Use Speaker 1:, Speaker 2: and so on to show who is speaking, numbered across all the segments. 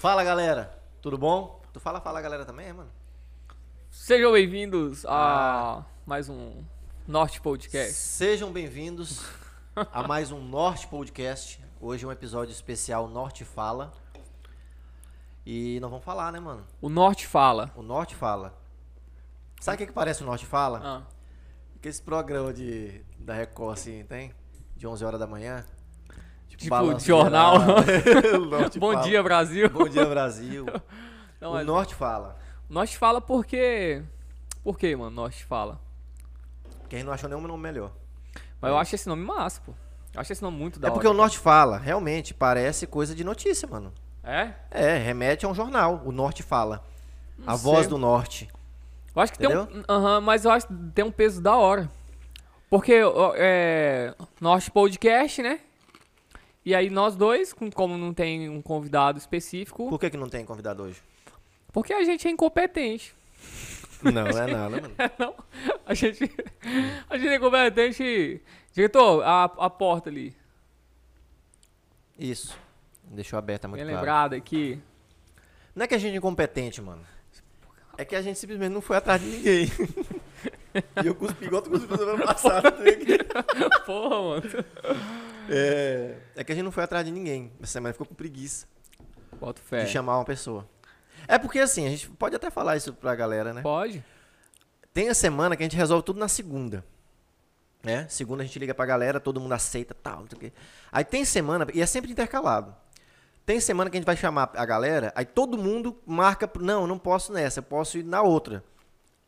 Speaker 1: Fala galera, tudo bom? Tu fala, fala galera também, é, mano?
Speaker 2: Sejam bem-vindos a
Speaker 1: Ah.
Speaker 2: mais um Norte Podcast.
Speaker 1: Sejam bem-vindos a mais um Norte Podcast. Hoje é um episódio especial Norte Fala. E nós vamos falar, né, mano?
Speaker 2: O Norte fala.
Speaker 1: O Norte Fala. Sabe o que, que parece o Norte Fala?
Speaker 2: Ah,
Speaker 1: Que esse programa de, da Record, assim, tem? De 11 horas da manhã.
Speaker 2: Tipo,
Speaker 1: Balanço
Speaker 2: jornal.
Speaker 1: Geral. O Norte
Speaker 2: Bom
Speaker 1: Fala.
Speaker 2: dia, É Brasil.
Speaker 1: Bom dia, Brasil.
Speaker 2: Não,
Speaker 1: o
Speaker 2: mas
Speaker 1: Norte Fala.
Speaker 2: Norte fala porque. Por quê, mano? Norte fala.
Speaker 1: Quem não achou nenhum nome melhor.
Speaker 2: Mas eu acho esse nome massa, pô. Eu acho esse nome muito da
Speaker 1: é porque
Speaker 2: hora.
Speaker 1: o Norte Fala, realmente, parece coisa de notícia, mano.
Speaker 2: É?
Speaker 1: É, remete a um jornal. O Norte Fala.
Speaker 2: Não
Speaker 1: A
Speaker 2: sei.
Speaker 1: voz do Norte.
Speaker 2: Eu acho que tem um. Aham, mas eu acho que tem um peso da hora. Porque ó, é. Norte Podcast, né? E aí nós dois, com- como não tem um convidado específico,
Speaker 1: Por que, que não tem convidado hoje?
Speaker 2: porque a gente é incompetente.
Speaker 1: Não, é nada, mano.
Speaker 2: Não, a gente. A gente é competente. Diretor, a, a porta ali.
Speaker 1: Isso. Deixou aberta é muito
Speaker 2: Bem
Speaker 1: claro.
Speaker 2: lembrada aqui.
Speaker 1: Não é que a gente é incompetente, mano. É que a gente simplesmente não foi atrás de ninguém. e eu cuspi igual tu cuspiu no ano passado.
Speaker 2: Porra, mano.
Speaker 1: é... é que a gente não foi atrás de ninguém. Essa semana ficou com preguiça
Speaker 2: Bota fé.
Speaker 1: de chamar uma pessoa. É porque assim, a gente pode até falar isso pra galera, né?
Speaker 2: Pode?
Speaker 1: Tem a semana que a gente resolve tudo na segunda. Né? Segunda a gente liga pra galera, todo mundo aceita, tal, não sei o quê. Aí tem semana, e é sempre intercalado. Tem semana que a gente vai chamar a galera, aí todo mundo marca, pro- não, eu não posso nessa, eu posso ir na outra.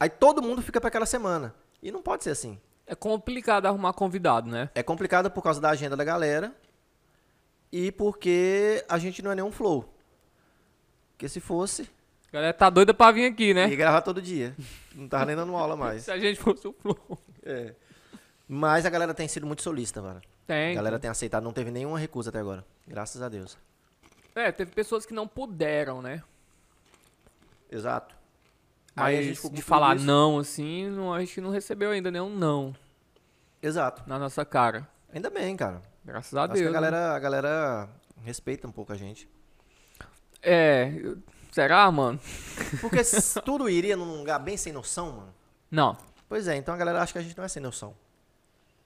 Speaker 1: Aí todo mundo fica pra aquela semana. E não pode ser assim.
Speaker 2: É complicado arrumar convidado, né?
Speaker 1: É complicado por causa da agenda da galera e porque a gente não é nenhum flow. Porque se fosse,
Speaker 2: A galera tá doida pra vir aqui,
Speaker 1: ia
Speaker 2: né?
Speaker 1: gravar todo dia. Não tava nem dando aula mais.
Speaker 2: Se a gente fosse o Flow.
Speaker 1: É. Mas a galera tem sido muito solista, mano.
Speaker 2: Tem.
Speaker 1: A galera tem aceitado, não teve nenhuma recusa até agora. Graças a Deus.
Speaker 2: É, teve pessoas que não puderam, né?
Speaker 1: Exato. Aí a gente
Speaker 2: Mas
Speaker 1: ficou com
Speaker 2: de
Speaker 1: tudo
Speaker 2: falar
Speaker 1: isso.
Speaker 2: não, assim, não, a gente não recebeu ainda nenhum não
Speaker 1: Exato.
Speaker 2: na nossa cara.
Speaker 1: Ainda bem, cara.
Speaker 2: Graças a
Speaker 1: Acho
Speaker 2: Deus.
Speaker 1: que a
Speaker 2: né?
Speaker 1: galera, a galera respeita um pouco a gente.
Speaker 2: É. eu- Será, mano?
Speaker 1: Porque s- tudo iria num lugar bem sem noção, mano.
Speaker 2: Não.
Speaker 1: Pois é, então a galera acha que a gente não é sem noção.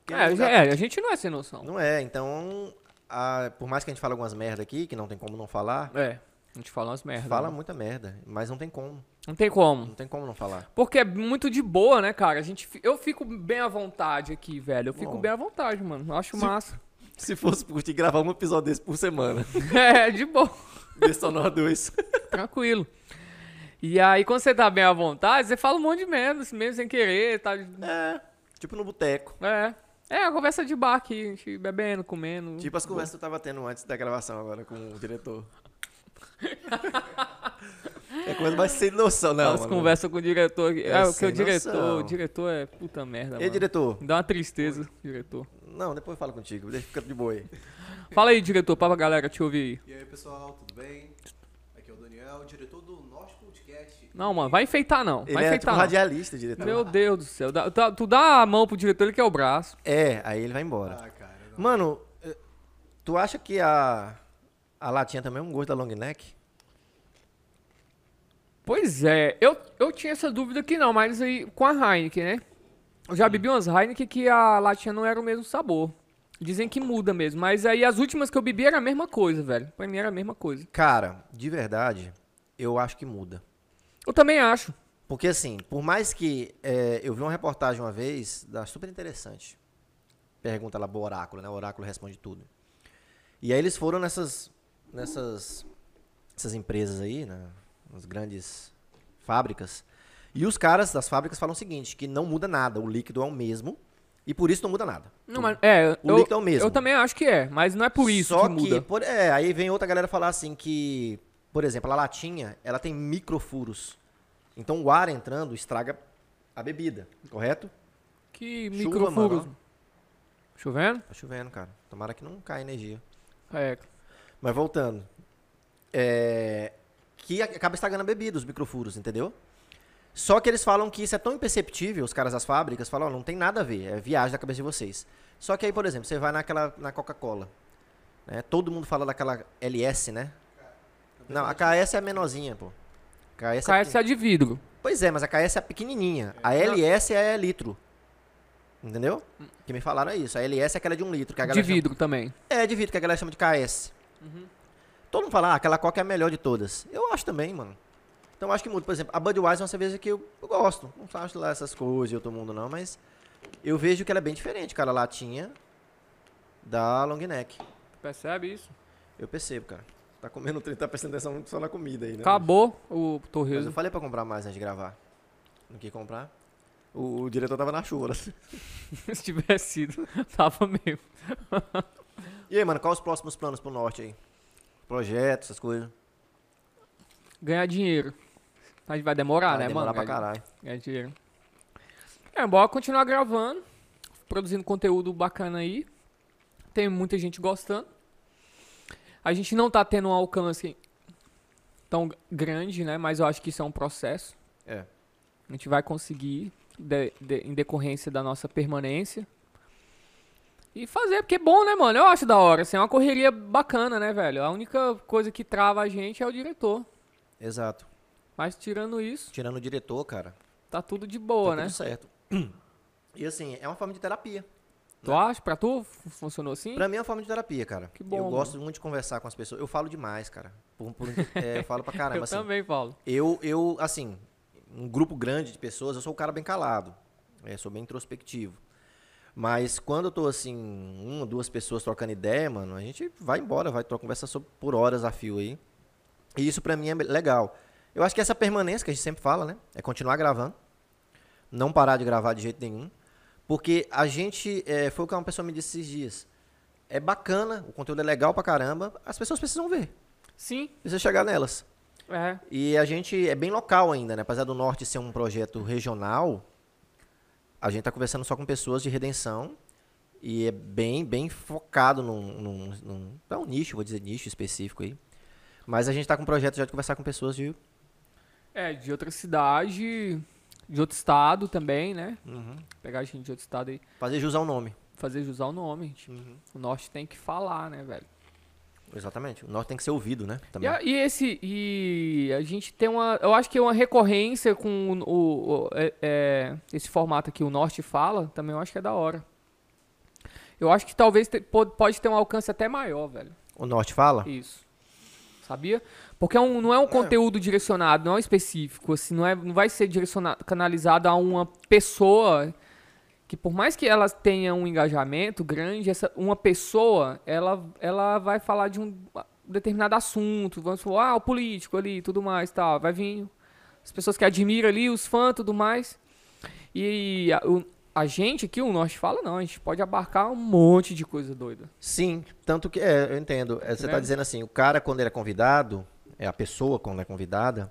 Speaker 1: Porque
Speaker 2: É,
Speaker 1: num lugar-
Speaker 2: é, a gente não é sem noção.
Speaker 1: Não é, então. a- por mais que a gente fale algumas merda aqui, que não tem como não falar,
Speaker 2: É, a gente fala umas merda.
Speaker 1: fala
Speaker 2: né?
Speaker 1: muita merda. Mas não tem como.
Speaker 2: Não tem como.
Speaker 1: Não tem como não falar.
Speaker 2: Porque é muito de boa, né, cara? A gente, fi- eu fico bem à vontade aqui, velho. Eu fico
Speaker 1: Bom.
Speaker 2: bem à vontade, mano. Eu acho massa.
Speaker 1: Se fosse por te gravar um episódio desse por semana,
Speaker 2: é, de boa.
Speaker 1: desse só nós dois.
Speaker 2: Tranquilo. E aí, quando você tá bem à vontade, você fala um monte de merda, assim, mesmo sem querer, tá...
Speaker 1: É, tipo no boteco.
Speaker 2: É. É, a conversa de bar aqui, a gente bebendo, comendo.
Speaker 1: Tipo as conversas que eu tava tendo antes da gravação agora com o diretor. é coisa mais sem noção, não.
Speaker 2: Elas
Speaker 1: mano.
Speaker 2: conversam com o diretor. aqui.
Speaker 1: É
Speaker 2: É, o que
Speaker 1: sem
Speaker 2: o diretor...
Speaker 1: noção.
Speaker 2: O diretor é puta merda,
Speaker 1: Ei,
Speaker 2: mano.
Speaker 1: diretor.
Speaker 2: Me dá uma tristeza, diretor.
Speaker 1: Não, depois eu falo contigo. Deixa ficar de boa aí.
Speaker 2: Fala aí, diretor, pra galera te ouvir aí.
Speaker 3: E aí pessoal, tudo bem? Aqui é o Daniel, diretor do Norte Podcast.
Speaker 2: Não, mano, vai enfeitar não.
Speaker 1: Ele
Speaker 2: vai
Speaker 1: é
Speaker 2: enfeitar
Speaker 1: tipo
Speaker 2: não.
Speaker 1: radialista, diretor.
Speaker 2: Meu Deus do céu. dá- tá- tu dá a mão pro diretor, ele quer o braço.
Speaker 1: É, aí ele vai embora.
Speaker 3: Ah, cara, não.
Speaker 1: Mano, eh, tu acha que a, a latinha também é um gosto da long neck?
Speaker 2: Pois é, eu, eu tinha essa dúvida aqui não, mas aí com a Heineken, né? Eu já bebi umas Heineken que a latinha não era o mesmo sabor. Dizem que muda mesmo, mas aí as últimas que eu bebi era a mesma coisa, velho. Pra mim era a mesma coisa.
Speaker 1: Cara, de verdade, eu acho que muda.
Speaker 2: Eu também acho.
Speaker 1: Porque assim, por mais que é, eu vi uma reportagem uma vez, da super interessante. Pergunta lá pro oráculo, né? O oráculo responde tudo. E aí eles foram nessas nessas essas empresas aí, né? Nas grandes fábricas. E os caras das fábricas falam o seguinte, que não muda nada, o líquido é o mesmo e por isso não muda nada.
Speaker 2: Não, mas, é,
Speaker 1: O
Speaker 2: eu,
Speaker 1: líquido é o mesmo.
Speaker 2: Eu também acho que é, mas não é por isso
Speaker 1: Só
Speaker 2: que muda.
Speaker 1: por- é, aí vem outra galera falar assim que, por exemplo, a latinha, ela tem microfuros. Então o ar entrando estraga a bebida, correto?
Speaker 2: Que,
Speaker 1: Chuva,
Speaker 2: microfuros.
Speaker 1: mano,
Speaker 2: Chovendo?
Speaker 1: Tá chovendo, cara. Tomara que não caia energia.
Speaker 2: É.
Speaker 1: Mas voltando. É... Que a- acaba estragando a bebida, os microfuros, entendeu? Só que eles falam que isso é tão imperceptível, os caras das fábricas falam, ó, não tem nada a ver, é viagem da cabeça de vocês. Só que aí, por exemplo, você vai naquela, na Coca-Cola, né? Todo mundo fala daquela LS, né? Não, a KS é a menorzinha, pô. KS é
Speaker 2: KS é de vidro.
Speaker 1: Pois é, mas a KS é a pequenininha. A LS é litro. Entendeu? Que me falaram é isso. A LS é aquela de um litro. Que a
Speaker 2: De
Speaker 1: galera
Speaker 2: vidro também.
Speaker 1: Chama... É, de vidro, que a galera chama de KS.
Speaker 2: Uhum.
Speaker 1: Todo mundo fala, ah, aquela Coca é a melhor de todas. Eu acho também, mano. Então eu acho que muda. Por exemplo, a Budweiser é uma cerveja que eu, eu gosto. Não acho lá essas coisas de outro mundo, não, mas eu vejo que ela é bem diferente, cara. A latinha da long neck.
Speaker 2: Percebe isso?
Speaker 1: Eu percebo, cara. Tá comendo, tá prestando atenção muito só na comida aí, né?
Speaker 2: Acabou o
Speaker 1: Mas eu
Speaker 2: torresmo.
Speaker 1: falei pra comprar mais antes de gravar. Não quis comprar. O, o diretor tava na chuva. né?
Speaker 2: Se tivesse sido, tava mesmo.
Speaker 1: E aí, mano, quais os próximos planos pro norte aí? Projetos, essas coisas.
Speaker 2: Ganhar dinheiro. A gente vai demorar, né,
Speaker 1: Vai demorar
Speaker 2: mano?
Speaker 1: pra
Speaker 2: Ganhar-
Speaker 1: caralho.
Speaker 2: Ganhar dinheiro. É, bora continuar gravando, produzindo conteúdo bacana aí. Tem muita gente gostando. A gente não tá tendo um alcance tão grande, né? Mas eu acho que isso é um processo.
Speaker 1: É.
Speaker 2: A gente vai conseguir de- de- em decorrência da nossa permanência. E fazer, porque é bom, né, mano? Eu acho da hora. Assim, é uma correria bacana, né, velho? A única coisa que trava a gente é o diretor.
Speaker 1: Exato.
Speaker 2: Mas tirando isso,
Speaker 1: Tirando o diretor, cara.
Speaker 2: tá tudo de boa,
Speaker 1: tá
Speaker 2: né?
Speaker 1: tudo certo. E assim, é uma forma de terapia.
Speaker 2: Tu acha? Pra tu fu- funcionou assim?
Speaker 1: Pra mim é uma forma de terapia, cara.
Speaker 2: Que bom,
Speaker 1: Eu gosto muito de conversar com as pessoas. Eu falo demais, cara. Por- por- é, eu falo pra caramba.
Speaker 2: eu
Speaker 1: assim,
Speaker 2: também, Paulo.
Speaker 1: Eu, eu, assim, um grupo grande de pessoas, eu sou um cara bem calado. é, sou bem introspectivo. Mas quando eu tô, assim, uma, duas pessoas trocando ideia, mano, a gente vai embora, vai trocar conversa sobre- por horas a fio aí. E isso pra mim é legal. Eu acho que essa permanência que a gente sempre fala, né? É continuar gravando. Não parar de gravar de jeito nenhum. Porque a gente, é, foi o que uma pessoa me disse esses dias. É bacana, o conteúdo é legal pra caramba, as pessoas precisam ver,
Speaker 2: Sim,
Speaker 1: precisa chegar nelas.
Speaker 2: é.
Speaker 1: E a gente é bem local ainda, né? Apesar do Norte ser um projeto regional, a gente tá conversando só com pessoas de redenção e é bem, bem focado num, num, num- é um nicho, vou dizer nicho específico aí. Mas a gente tá com um projeto já de conversar com pessoas de...
Speaker 2: É, de outra cidade, de outro estado também, né?
Speaker 1: Uhum.
Speaker 2: Pegar gente de outro estado e
Speaker 1: Fazer jus ao nome.
Speaker 2: fazer usar o nome. gente.
Speaker 1: Uhum.
Speaker 2: O norte tem que falar, né, velho?
Speaker 1: Exatamente. O Norte tem que ser ouvido, né?
Speaker 2: E,
Speaker 1: Também.
Speaker 2: a, e esse. E a gente tem uma. Eu acho que é uma recorrência com o, o- o- é- é, esse formato aqui, o Norte Fala, também eu acho que é da hora. Eu acho que talvez te- po- pode ter um alcance até maior, velho.
Speaker 1: O Norte fala?
Speaker 2: Isso. Sabia? Porque é um- não é um conteúdo direcionado, não é um específico. Assim, não, é, não vai ser direcionado, canalizado a uma pessoa que, por mais que ela tenha um engajamento grande, essa, uma pessoa, ela, ela vai falar de um determinado assunto. Vamos falar, ah, o político ali, tudo mais, tal. Vai vir as pessoas que admiram ali, os fãs, tudo mais. E a, o- a gente aqui, o Norte Fala, não. A gente pode abarcar um monte de coisa doida.
Speaker 1: Sim, tanto que é, eu entendo. É, Você está
Speaker 2: Né?
Speaker 1: dizendo assim, o cara quando ele é convidado, é a pessoa quando é convidada,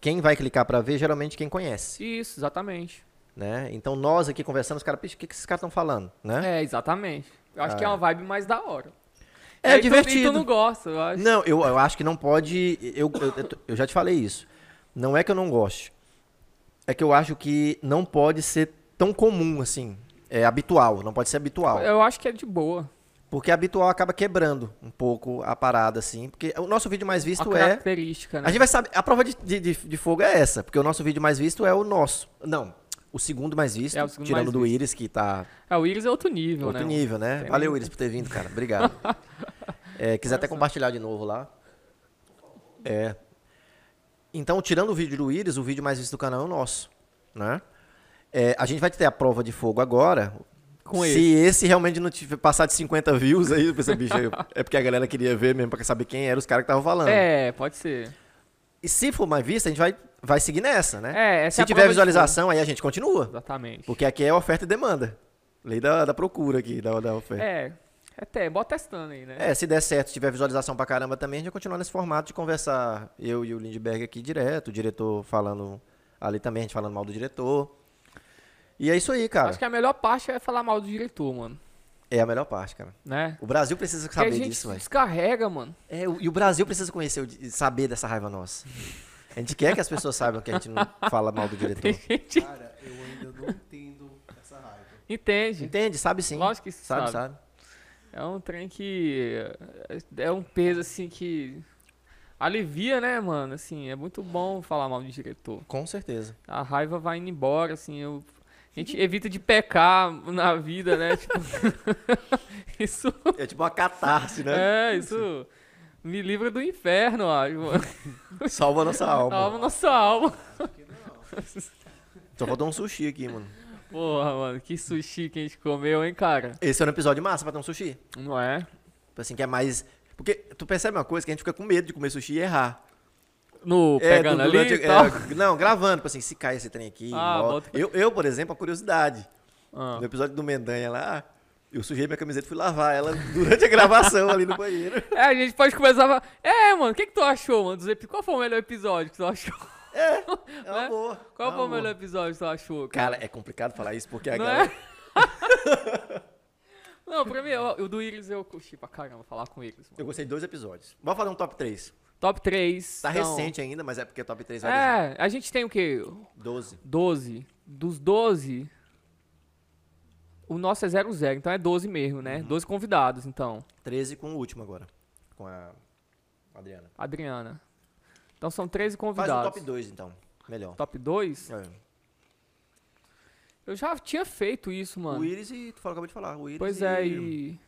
Speaker 1: quem vai clicar para ver geralmente quem conhece.
Speaker 2: Isso, exatamente.
Speaker 1: né? Então nós aqui conversando, os caras, "Pixe, o que, que esses caras estão falando, né?
Speaker 2: É, exatamente. Eu acho que é uma vibe mais da hora.
Speaker 1: Ah, É
Speaker 2: E aí então tu-
Speaker 1: divertido.
Speaker 2: E tu não gosta, eu acho.
Speaker 1: Não, eu, eu acho que não pode. Eu, eu, eu tô- eu já te falei isso. Não é que eu não goste. É que eu acho que não pode ser tão comum assim. É habitual, não pode ser habitual.
Speaker 2: Eu acho que é de boa.
Speaker 1: Porque habitual acaba quebrando um pouco a parada, assim. Porque o nosso vídeo mais
Speaker 2: Uma
Speaker 1: visto é.
Speaker 2: característica, né?
Speaker 1: A gente vai saber. A prova de, de, de- de fogo é essa. Porque o nosso vídeo mais visto é o nosso. Não, o segundo mais visto,
Speaker 2: É, o segundo
Speaker 1: tirando
Speaker 2: mais
Speaker 1: do
Speaker 2: visto.
Speaker 1: Iris, que tá
Speaker 2: É, o Iris é outro nível,
Speaker 1: Outro
Speaker 2: né?
Speaker 1: nível, né?
Speaker 2: Tem
Speaker 1: Valeu,
Speaker 2: nem-
Speaker 1: Iris, por ter vindo, cara. Obrigado. É, quiser até compartilhar de novo lá. É. Então, tirando o vídeo do Iris, o vídeo mais visto do canal é o nosso, né? É, a gente vai ter a prova de fogo agora.
Speaker 2: Com
Speaker 1: Se
Speaker 2: esse.
Speaker 1: esse, realmente não tiver passar de 50 views aí, essa bicha, aí, é porque a galera queria ver mesmo pra saber quem eram os caras que estavam falando.
Speaker 2: É, pode ser.
Speaker 1: E se for mais vista, a gente vai, vai seguir nessa, né?
Speaker 2: É, essa é
Speaker 1: se
Speaker 2: a
Speaker 1: tiver
Speaker 2: prova de
Speaker 1: visualização, aí a gente continua.
Speaker 2: Exatamente.
Speaker 1: Porque aqui é oferta e demanda. Lei da, da procura aqui, da, da oferta.
Speaker 2: É, é até, bota testando aí, né?
Speaker 1: É, se der certo, se tiver visualização pra caramba também, a gente vai continuar nesse formato de conversar eu e o Lindbergh aqui direto, o diretor falando ali também, a gente falando mal do diretor. E é isso aí, cara.
Speaker 2: Acho que a melhor parte é falar mal do diretor, mano.
Speaker 1: É a melhor parte, cara.
Speaker 2: Né?
Speaker 1: O Brasil precisa
Speaker 2: Porque a
Speaker 1: saber
Speaker 2: gente
Speaker 1: disso,
Speaker 2: se
Speaker 1: velho.
Speaker 2: descarrega, mano.
Speaker 1: É, o- e o Brasil precisa conhecer, o di- saber dessa raiva nossa. A gente quer que as pessoas saibam que a gente não fala mal do diretor.
Speaker 3: Cara, eu ainda não entendo essa raiva.
Speaker 2: Entende?
Speaker 1: Entende? Sabe sim.
Speaker 2: Lógico que
Speaker 1: sabe.
Speaker 2: sabe.
Speaker 1: Sabe,
Speaker 2: É um trem que. é- É um peso, assim, que. Alivia, né, mano? Assim, é muito bom falar mal de diretor.
Speaker 1: Com certeza.
Speaker 2: A raiva vai indo embora, assim. Eu... A gente evita de pecar na vida, né? Tipo, isso.
Speaker 1: É tipo uma catarse, né?
Speaker 2: É, isso. Me livra do inferno, eu acho. mano.
Speaker 1: Salva a nossa alma.
Speaker 2: Salva nossa alma.
Speaker 3: Acho que não.
Speaker 1: Só faltou um sushi aqui, mano.
Speaker 2: Porra, mano, que sushi que a gente comeu, hein, cara?
Speaker 1: Esse era um episódio massa pra ter um sushi.
Speaker 2: Não é?
Speaker 1: Tipo Assim, que é mais. Porque tu percebe uma coisa que a gente fica com medo de comer sushi e errar.
Speaker 2: No pegando
Speaker 1: du-
Speaker 2: ali
Speaker 1: durante-
Speaker 2: e tal.
Speaker 1: é, não, gravando, tipo assim, se cai esse trem aqui.
Speaker 2: Ah,
Speaker 1: ó.
Speaker 2: bota-
Speaker 1: eu, eu, por exemplo, a curiosidade.
Speaker 2: Ah.
Speaker 1: No episódio do Mendanha lá, eu sujei minha camiseta e fui lavar ela durante a gravação ali no banheiro.
Speaker 2: É, a gente pode começar a falar. É, mano, o que, que tu achou, mano? dos epi- Qual foi o melhor episódio que tu achou?
Speaker 1: É uma
Speaker 2: Né?
Speaker 1: boa. é
Speaker 2: Qual
Speaker 1: uma
Speaker 2: foi
Speaker 1: boa.
Speaker 2: o melhor episódio que tu achou, cara?
Speaker 1: Cara, é complicado falar isso porque a
Speaker 2: Não
Speaker 1: galera.
Speaker 2: é? Não, pra mim, ó, o do Iris eu curti pra caramba falar com o Iris, mano.
Speaker 1: Eu gostei de dois episódios. Vamos fazer um top 3.
Speaker 2: Top 3.
Speaker 1: Tá recente ainda, mas é porque top 3 vai deixar
Speaker 2: Então. É, a gente tem o quê?
Speaker 1: 12.
Speaker 2: 12. Dos 12, o nosso é 00, então é 12 mesmo, né?
Speaker 1: Uhum.
Speaker 2: 12 convidados, então.
Speaker 1: 13 com o último agora. Com a Adriana.
Speaker 2: Adriana. Então são
Speaker 1: Faz
Speaker 2: 13
Speaker 1: o
Speaker 2: convidados.
Speaker 1: top 2, então. Melhor.
Speaker 2: Top 2?
Speaker 1: É.
Speaker 2: Eu já tinha feito isso, mano.
Speaker 1: O Iris e tu falou, acabou de falar. O Iris
Speaker 2: Pois
Speaker 1: e...
Speaker 2: é, e.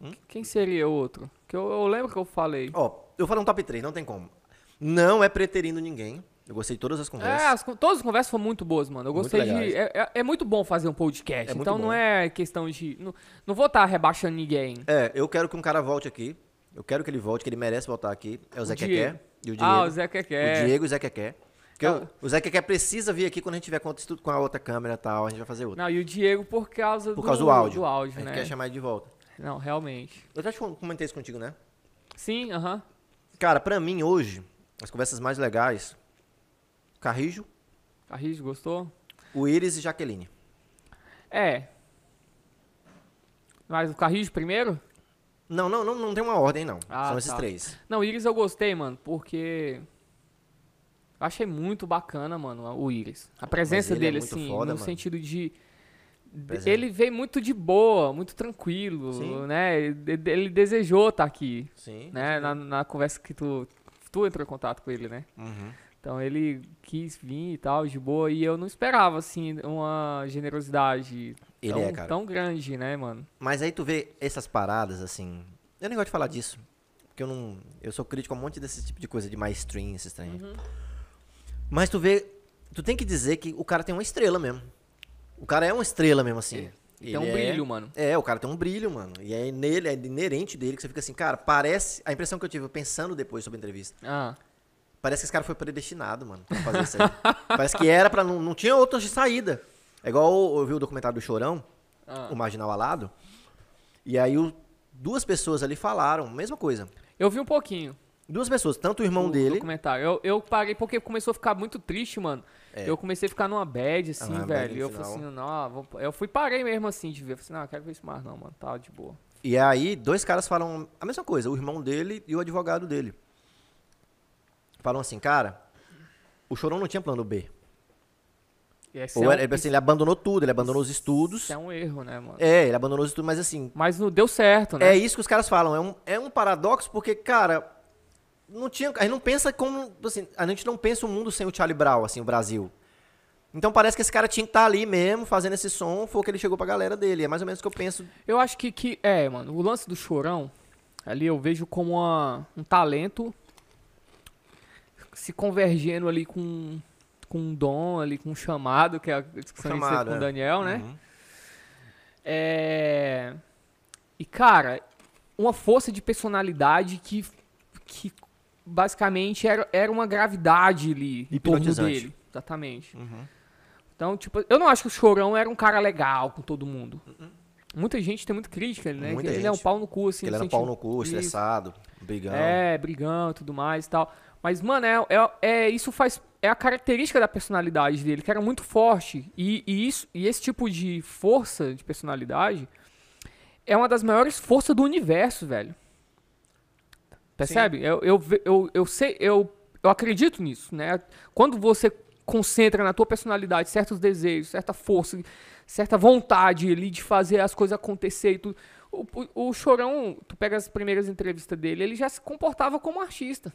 Speaker 1: Hum?
Speaker 2: Quem seria outro? Que eu, eu lembro que eu falei.
Speaker 1: Ó, eu falei um top 3, não tem como. Não é preterindo ninguém. Eu gostei de todas as
Speaker 2: É,
Speaker 1: conversas.
Speaker 2: as con- todas as conversas foram muito boas, mano. Eu
Speaker 1: Muito
Speaker 2: gostei
Speaker 1: legais.
Speaker 2: de. É, é- é muito bom fazer um podcast.
Speaker 1: É muito
Speaker 2: então
Speaker 1: bom.
Speaker 2: não é questão de. Não, não vou estar rebaixando ninguém.
Speaker 1: É. eu quero que um cara volte aqui. Eu quero que ele volte, que ele merece voltar aqui. É o Zé
Speaker 2: Diego.
Speaker 1: Quequé e o Diego.
Speaker 2: Ah, o Zé Keké.
Speaker 1: O Diego e o Zé Quequé. Porque
Speaker 2: É,
Speaker 1: o- o Zé Quequé precisa vir aqui quando a gente tiver com, outro estudo- com a outra câmera e tal. A gente vai fazer outra.
Speaker 2: Não, e o Diego por causa
Speaker 1: Por causa do áudio. É, a
Speaker 2: Do
Speaker 1: gente
Speaker 2: áudio, né?
Speaker 1: quer chamar ele de volta.
Speaker 2: Não, realmente.
Speaker 1: Eu já te com- comentei isso contigo, né?
Speaker 2: Sim, aham.
Speaker 1: Cara, pra mim hoje, as conversas mais legais, Carrijo,
Speaker 2: Carrijo, gostou?
Speaker 1: o Iris e Jaqueline.
Speaker 2: É. Mas o Carrijo primeiro?
Speaker 1: Não, não, não, não tem uma ordem, não.
Speaker 2: Ah,
Speaker 1: São esses
Speaker 2: tá.
Speaker 1: três.
Speaker 2: Não, Iris eu gostei, mano, porque. eu Achei muito bacana, mano, o Iris. A presença
Speaker 1: ele é
Speaker 2: dele,
Speaker 1: muito
Speaker 2: assim,
Speaker 1: foda,
Speaker 2: no
Speaker 1: mano.
Speaker 2: sentido de. de-
Speaker 1: Presente.
Speaker 2: Ele veio muito de boa, muito tranquilo,
Speaker 1: Sim.
Speaker 2: né? Ele ele desejou estar aqui,
Speaker 1: Sim.
Speaker 2: né? Na, na conversa que tu. Tu entrou em contato com ele, né?
Speaker 1: Uhum.
Speaker 2: Então ele quis vir e tal, de boa, e eu não esperava, assim, uma generosidade
Speaker 1: Ele
Speaker 2: tão,
Speaker 1: é, cara.
Speaker 2: tão grande, né, mano?
Speaker 1: Mas aí tu vê essas paradas, assim. Eu nem gosto de falar disso. Porque eu não. Eu sou crítico a um monte desse tipo de coisa de mais stream, esses trem.
Speaker 2: Uhum.
Speaker 1: Mas tu vê. Tu tem que dizer que o cara tem uma estrela mesmo. O cara é uma estrela mesmo, assim.
Speaker 2: Tem um
Speaker 1: Ele é-
Speaker 2: brilho, mano.
Speaker 1: É, o cara tem um brilho, mano. E é nele, é inerente dele que você fica assim, cara, parece. A impressão que eu tive pensando depois sobre a entrevista.
Speaker 2: Ah.
Speaker 1: Parece que esse cara foi predestinado, mano, pra fazer isso aí. parece que era pra. Não, não tinha outra saída. É igual eu vi o documentário do Chorão,
Speaker 2: Ah.
Speaker 1: o Marginal Alado. E aí o- duas pessoas ali falaram, mesma coisa.
Speaker 2: Eu vi um pouquinho.
Speaker 1: Duas pessoas, tanto o irmão
Speaker 2: o
Speaker 1: dele.
Speaker 2: documentário. Eu, eu parei porque começou a ficar muito triste, mano.
Speaker 1: É.
Speaker 2: Eu comecei a ficar numa bad, assim,
Speaker 1: Ah, bad
Speaker 2: velho.
Speaker 1: no
Speaker 2: E eu falei
Speaker 1: final.
Speaker 2: assim, não, vou- eu fui parei mesmo assim de ver. Eu falei assim, não, eu quero ver isso mais, não, mano. Tá de boa.
Speaker 1: E aí dois caras falam a mesma coisa, o irmão dele e o advogado dele. Falam assim, cara, o Chorão não tinha plano B.
Speaker 2: E esse
Speaker 1: Ou
Speaker 2: é,
Speaker 1: era-
Speaker 2: um,
Speaker 1: ele, assim, ele abandonou tudo, ele abandonou os estudos.
Speaker 2: isso é um erro, né, mano?
Speaker 1: É, ele abandonou os estudos, mas assim,
Speaker 2: Mas não deu certo, né?
Speaker 1: É isso que os caras falam. É um, é um paradoxo porque, cara, não tinha, a gente não pensa como. Assim, a gente não pensa o mundo sem o Charlie Brown, assim, o Brasil. Então parece que esse cara tinha que estar ali mesmo, fazendo esse som, foi o que ele chegou pra galera dele. É mais ou menos o que eu penso.
Speaker 2: Eu acho que, que. É, mano, o lance do chorão, ali eu vejo como uma- um talento se convergendo ali com, com um dom, ali com um chamado, que é a discussão que a gente teve
Speaker 1: Chamado,
Speaker 2: com
Speaker 1: é.
Speaker 2: o Daniel, né? É... E, cara, uma força de personalidade que, que basicamente era, era uma gravidade ali em torno
Speaker 1: Hipnotizante.
Speaker 2: dele. Exatamente. Então, tipo, eu não acho que o Chorão era um cara legal com todo mundo. Muita gente tem muita crítica, né?
Speaker 1: Muita
Speaker 2: que Ele é um
Speaker 1: gente.
Speaker 2: pau no cu, assim.
Speaker 1: ele era um
Speaker 2: sentido-
Speaker 1: pau no cu,
Speaker 2: Isso.
Speaker 1: estressado, brigão.
Speaker 2: É, brigão e tudo mais e tal. Mas, mano, é, é, é- isso faz. É a característica da personalidade dele, que era muito forte. E, e isso, e esse tipo de força de personalidade é uma das maiores forças do universo, velho. Percebe? Eu, eu, ve- eu, eu sei, eu, eu acredito nisso, né? Quando você concentra na tua personalidade certos desejos, certa força, certa vontade ali de fazer as coisas acontecer e tudo. O, o, o Chorão, tu pega as primeiras entrevistas dele, ele já se comportava como artista.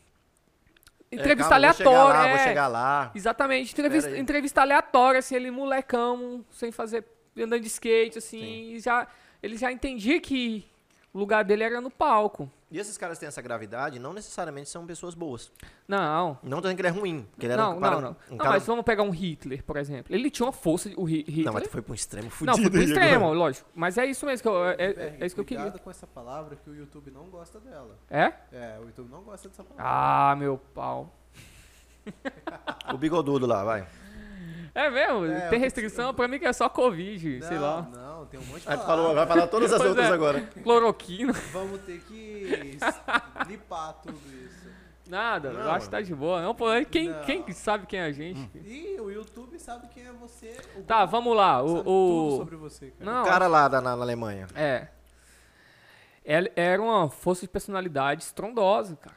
Speaker 2: Entrevista
Speaker 1: É, calma, Vou chegar
Speaker 2: aleatória,
Speaker 1: lá, vou
Speaker 2: é.
Speaker 1: chegar lá.
Speaker 2: Exatamente. Entrevista,
Speaker 1: aí.
Speaker 2: entrevista aleatória, assim, ele molecão, sem fazer. andando de skate, assim. E já, ele já entendia que o lugar dele era no palco.
Speaker 1: E esses caras que têm essa gravidade, não necessariamente são pessoas boas.
Speaker 2: Não.
Speaker 1: Não tô dizendo que ele é ruim, porque ele era
Speaker 2: não,
Speaker 1: um, cara,
Speaker 2: não, não.
Speaker 1: um
Speaker 2: Não,
Speaker 1: cara...
Speaker 2: mas vamos pegar um Hitler, por exemplo. Ele tinha uma força, o Hi- Hitler.
Speaker 1: Não, mas tu foi pra um extremo fudido.
Speaker 2: Não, foi pro
Speaker 1: Igor.
Speaker 2: extremo, lógico. Mas é isso mesmo que eu, é, é-
Speaker 3: Berg,
Speaker 2: é isso que eu queria.
Speaker 3: Cuidado com essa palavra que o YouTube não gosta dela.
Speaker 2: É?
Speaker 3: É, o YouTube não gosta dessa palavra.
Speaker 2: Ah, meu pau.
Speaker 1: O bigodudo lá, vai.
Speaker 2: É mesmo?
Speaker 3: É,
Speaker 2: tem
Speaker 3: eu-
Speaker 2: restrição? Pra mim que é só Covid, sei
Speaker 3: não,
Speaker 2: lá.
Speaker 3: Não, tem um monte de
Speaker 1: Aí tu
Speaker 3: palavra.
Speaker 1: falou, vai falar todas as
Speaker 2: Pois
Speaker 1: outras
Speaker 2: é.
Speaker 1: agora.
Speaker 2: Cloroquina.
Speaker 3: Vamos ter que s- limpar tudo isso.
Speaker 2: Nada,
Speaker 1: Não, Hum.
Speaker 2: eu acho que tá de boa. Não, pô, quem,
Speaker 3: Não.
Speaker 2: quem que sabe quem é a gente?
Speaker 3: E o YouTube sabe quem é você. O
Speaker 2: Tá,
Speaker 3: Google
Speaker 2: vamos lá.
Speaker 3: sabe
Speaker 2: O.
Speaker 3: tudo
Speaker 2: o...
Speaker 3: sobre você, cara.
Speaker 2: Não,
Speaker 1: O cara lá da, na, na Alemanha.
Speaker 2: É. Ela- Era uma força de personalidade estrondosa, cara.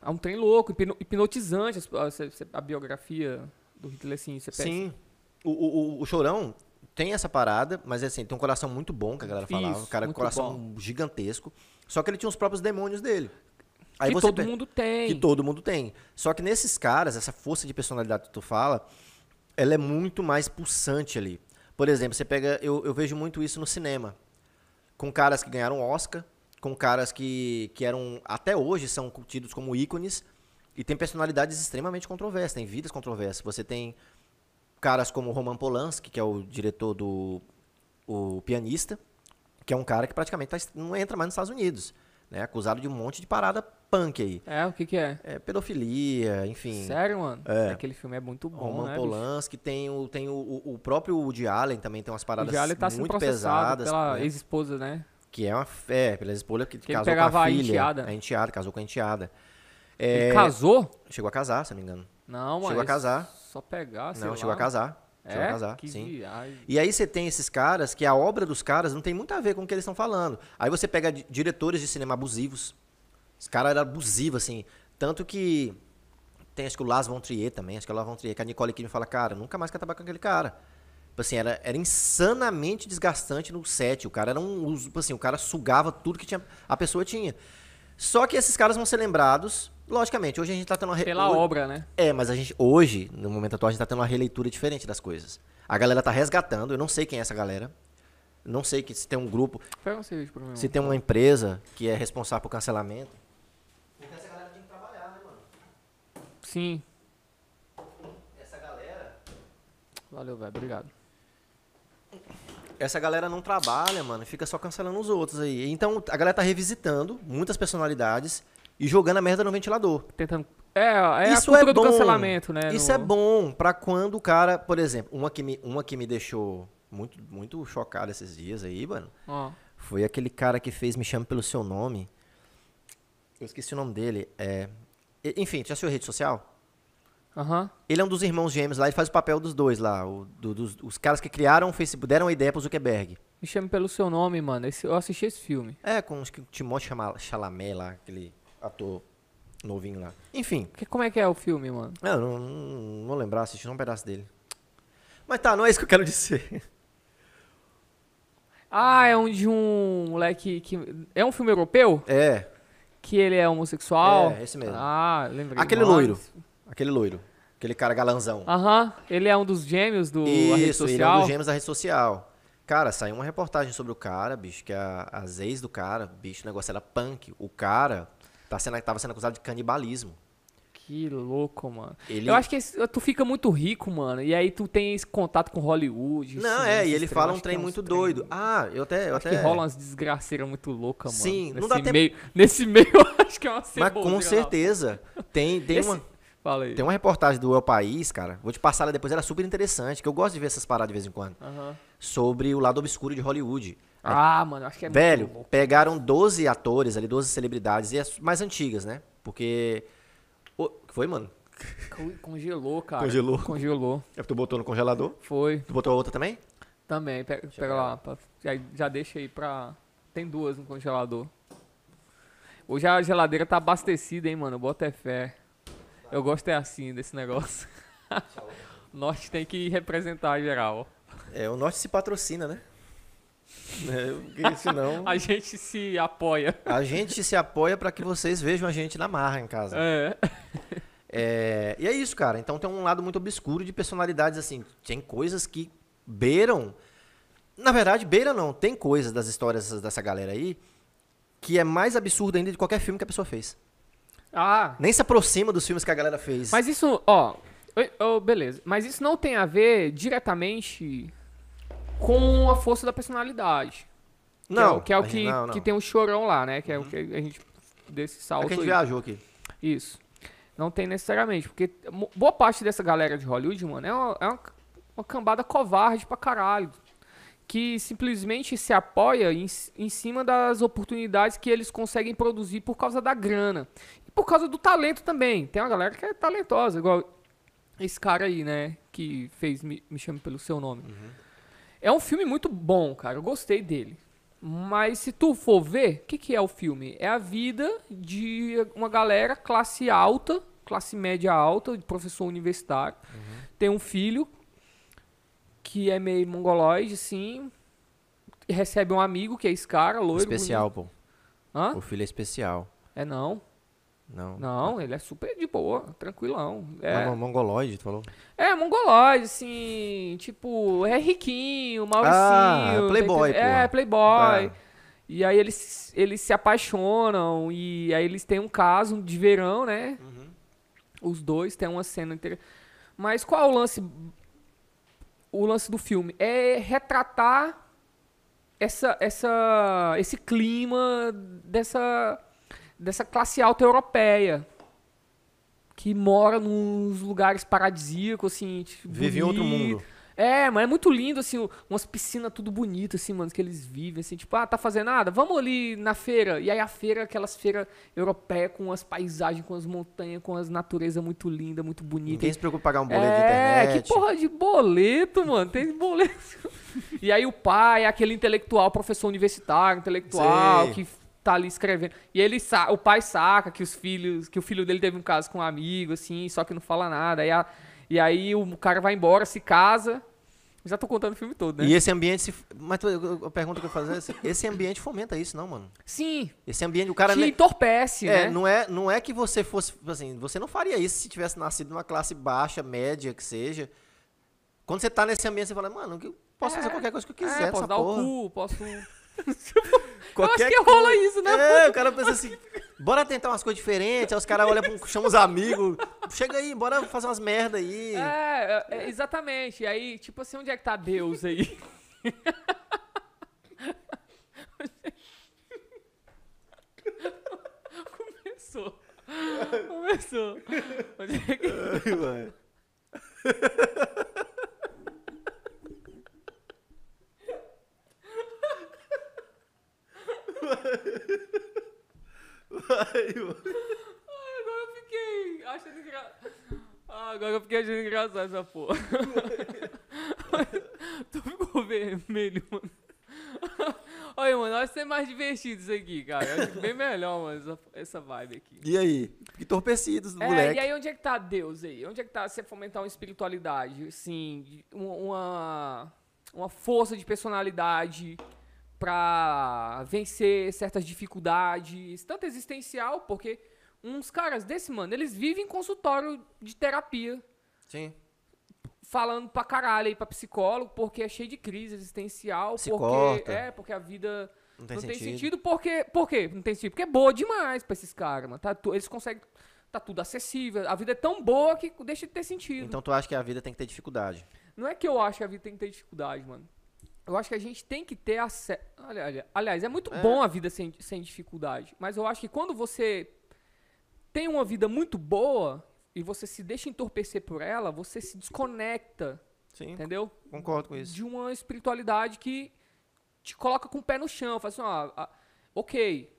Speaker 2: É um trem louco, hipno- hipnotizante. as- as- as- A biografia do Hitler, assim, você pensa.
Speaker 1: Sim. O, o, o- o Chorão tem essa parada, mas assim, tem um coração muito bom, que a galera falava.
Speaker 2: Isso,
Speaker 1: um cara com
Speaker 2: muito
Speaker 1: coração gigantesco. Só que ele tinha os próprios demônios dele. Aí
Speaker 2: que
Speaker 1: você
Speaker 2: todo
Speaker 1: pe-
Speaker 2: mundo tem.
Speaker 1: Que todo mundo tem. Só que nesses caras, essa força de personalidade que tu fala, ela é muito mais pulsante ali. Por exemplo, você pega. Eu, eu vejo muito isso no cinema. Com caras que ganharam Oscar, com caras que, que eram. Até hoje são tidos como ícones. E tem personalidades extremamente controversas, tem vidas controversas. Você tem caras como Roman Polanski, que é o diretor do o pianista, que é um cara que praticamente tá est- não entra mais nos Estados Unidos, né? Acusado de um monte de parada punk aí.
Speaker 2: É, o que que é?
Speaker 1: É, pedofilia, enfim.
Speaker 2: Sério, mano?
Speaker 1: É.
Speaker 2: Aquele filme é muito bom,
Speaker 1: Roman
Speaker 2: né? bicho?
Speaker 1: Polanski, tem, o, tem o, o o próprio Woody Allen também tem umas
Speaker 2: O
Speaker 1: paradas
Speaker 2: Jalen tá sendo
Speaker 1: muito
Speaker 2: processado
Speaker 1: pesadas.
Speaker 2: pela
Speaker 1: né?
Speaker 2: ex-esposa, né?
Speaker 1: Que é uma fé, pela esposa que,
Speaker 2: ele
Speaker 1: casou com
Speaker 2: pegava
Speaker 1: a
Speaker 2: a
Speaker 1: filha.
Speaker 2: enteada.
Speaker 1: A enteada, casou com a enteada.
Speaker 2: Ele
Speaker 1: É,
Speaker 2: casou?
Speaker 1: Chegou a casar, se não me engano.
Speaker 2: Não, mano.
Speaker 1: chegou a
Speaker 2: ele
Speaker 1: casar.
Speaker 2: Só pegar, Ah, sei
Speaker 1: não,
Speaker 2: lá.
Speaker 1: chegou a casar.
Speaker 2: É?
Speaker 1: Chegou a casar,
Speaker 2: que
Speaker 1: sim.
Speaker 2: viagem.
Speaker 1: E aí você tem esses caras que a obra dos caras não tem muito a ver com o que eles estão falando. Aí você pega di- diretores de cinema abusivos. Esse cara era abusivo, assim. Tanto que tem, acho que o Lars von Trier também, acho que é o Lars von Trier, que a Nicole Kidman fala, cara, nunca mais quero trabalhar com aquele cara. Tipo assim, era, era insanamente desgastante no set. O cara era um... us- tipo assim, o cara sugava tudo que tinha, a pessoa tinha. Só que esses caras vão ser lembrados, logicamente. Hoje a gente tá tendo uma... re-
Speaker 2: Pela
Speaker 1: hoje-
Speaker 2: obra, né?
Speaker 1: é, mas a gente, hoje, no momento atual, a gente tá tendo uma releitura diferente das coisas. A galera tá resgatando, eu não sei quem é essa galera. Não sei que, se tem um grupo,
Speaker 2: Pega um serviço pra mim.
Speaker 1: se
Speaker 2: mano.
Speaker 1: tem uma empresa que é responsável por cancelamento. Porque Então essa galera tem que trabalhar, né, mano?
Speaker 2: Sim.
Speaker 1: Essa galera.
Speaker 2: Valeu, velho. Obrigado.
Speaker 1: Essa galera não trabalha, mano, fica só cancelando os outros aí. Então a galera tá revisitando muitas personalidades e jogando a merda no ventilador.
Speaker 2: Tentando... É, é a cultura do cancelamento, né?
Speaker 1: Isso
Speaker 2: no-
Speaker 1: é bom pra quando o cara, por exemplo, uma que me, uma que me deixou muito, muito chocado esses dias aí, mano.
Speaker 2: Ó.
Speaker 1: Foi aquele cara que fez Me Chame Pelo Seu Nome. Eu esqueci o nome dele. É... e- Enfim, tu já assistiu a rede social?
Speaker 2: Aham.
Speaker 1: Ele é um dos irmãos gêmeos lá, ele faz o papel dos dois lá. o- do- dos, os caras que criaram o Facebook, deram a ideia pro Zuckerberg.
Speaker 2: Me chame pelo seu nome, mano. Esse- eu assisti esse filme.
Speaker 1: É, com acho que o Timothée Chama- Chalamet lá, aquele ator novinho lá. Enfim,
Speaker 2: Que, como é que é o filme, mano?
Speaker 1: eu não, não, não vou lembrar, assisti só um pedaço dele. Mas tá, não é isso que eu quero dizer.
Speaker 2: Ah, é um de um moleque que... É um filme europeu?
Speaker 1: É,
Speaker 2: Que ele é homossexual?
Speaker 1: É, esse mesmo.
Speaker 2: Ah, lembrei.
Speaker 1: Aquele
Speaker 2: Nossa.
Speaker 1: loiro. aquele loiro. Aquele cara galanzão.
Speaker 2: Aham, ele é um dos gêmeos do a rede
Speaker 1: Isso, ele é um
Speaker 2: social.
Speaker 1: dos gêmeos da rede social. Cara, saiu uma reportagem sobre o cara, bicho, que a, as ex do cara, bicho, o negócio era punk. O cara tá sendo, tava sendo acusado de canibalismo.
Speaker 2: Que louco, mano.
Speaker 1: Ele-
Speaker 2: Eu acho que esse- tu fica muito rico, mano. E aí tu tem esse contato com Hollywood.
Speaker 1: Não,
Speaker 2: cinema,
Speaker 1: é,
Speaker 2: esses
Speaker 1: e ele
Speaker 2: trem,
Speaker 1: fala
Speaker 2: acho
Speaker 1: um
Speaker 2: que
Speaker 1: trem
Speaker 2: é uns
Speaker 1: muito doido. Ah, eu até. Eu
Speaker 2: acho
Speaker 1: até
Speaker 2: que rola umas desgraceiras muito loucas, mano.
Speaker 1: Sim, não
Speaker 2: nesse
Speaker 1: dá tempo-
Speaker 2: meio, Nesse meio, eu acho que é uma
Speaker 1: Mas
Speaker 2: ceboseira
Speaker 1: com
Speaker 2: lá.
Speaker 1: certeza. Tem, tem,
Speaker 2: Esse-
Speaker 1: uma,
Speaker 2: Fala aí.
Speaker 1: tem uma reportagem do El País, cara. Vou te passar ela depois, era super interessante, que eu gosto de ver essas paradas de vez em quando.
Speaker 2: Aham.
Speaker 1: Sobre o lado obscuro de Hollywood.
Speaker 2: Ah, mano, acho que é
Speaker 1: Velho,
Speaker 2: muito louco.
Speaker 1: pegaram 12 atores ali, 12 celebridades, e as mais antigas, né? Porque. O que foi, mano?
Speaker 2: Co- Congelou, cara.
Speaker 1: Congelou.
Speaker 2: Congelou.
Speaker 1: É porque tu botou no congelador?
Speaker 2: Foi.
Speaker 1: Tu botou a outra também?
Speaker 2: Também. pe- Pega,
Speaker 1: eu ver
Speaker 2: lá. pra- já, já deixa aí pra. Tem duas no congelador. Hoje a geladeira tá abastecida, hein, mano. Bota é fé. Eu gosto é assim desse negócio. o norte tem que representar geral.
Speaker 1: É, o norte se patrocina, né? É, porque senão
Speaker 2: A gente se apoia.
Speaker 1: a gente se apoia para que vocês vejam a gente na marra em casa.
Speaker 2: É.
Speaker 1: É, e é isso, cara. Então tem um lado muito obscuro de personalidades assim. Tem coisas que beiram. Na verdade, beira não. Tem coisas das histórias dessas- dessa galera aí que é mais absurda ainda de qualquer filme que a pessoa fez.
Speaker 2: Ah,
Speaker 1: Nem se aproxima dos filmes que a galera fez.
Speaker 2: mas isso, ó. oi, ô, beleza. Mas isso não tem a ver diretamente com a força da personalidade. Que é o-
Speaker 1: não,
Speaker 2: Que é o
Speaker 1: a
Speaker 2: que,
Speaker 1: gente- não, não.
Speaker 2: que tem o chorão lá, né? Que é o que a gente. Desse salto.
Speaker 1: É que a gente
Speaker 2: aí.
Speaker 1: viajou aqui.
Speaker 2: Isso. Não tem necessariamente, porque mo- boa parte dessa galera de Hollywood, mano, é uma, é uma, uma cambada covarde pra caralho. Que simplesmente se apoia em, c- em cima das oportunidades que eles conseguem produzir por causa da grana. E por causa do talento também. Tem uma galera que é talentosa, igual esse cara aí, né? Que fez Me, Me Chame Pelo Seu Nome. É um filme muito bom, cara. Eu gostei dele. Mas se tu for ver, o que, que é o filme? É a vida de uma galera classe alta, classe média alta, de professor universitário. Tem um filho que é meio mongoloide, assim. e Recebe um amigo que é esse cara, loiro.
Speaker 1: Especial, pô.
Speaker 2: bonito. Hã?
Speaker 1: O filho é especial.
Speaker 2: É não.
Speaker 1: Não.
Speaker 2: Não, ele é super de boa, tranquilão.
Speaker 1: É.
Speaker 2: É,
Speaker 1: mongoloide, tu falou?
Speaker 2: é mongoloide, assim. Tipo, é riquinho, mauricinho. tá
Speaker 1: Ah, playboy,
Speaker 2: entendendo? É,
Speaker 1: pô.
Speaker 2: playboy.
Speaker 1: Tá.
Speaker 2: E aí eles, eles se apaixonam e aí eles têm um caso de verão, né?
Speaker 1: Uhum.
Speaker 2: Os dois têm uma cena inteira. Mas qual é o lance o lance do filme? É retratar essa, essa esse clima dessa dessa classe alta europeia que mora nos lugares paradisíacos assim, tipo,
Speaker 1: Vive em outro
Speaker 2: bonito.
Speaker 1: mundo.
Speaker 2: É, mas é muito lindo, assim, o- umas piscinas tudo bonito, assim, mano, que eles vivem, assim, tipo, ah, tá fazendo nada? Vamos ali na feira. E aí a feira, é aquelas feiras europeias com as paisagens, com as montanhas, com as natureza muito linda, muito bonita.
Speaker 1: Ninguém se preocupa em pagar um boleto de
Speaker 2: É,
Speaker 1: internet.
Speaker 2: que porra de boleto, mano, tem boleto. e aí o pai é aquele intelectual, professor universitário, intelectual,
Speaker 1: Sei.
Speaker 2: que tá ali escrevendo. E ele sa- o pai saca que os filhos, que o filho dele teve um caso com um amigo, assim, só que não fala nada. E, a- e aí o cara vai embora, se casa. Já tô contando o filme todo, né?
Speaker 1: E esse ambiente se. Mas tu- eu- eu- a pergunta que eu fazer é assim, esse ambiente fomenta isso, não, mano?
Speaker 2: Sim,
Speaker 1: Esse ambiente, o cara.
Speaker 2: te
Speaker 1: ne-
Speaker 2: entorpece,
Speaker 1: é,
Speaker 2: né?
Speaker 1: não é, não é que você fosse, assim, você não faria isso se tivesse nascido numa classe baixa, média, que seja. Quando você tá nesse ambiente, você fala, mano, eu posso fazer
Speaker 2: É,
Speaker 1: qualquer coisa que eu
Speaker 2: É,
Speaker 1: quiser
Speaker 2: posso
Speaker 1: nessa
Speaker 2: dar
Speaker 1: porra.
Speaker 2: o cu, posso...
Speaker 1: Qualquer
Speaker 2: que rola isso, né?
Speaker 1: É, o cara pensa assim, bora tentar umas coisas diferentes, aí os caras olham, pra um- chama os amigos, chega aí, bora fazer umas merda aí.
Speaker 2: É, é, é, exatamente. E aí, tipo assim, onde é que tá Deus aí? Começou. Começou. Onde é que...
Speaker 1: Ai, mano.
Speaker 2: Ai, agora eu fiquei achando engraçado. Ah, agora eu fiquei achando engraçado essa porra. tu ficou vermelho, mano. Olha, mano, eu acho que é mais divertido isso aqui, cara. Eu acho bem melhor, mano, essa, essa vibe aqui.
Speaker 1: E aí? Entorpecidos,
Speaker 2: É,
Speaker 1: moleque.
Speaker 2: e aí onde é que tá Deus aí? Onde é que tá você fomentar uma espiritualidade, assim, de- um- uma, uma força de personalidade pra vencer certas dificuldades, tanto existencial, porque uns caras desse, mano, eles vivem em consultório de terapia,
Speaker 1: Sim.
Speaker 2: falando pra caralho aí pra psicólogo, porque é cheio de crise existencial,
Speaker 1: Se
Speaker 2: porque
Speaker 1: corta.
Speaker 2: é, porque a vida
Speaker 1: Não tem
Speaker 2: não
Speaker 1: sentido.
Speaker 2: tem sentido porque. Por quê? Não tem sentido. Porque é boa demais pra esses caras, mano. Tá, tu- eles conseguem. Tá tudo acessível. A vida é tão boa que deixa de ter sentido.
Speaker 1: Então tu acha que a vida tem que ter dificuldade.
Speaker 2: Não é que eu acho que a vida tem que ter dificuldade, mano. Eu acho que a gente tem que ter acesso. Aliás, é muito
Speaker 1: É.
Speaker 2: bom a vida sem, sem dificuldade. Mas eu acho que quando você tem uma vida muito boa e você se deixa entorpecer por ela, você se desconecta,
Speaker 1: Sim,
Speaker 2: entendeu?
Speaker 1: concordo com isso.
Speaker 2: de uma espiritualidade que te coloca com o pé no chão. Fala assim, ó, a- ok,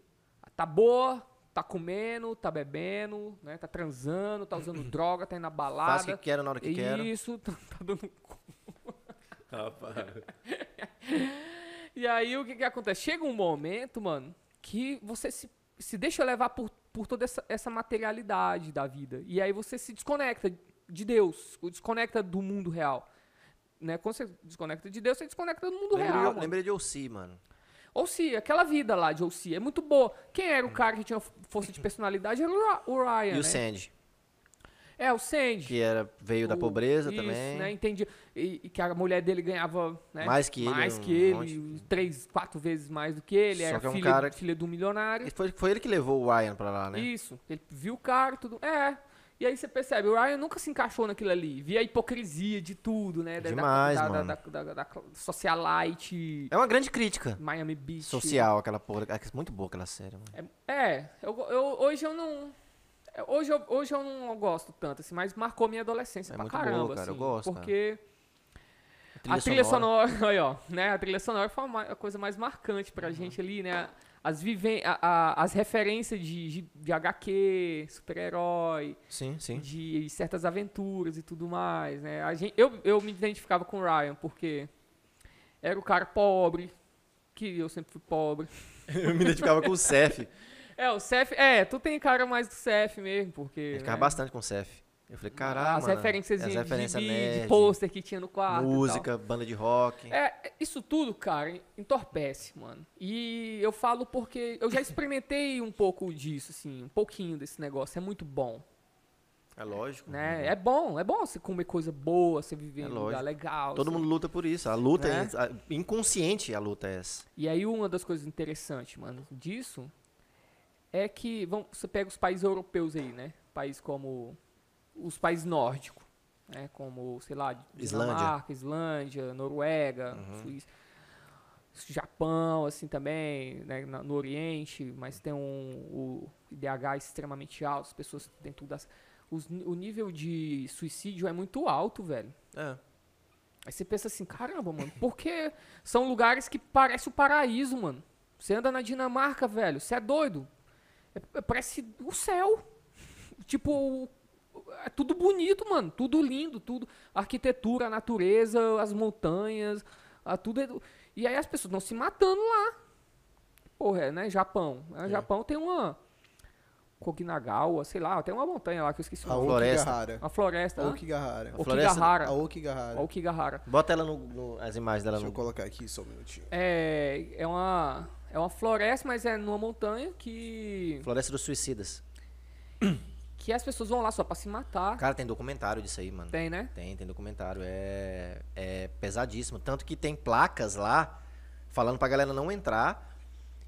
Speaker 2: tá boa, tá comendo, tá bebendo, né, tá transando, tá usando droga, tá indo na balada.
Speaker 1: Faço o que quero na hora que quero.
Speaker 2: Isso, tá, tá dando cu. E aí o que que acontece? Chega um momento, mano, que você se, se deixa levar por por toda essa, essa materialidade da vida. E aí você se desconecta de Deus, desconecta do mundo real. Né? Quando você desconecta de Deus, você desconecta do mundo
Speaker 1: Lembrei,
Speaker 2: real. mano.
Speaker 1: lembrei de OC, mano.
Speaker 2: Ou se aquela vida lá de Olsi é muito boa. Quem era o cara que tinha força de personalidade era o Ra- o Ryan.
Speaker 1: Hum. E
Speaker 2: né?
Speaker 1: o Sandy,
Speaker 2: É, o Sandy.
Speaker 1: que era, veio da
Speaker 2: O-
Speaker 1: pobreza
Speaker 2: isso,
Speaker 1: também.
Speaker 2: Né? Entendi. E, e que a mulher dele ganhava né,
Speaker 1: Mais que ele,
Speaker 2: mais
Speaker 1: um
Speaker 2: que ele,
Speaker 1: monte.
Speaker 2: três, quatro vezes mais do que ele.
Speaker 1: Só
Speaker 2: era
Speaker 1: que é um
Speaker 2: filha,
Speaker 1: cara que-
Speaker 2: filha do milionário.
Speaker 1: E Foi, foi ele que levou o Ryan pra lá, né?
Speaker 2: Isso. Ele viu o cara, tudo. É. E aí você percebe, o Ryan nunca se encaixou naquilo ali. Via a hipocrisia de tudo, né? Da- da-
Speaker 1: É Demais,
Speaker 2: da, da,
Speaker 1: mano.
Speaker 2: da, da, da, da socialite,
Speaker 1: É uma grande crítica
Speaker 2: Miami Beach.
Speaker 1: social, aquela porra. É muito boa aquela série, mano.
Speaker 2: É, É, eu, eu- hoje eu não. é, Hoje eu, hoje eu não gosto tanto, assim, mas marcou minha adolescência
Speaker 1: É
Speaker 2: pra
Speaker 1: muito
Speaker 2: caramba,
Speaker 1: boa, cara, eu
Speaker 2: assim,
Speaker 1: gosto, cara.
Speaker 2: porque a trilha sonora, aí, ó, né, a trilha sonora foi uma- a coisa mais marcante pra
Speaker 1: Uhum.
Speaker 2: gente ali, né, as, viven a- a- as referências de, de, de HQ, super-herói,
Speaker 1: Sim, sim.
Speaker 2: de certas aventuras e tudo mais, né, a gente, eu, eu me identificava com o Ryan, porque era o cara pobre, que eu sempre fui pobre,
Speaker 1: Eu me identificava com o Seth.
Speaker 2: é, o Cef. É, tu tem cara mais do Cef mesmo, porque.
Speaker 1: Eu
Speaker 2: Ele
Speaker 1: ficava bastante com o Seth. Eu falei, caralho,
Speaker 2: né? As
Speaker 1: mano.
Speaker 2: referências
Speaker 1: as
Speaker 2: de,
Speaker 1: referências
Speaker 2: de,
Speaker 1: nerd,
Speaker 2: de pôster que tinha no quarto. e tal.
Speaker 1: música, banda de rock.
Speaker 2: É, isso tudo, cara, entorpece, mano. E eu falo porque eu já experimentei um pouco disso, assim, um pouquinho desse negócio. É muito bom,
Speaker 1: É lógico.
Speaker 2: né? É bom, é bom você comer coisa boa, você viver
Speaker 1: É
Speaker 2: em um lugar
Speaker 1: lógico.
Speaker 2: legal.
Speaker 1: Todo
Speaker 2: você-
Speaker 1: mundo luta por isso. A luta
Speaker 2: Né?
Speaker 1: é- a- inconsciente a luta é essa.
Speaker 2: E aí uma das coisas interessantes, mano, disso é que vamos, você pega os países europeus aí, né? Países como os países nórdicos, né? Como, sei lá,
Speaker 1: Islândia.
Speaker 2: Dinamarca, Islândia, Noruega, Suíça, Japão, assim também, né? na- no Oriente, mas tem um o IDH é extremamente alto, as pessoas têm tudo as, os ni- o nível de suicídio é muito alto, velho.
Speaker 1: É.
Speaker 2: Aí você pensa assim, caramba, mano, porque são lugares que parece o paraíso, mano. Você anda na Dinamarca, velho, você é doido. É- é- parece o céu. Tipo, o- é tudo bonito, mano. Tudo lindo, tudo. A arquitetura, a natureza, as montanhas, a tudo. é do- E aí as pessoas estão se matando lá. Porra, é, né? Japão. É,
Speaker 1: É.
Speaker 2: Japão tem uma. Koginagawa, sei lá, tem uma montanha lá que eu esqueci o
Speaker 1: A
Speaker 2: nome.
Speaker 1: floresta.
Speaker 3: Okigahara.
Speaker 2: Uma floresta.
Speaker 3: A
Speaker 2: hã?
Speaker 3: Okigahara.
Speaker 1: A floresta-
Speaker 2: Okigahara.
Speaker 3: A né? Okigahara.
Speaker 2: A Okigahara.
Speaker 1: Bota ela no, no- as imagens dela
Speaker 3: Deixa eu
Speaker 1: no.
Speaker 3: colocar aqui só um minutinho.
Speaker 2: É, é uma é uma floresta, mas é numa montanha que
Speaker 1: Floresta dos Suicidas.
Speaker 2: que as pessoas vão lá só pra se matar.
Speaker 1: Cara, tem documentário disso aí, mano.
Speaker 2: Tem, né?
Speaker 1: Tem, tem documentário. É, é pesadíssimo. Tanto que tem placas lá falando pra galera não entrar.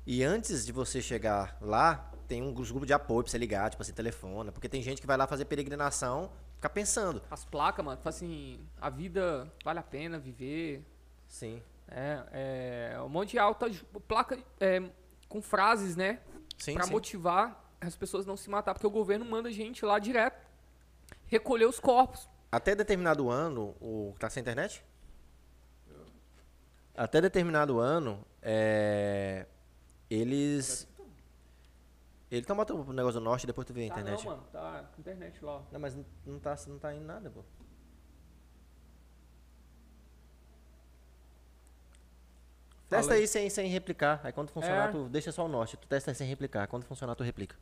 Speaker 1: E antes de você chegar lá, tem um grupo de apoio pra você ligar, tipo assim, telefona. Porque tem gente que vai lá fazer peregrinação, ficar pensando.
Speaker 2: As placas, mano, fala assim, a vida vale a pena viver.
Speaker 1: Sim,
Speaker 2: É, é um monte de alta ju- placa é, com frases, né?
Speaker 1: sim,
Speaker 2: Pra motivar as pessoas não se matar, porque o governo manda gente lá direto recolher os corpos.
Speaker 1: Até determinado ano, o tá sem internet? Até determinado ano, é, eles ele então bota o negócio do norte e depois tu vê a internet.
Speaker 2: Tá não, mano, tá internet lá. ó.
Speaker 1: Não, mas n- não tá, não tá indo nada, pô. Testa
Speaker 2: Falei.
Speaker 1: aí sem, sem replicar. Aí quando funcionar,
Speaker 2: É.
Speaker 1: tu deixa só o norte. Tu testa aí sem replicar. Quando funcionar, tu replica.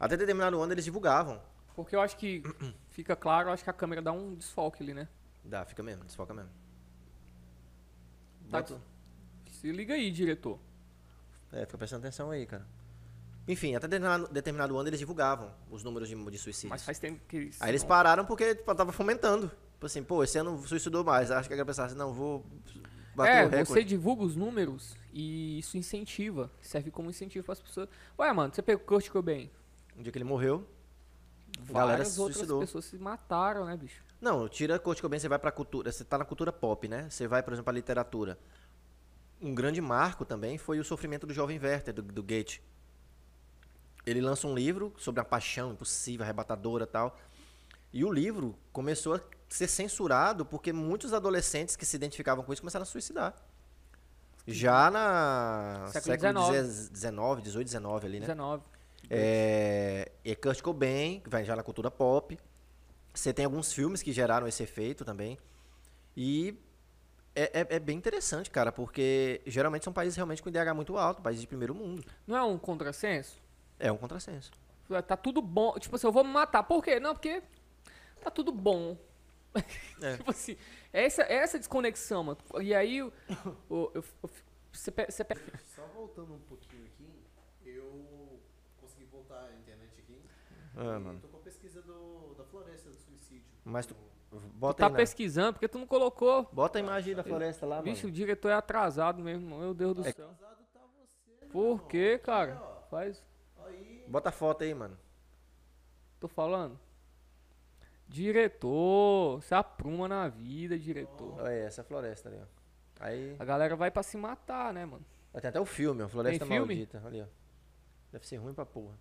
Speaker 1: Até determinado ano eles divulgavam.
Speaker 2: Porque eu acho que fica claro, eu acho que a câmera dá um desfalque ali, né?
Speaker 1: Dá, fica mesmo, desfoca mesmo.
Speaker 2: Tá
Speaker 1: Bota-
Speaker 2: Se liga aí, diretor.
Speaker 1: É, fica prestando atenção aí, cara. Enfim, até determinado, determinado ano eles divulgavam os números de, de suicídios.
Speaker 2: Mas faz tempo que isso
Speaker 1: Aí eles
Speaker 2: não-
Speaker 1: pararam porque tipo, tava fomentando. Tipo assim, pô, esse ano suicidou mais. Acho que a galera pensava assim, não, vou bater
Speaker 2: é,
Speaker 1: o
Speaker 2: você
Speaker 1: recorde.
Speaker 2: divulga os números e isso incentiva. Serve como incentivo para as pessoas. Ué, mano, você pegou o Kurt Cobain.
Speaker 1: Um dia que ele morreu. Galera
Speaker 2: Várias
Speaker 1: se
Speaker 2: outras
Speaker 1: suicidou.
Speaker 2: pessoas se mataram, né, bicho?
Speaker 1: Não, tira Kurt Cobain, você vai pra cultura. Você tá na cultura pop, né? Você vai, por exemplo, pra literatura. Um grande marco também foi o sofrimento do jovem Werther, do, do Goethe. Ele lança um livro sobre a paixão impossível, arrebatadora e tal. E o livro começou a ser censurado porque muitos adolescentes que se identificavam com isso começaram a se suicidar. Já na
Speaker 2: Século
Speaker 1: século XIX, 18, 19 ali, né?
Speaker 2: 19.
Speaker 1: É, e Kurt Cobain, que vai já na cultura pop. Você tem alguns filmes que geraram esse efeito também. E é, é- é bem interessante, cara, porque geralmente são países realmente com IDH muito alto, países de primeiro mundo.
Speaker 2: Não é um contrassenso?
Speaker 1: É um contrassenso.
Speaker 2: Tá tudo bom. Tipo assim, eu vou me matar. Por quê? Não, porque tá tudo bom.
Speaker 1: É.
Speaker 2: tipo assim, essa, essa desconexão, mano. E aí, o- o- eu- eu fico- você pe- você pe-
Speaker 3: Só voltando um pouquinho aqui, eu consegui voltar à internet aqui.
Speaker 1: Ah,
Speaker 3: e
Speaker 1: mano.
Speaker 3: Tô com a pesquisa do, da floresta do suicídio.
Speaker 1: Mas tu-
Speaker 3: No-
Speaker 1: Bota
Speaker 2: tá
Speaker 1: aí, né?
Speaker 2: pesquisando, porque tu não colocou.
Speaker 1: Bota a imagem aí da floresta lá,
Speaker 2: Bicho, o
Speaker 1: mano. É
Speaker 2: diretor é atrasado mesmo, meu Deus do céu.
Speaker 3: Casado tá você. meu
Speaker 2: Por
Speaker 3: irmão.
Speaker 2: quê, cara?
Speaker 3: Olha,
Speaker 2: Faz.
Speaker 3: ó, Aí.
Speaker 1: Bota a foto aí, mano.
Speaker 2: Tô falando. Diretor, se apruma na vida, diretor.
Speaker 1: Olha aí, essa é a floresta ali, ó. Aí.
Speaker 2: A galera vai pra se matar, né, mano?
Speaker 1: ó, Tem até o filme, ó. Floresta
Speaker 2: Tem filme?
Speaker 1: Maldita. Olha ali, ó. Deve ser ruim pra porra.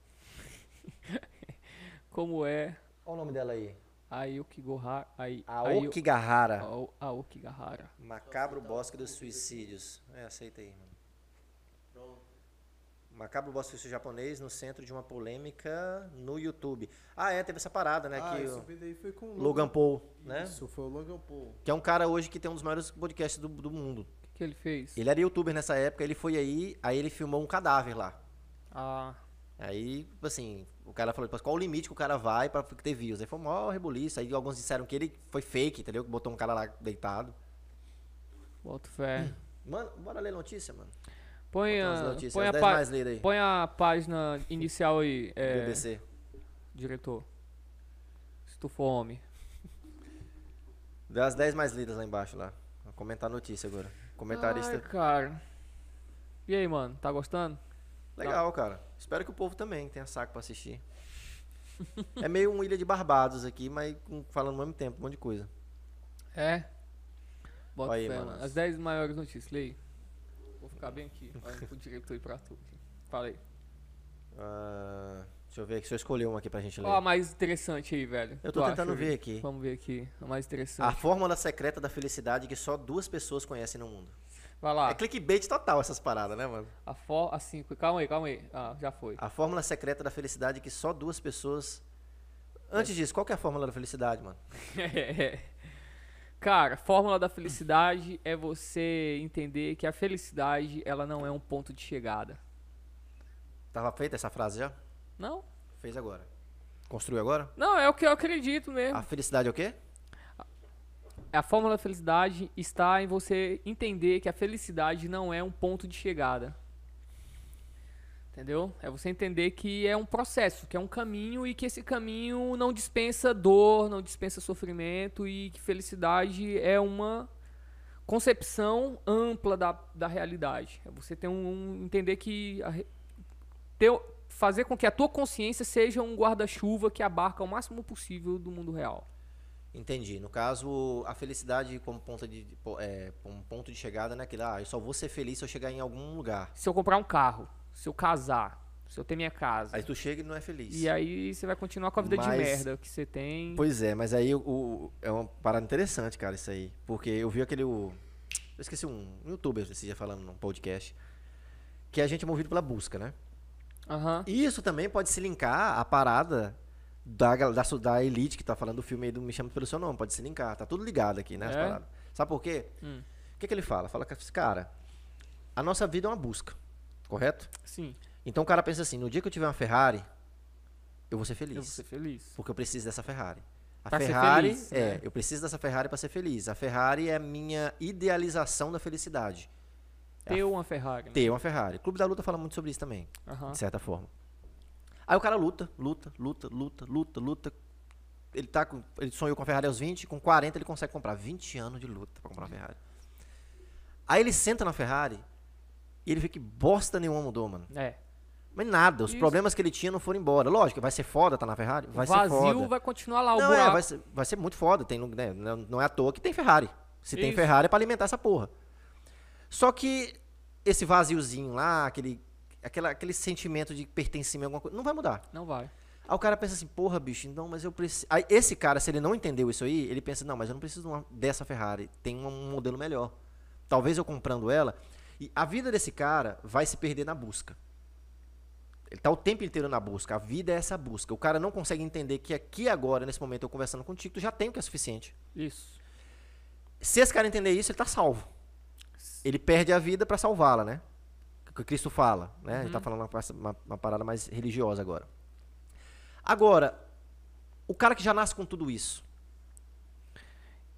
Speaker 2: Como é
Speaker 1: Olha o nome dela aí.
Speaker 2: Aoki Gohara. Ai- Ayo-
Speaker 1: Aokigahara.
Speaker 2: Ao- Aoki Gahara.
Speaker 1: Macabro Bosque dos Suicídios. É, aceita aí, mano.
Speaker 3: Pronto.
Speaker 1: Macabro Bosque dos Suicídios japonês no centro de uma polêmica no YouTube. Ah, é, teve essa parada, né?
Speaker 3: ah,
Speaker 1: que
Speaker 3: isso
Speaker 1: o
Speaker 3: daí foi com o
Speaker 1: Logan Paul, né?
Speaker 3: Isso, foi o Logan Paul.
Speaker 1: Que é um cara hoje que tem um dos maiores podcasts do, do mundo.
Speaker 2: O que, que ele fez?
Speaker 1: Ele era youtuber nessa época, ele foi aí, aí ele filmou um cadáver lá.
Speaker 2: Ah,
Speaker 1: Aí, tipo assim, o cara falou, tipo, qual o limite que o cara vai pra ter views? Aí foi mó rebuliço. Aí alguns disseram que ele foi fake, entendeu? Que botou um cara lá deitado.
Speaker 2: boto fé.
Speaker 1: Mano, bora ler notícia, mano.
Speaker 2: Põe
Speaker 1: Tem umas
Speaker 2: a,
Speaker 1: notícias,
Speaker 2: põe,
Speaker 1: as
Speaker 2: a
Speaker 1: 10
Speaker 2: pá-
Speaker 1: mais lidas aí.
Speaker 2: põe a página inicial aí, é,
Speaker 1: BBC.
Speaker 2: diretor. Se tu for homem.
Speaker 1: Vê as 10 mais lidas lá embaixo lá. Vou comentar a notícia agora. Comentarista.
Speaker 2: Ai, cara. E aí, mano? Tá gostando?
Speaker 1: Legal, cara. Espero que o povo também tenha saco pra assistir. é meio um Ilha de Barbados aqui, mas com- falando ao mesmo tempo, um monte de coisa.
Speaker 2: É? Bota
Speaker 1: Olha aí,
Speaker 2: fé,
Speaker 1: mano.
Speaker 2: mano. As 10 maiores notícias, leia. Vou ficar bem aqui, olhando pro diretor e pra tu. aqui. Fala aí.
Speaker 1: Ah, deixa eu ver aqui. Se eu escolher uma aqui pra gente ler.
Speaker 2: Ó, a mais interessante aí, velho.
Speaker 1: eu tô
Speaker 2: Tu acha,
Speaker 1: tentando
Speaker 2: Yuri?
Speaker 1: ver aqui.
Speaker 2: Vamos ver aqui. A mais
Speaker 1: A
Speaker 2: interessante.
Speaker 1: fórmula secreta da felicidade que só duas pessoas conhecem no mundo.
Speaker 2: Vai lá.
Speaker 1: É clickbait total essas paradas, né, mano?
Speaker 2: A, fo... a 5. Calma aí, calma aí. Ah, já foi.
Speaker 1: A fórmula secreta da felicidade que só duas pessoas. Antes disso, qual que é a fórmula da felicidade, mano?
Speaker 2: É. Cara, fórmula da felicidade é você entender que a felicidade ela não é um ponto de chegada.
Speaker 1: Tava feita essa frase já?
Speaker 2: Não?
Speaker 1: Fez agora. Construiu agora?
Speaker 2: Não, é o que eu acredito mesmo.
Speaker 1: A felicidade é o quê?
Speaker 2: A fórmula da felicidade está em você entender que a felicidade não é um ponto de chegada. Entendeu? É você entender que é um processo, que é um caminho e que esse caminho não dispensa dor, não dispensa sofrimento e que felicidade é uma concepção ampla da, da realidade. É você ter um, um- entender que a re- ter- fazer com que a tua consciência seja um guarda-chuva que abarca o máximo possível do mundo real.
Speaker 1: Entendi. No caso, a felicidade como ponto de, de- po- é, um ponto de chegada, né? Que lá, ah, eu só vou ser feliz se eu chegar em algum lugar.
Speaker 2: se eu comprar um carro, se eu casar, se eu ter minha casa.
Speaker 1: Aí tu chega e não é feliz.
Speaker 2: e aí você vai continuar com a vida de
Speaker 1: Mas-
Speaker 2: merda que você tem.
Speaker 1: Pois é, mas aí o, o- é uma parada interessante, cara, isso aí. Porque eu vi aquele. o- eu esqueci um, um youtuber esse dia falando num podcast. Que a gente é movido pela busca, né?
Speaker 2: Aham.
Speaker 1: E isso também pode se linkar à parada da, gal- da, su- da elite que tá falando do filme aí do Me Chama Pelo Seu Nome. Pode se linkar. Tá tudo ligado aqui, né? as
Speaker 2: É?
Speaker 1: paradas. Sabe por quê?
Speaker 2: Hum.
Speaker 1: O que, que ele fala? Fala que, cara, a nossa vida é uma busca, correto?
Speaker 2: Sim.
Speaker 1: Então o cara pensa assim: no dia que eu tiver uma Ferrari, eu vou ser feliz.
Speaker 2: Eu vou ser feliz.
Speaker 1: Porque eu preciso dessa Ferrari. A
Speaker 2: Pra ser
Speaker 1: Ferrari
Speaker 2: feliz,
Speaker 1: é,
Speaker 2: né?
Speaker 1: eu preciso dessa Ferrari para ser feliz. A Ferrari é a minha idealização da felicidade. É a-
Speaker 2: Ter uma Ferrari. né?
Speaker 1: Ter uma Ferrari. O Clube da Luta fala muito sobre isso também,
Speaker 2: Aham.
Speaker 1: de certa forma. Aí o cara luta, luta, luta, luta, luta, luta. Ele tá com, ele sonhou com a Ferrari aos 20, com 40 ele consegue comprar 20 anos de luta para comprar uma Ferrari. Aí ele senta na Ferrari e ele vê que bosta nenhuma mudou, mano.
Speaker 2: É.
Speaker 1: Mas nada, os
Speaker 2: Isso.
Speaker 1: problemas que ele tinha não foram embora. Lógico, vai ser foda tá na Ferrari, vai
Speaker 2: o
Speaker 1: ser
Speaker 2: vazio
Speaker 1: foda
Speaker 2: vai continuar lá, o
Speaker 1: não,
Speaker 2: buraco.
Speaker 1: é, vai ser, vai ser muito foda. Tem, lu- né, não, não é à toa que tem Ferrari. Se tem
Speaker 2: Isso.
Speaker 1: Ferrari é pra alimentar essa porra. Só que esse vaziozinho lá, aquele, aquela, aquele sentimento de pertencimento a alguma coisa, não vai mudar.
Speaker 2: Não vai.
Speaker 1: Aí o cara pensa assim, porra, bicho, então, mas eu preciso. Aí esse cara, se ele não entendeu isso aí, ele pensa, não, mas eu não preciso de uma- dessa Ferrari, tem um modelo melhor. Talvez eu comprando ela. E a vida desse cara vai se perder na busca. Ele tá o tempo inteiro na busca. A vida é essa busca. O cara não consegue entender que aqui agora, nesse momento, eu conversando contigo, tu já tem o que é suficiente.
Speaker 2: Isso.
Speaker 1: Se esse cara entender isso, ele tá salvo. Ele perde a vida pra salvá-la, né? que Cristo fala, né? Ele
Speaker 2: Uhum.
Speaker 1: tá falando uma, parça- uma- uma parada mais religiosa agora. Agora, o cara que já nasce com tudo isso,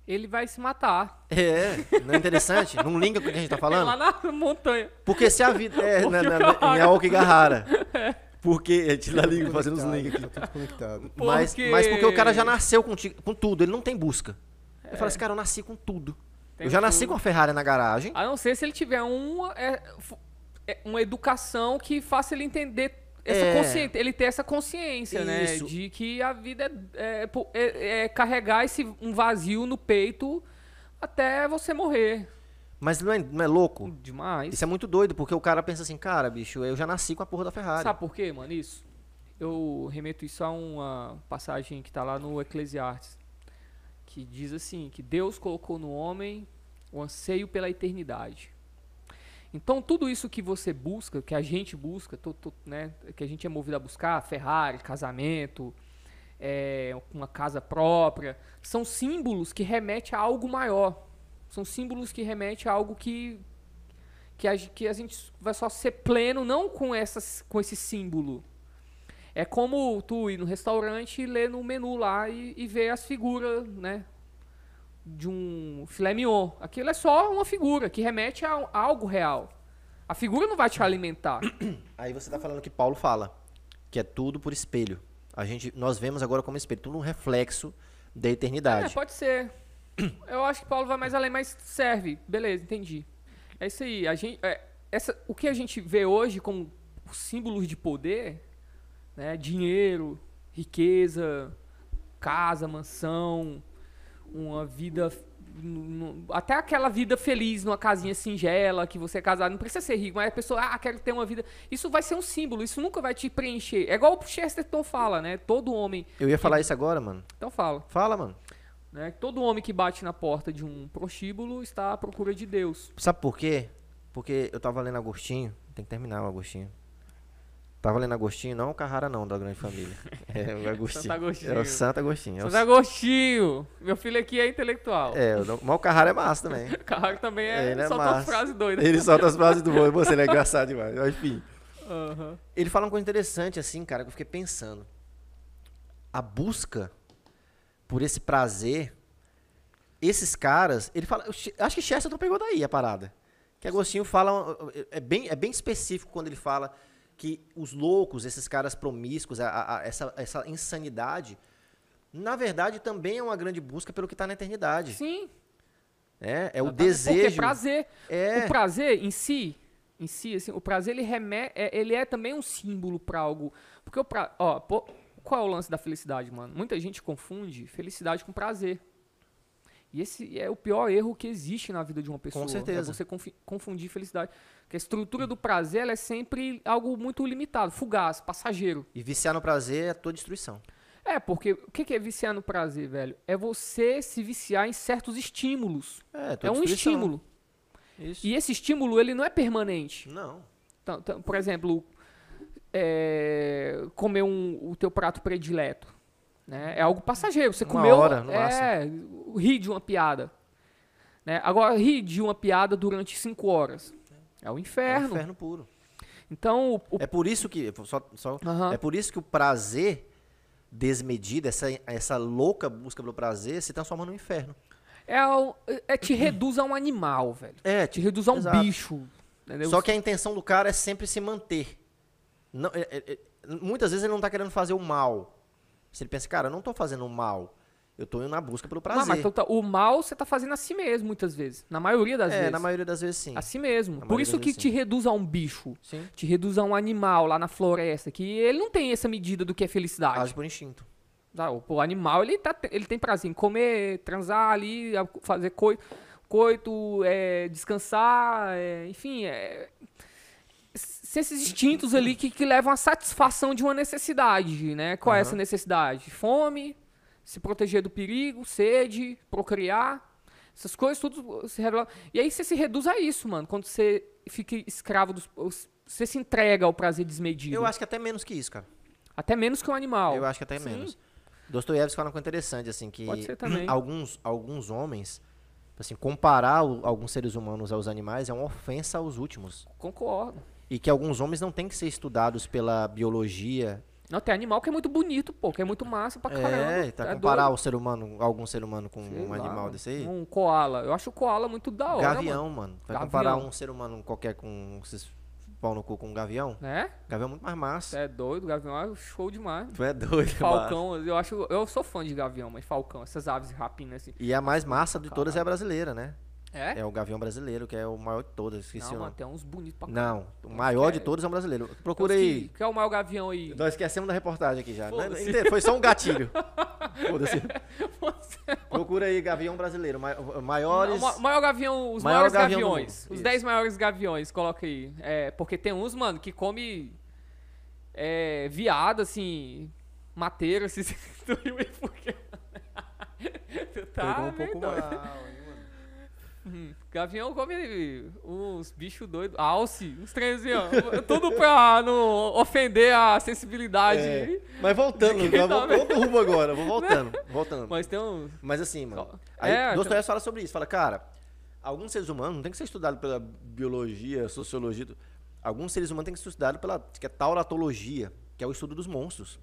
Speaker 2: Ele vai se matar.
Speaker 1: é, não é interessante? não liga com o que a gente tá
Speaker 2: É
Speaker 1: falando?
Speaker 2: lá na montanha.
Speaker 1: Porque se a vida. É, na, na, na,
Speaker 2: Okigahara.
Speaker 1: em Aokigahara.
Speaker 2: É.
Speaker 1: Porque. A gente tá ligando, fazendo os links aqui.
Speaker 4: Tá tudo conectado.
Speaker 1: Mas,
Speaker 2: Porque-
Speaker 1: mas porque o cara já nasceu contigo, com tudo, ele não tem busca. Ele fala assim, cara, eu nasci com tudo.
Speaker 2: É. Tem
Speaker 1: eu já nasci
Speaker 2: tudo.
Speaker 1: com a Ferrari na garagem.
Speaker 2: A não ser se ele tiver uma, é, fu- é, uma educação que faça ele entender. Essa
Speaker 1: É.
Speaker 2: consciência- ele ter essa consciência, né?
Speaker 1: Isso.
Speaker 2: De que a vida é, é po- é- é carregar esse, um vazio no peito até você morrer.
Speaker 1: Mas não é, não é louco?
Speaker 2: Demais.
Speaker 1: Isso é muito doido, porque o cara pensa assim, cara, bicho, eu já nasci com a porra da Ferrari.
Speaker 2: Sabe por quê, mano? Isso. Eu remeto isso a uma passagem que tá lá no Eclesiastes, que diz assim, que Deus colocou no homem o anseio pela eternidade. Então tudo isso que você busca, que a gente busca, to- to- né, que a gente é movido a buscar, Ferrari, casamento, é, uma casa própria, são símbolos que remetem a algo maior. São símbolos que remetem a algo que que a, ge- que a gente vai só ser pleno não com essas com esse símbolo. É como tu ir no restaurante e ler no menu lá e, e ver as figuras, né? De um filé mignon. Aquilo é só uma figura que remete a, a algo real. A figura não vai te alimentar.
Speaker 1: Aí você tá falando que Paulo fala, que é tudo por espelho. A gente, nós vemos agora como espelho, tudo um reflexo da
Speaker 2: É,
Speaker 1: eternidade.
Speaker 2: pode ser. Eu acho que Paulo vai mais além, mas serve. Beleza, entendi. É isso aí. A gente, é, essa, o que a gente vê hoje como símbolos de poder, né? Dinheiro, riqueza, casa, mansão, uma vida. f- n- n- Até aquela vida feliz numa casinha singela, que você é casado, não precisa ser rico, mas a pessoa, ah, quero ter uma vida. Isso vai ser um símbolo, isso nunca vai te preencher. É igual o Chesterton fala, né? Todo homem.
Speaker 1: Eu ia falar isso agora, mano.
Speaker 2: Então fala.
Speaker 1: Fala, mano.
Speaker 2: Né? Todo homem que bate na porta de um prostíbulo está à procura de Deus.
Speaker 1: Sabe por quê? Porque eu tava lendo Agostinho. Tem que terminar o Agostinho. Tava lendo Agostinho, não o Carrara não, da grande família. É o Agostinho.
Speaker 2: Santo Agostinho.
Speaker 1: É o Santo Agostinho. É o
Speaker 2: Santo Agostinho! Meu filho aqui é intelectual.
Speaker 1: É, o Dom- mas o Carrara é massa também.
Speaker 2: Carrara também é,
Speaker 1: Ele é
Speaker 2: só solta
Speaker 1: massa.
Speaker 2: frase doida.
Speaker 1: Ele solta as frases do boi, você ele é engraçado demais. Mas, Enfim.
Speaker 2: Aham.
Speaker 1: Ele fala uma coisa interessante, assim, cara, que eu fiquei pensando. A busca por esse prazer, esses caras, ele fala. eu che- Acho que Chesterton pegou daí a parada. Que Agostinho fala. É bem, é bem específico quando ele fala que os loucos, esses caras promíscuos, a- a- a- essa, essa insanidade, na verdade também é uma grande busca pelo que está na eternidade.
Speaker 2: Sim.
Speaker 1: É, é o
Speaker 2: exatamente. Porque
Speaker 1: desejo.
Speaker 2: prazer.
Speaker 1: É.
Speaker 2: O prazer em si, em si, assim, o prazer ele remete, ele é também um símbolo pra algo. Porque o pra, ó, pô, qual é o lance da felicidade, mano? Muita gente confunde felicidade com prazer. E esse é o pior erro que existe na vida de uma pessoa.
Speaker 1: certeza.
Speaker 2: É você confi- confundir felicidade. Porque a estrutura do prazer ela é sempre algo muito limitado, fugaz, passageiro.
Speaker 1: E viciar no prazer é a tua destruição.
Speaker 2: É, porque o que que é viciar no prazer, velho? É você se viciar em certos estímulos.
Speaker 1: É, tua
Speaker 2: É um
Speaker 1: destruição.
Speaker 2: estímulo.
Speaker 1: Isso.
Speaker 2: E esse estímulo, ele não é permanente.
Speaker 1: Não.
Speaker 2: Então, então, por exemplo, é, comer um- o teu prato predileto. Né? É algo passageiro. Você
Speaker 1: Uma
Speaker 2: comeu.
Speaker 1: hora, no
Speaker 2: é, ri de uma piada. Né? Agora, ri de uma piada durante cinco horas. É
Speaker 1: É
Speaker 2: o
Speaker 1: um
Speaker 2: inferno.
Speaker 1: inferno puro.
Speaker 2: Então, o- o-
Speaker 1: É por isso que só, só-
Speaker 2: Aham.
Speaker 1: é por isso que o prazer desmedido, essa, essa louca busca pelo prazer se transforma no inferno.
Speaker 2: é, o- é te reduz a um animal, velho.
Speaker 1: É,
Speaker 2: Te reduz a um
Speaker 1: Exato.
Speaker 2: bicho. entendeu?
Speaker 1: Só que a intenção do cara é sempre se manter. Não- é- é- é- muitas vezes ele não tá querendo fazer o mal. Se ele pensa, cara, eu não tô fazendo o mal. Eu tô indo na busca pelo prazer.
Speaker 2: Ah, mas então tá- o mal você tá fazendo a si mesmo, muitas vezes. Na maioria das
Speaker 1: é,
Speaker 2: vezes. Assim,
Speaker 1: na maioria das vezes sim.
Speaker 2: A si mesmo.
Speaker 1: Na
Speaker 2: Por
Speaker 1: maioria
Speaker 2: isso
Speaker 1: das
Speaker 2: que
Speaker 1: vezes,
Speaker 2: te reduz a um bicho.
Speaker 1: Sim.
Speaker 2: te reduz a um animal lá na floresta, que ele não tem essa medida do que é
Speaker 1: Age
Speaker 2: felicidade.
Speaker 1: por instinto.
Speaker 2: Ah, o, o animal, ele, tá, ele tem prazer em comer, transar ali, a- fazer coito, coito é, descansar, é, enfim. É, s- esses instintos ali que, que levam à satisfação de uma necessidade, né? Qual é essa
Speaker 1: Aham.
Speaker 2: necessidade? Fome, se proteger do perigo, sede, procriar. Essas coisas tudo se revela. E aí você se reduz a isso, mano. Quando você fica escravo dos. os- Você se entrega ao prazer desmedido.
Speaker 1: Eu acho que é até menos que isso, cara.
Speaker 2: Até menos que um animal.
Speaker 1: Eu acho que até
Speaker 2: Sim.
Speaker 1: menos. Dostoiévski fala uma coisa interessante, assim, que
Speaker 2: Pode ser também.
Speaker 1: alguns, alguns homens, assim, comparar o- alguns seres humanos aos animais é uma ofensa aos últimos.
Speaker 2: Concordo.
Speaker 1: E que alguns homens não têm que ser estudados pela biologia.
Speaker 2: Não, tem animal que é muito bonito, pô, que é muito massa pra caramba.
Speaker 1: é, tá,
Speaker 2: doido.
Speaker 1: comparar o ser humano, algum ser humano com
Speaker 2: Sei
Speaker 1: um
Speaker 2: lá,
Speaker 1: animal
Speaker 2: mano.
Speaker 1: desse aí.
Speaker 2: Um koala. Eu acho o koala muito da hora,
Speaker 1: gavião, mano. Vai
Speaker 2: Gavião.
Speaker 1: comparar um ser humano qualquer com esses pau no cu com um gavião?
Speaker 2: mano. Né?
Speaker 1: Gavião é muito mais massa.
Speaker 2: Cê é doido, gavião é show demais.
Speaker 1: Tu é doido, mano.
Speaker 2: Falcão, eu acho, eu sou fã de gavião, mas falcão, essas aves rapinas assim.
Speaker 1: E a mais massa de todas é a brasileira, né?
Speaker 2: É?
Speaker 1: É o gavião brasileiro, que é o maior de todas. Esqueci
Speaker 2: não,
Speaker 1: o
Speaker 2: mano,
Speaker 1: nome.
Speaker 2: tem uns bonitos pra caramba.
Speaker 1: Não, o maior de
Speaker 2: que-
Speaker 1: todos é um brasileiro.
Speaker 2: Tem uns
Speaker 1: Procura
Speaker 2: que-
Speaker 1: aí.
Speaker 2: Que é o maior gavião aí.
Speaker 1: Nós esquecemos da reportagem aqui já.
Speaker 2: Foda-se.
Speaker 1: Não, inte- Foi só um gatilho. Foda-se. Procura aí Gavião Brasileiro. ma- Maiores.
Speaker 2: Não, ma- maior gavião, os
Speaker 1: Maior
Speaker 2: maiores
Speaker 1: gavião do
Speaker 2: gaviões.
Speaker 1: mundo.
Speaker 2: Os
Speaker 1: Isso.
Speaker 2: 10 maiores gaviões, coloca aí. É, porque tem uns, mano, que come é, viado, assim, mateira, se destruiu e porque... tá
Speaker 1: Pegou um
Speaker 2: meio
Speaker 1: pouco
Speaker 2: doido.
Speaker 3: Uau, hein, mano?
Speaker 2: Hum, Gavião come uns bichos doidos, alce, uns trenzinhos, tudo pra não ofender a sensibilidade.
Speaker 1: É, Mas voltando,
Speaker 2: De quem
Speaker 1: mas
Speaker 2: tá
Speaker 1: vou- outro rumo agora. Vou voltando. Voltando.
Speaker 2: Mas tem uns...
Speaker 1: Mas assim, mano.
Speaker 2: Só-
Speaker 1: Aí
Speaker 2: É,
Speaker 1: Dostoiévski fala sobre isso. Fala, cara, alguns seres humanos não tem que ser estudado pela biologia, sociologia. do- Alguns seres humanos têm que ser estudados pela que é tauratologia, que é o estudo dos monstros.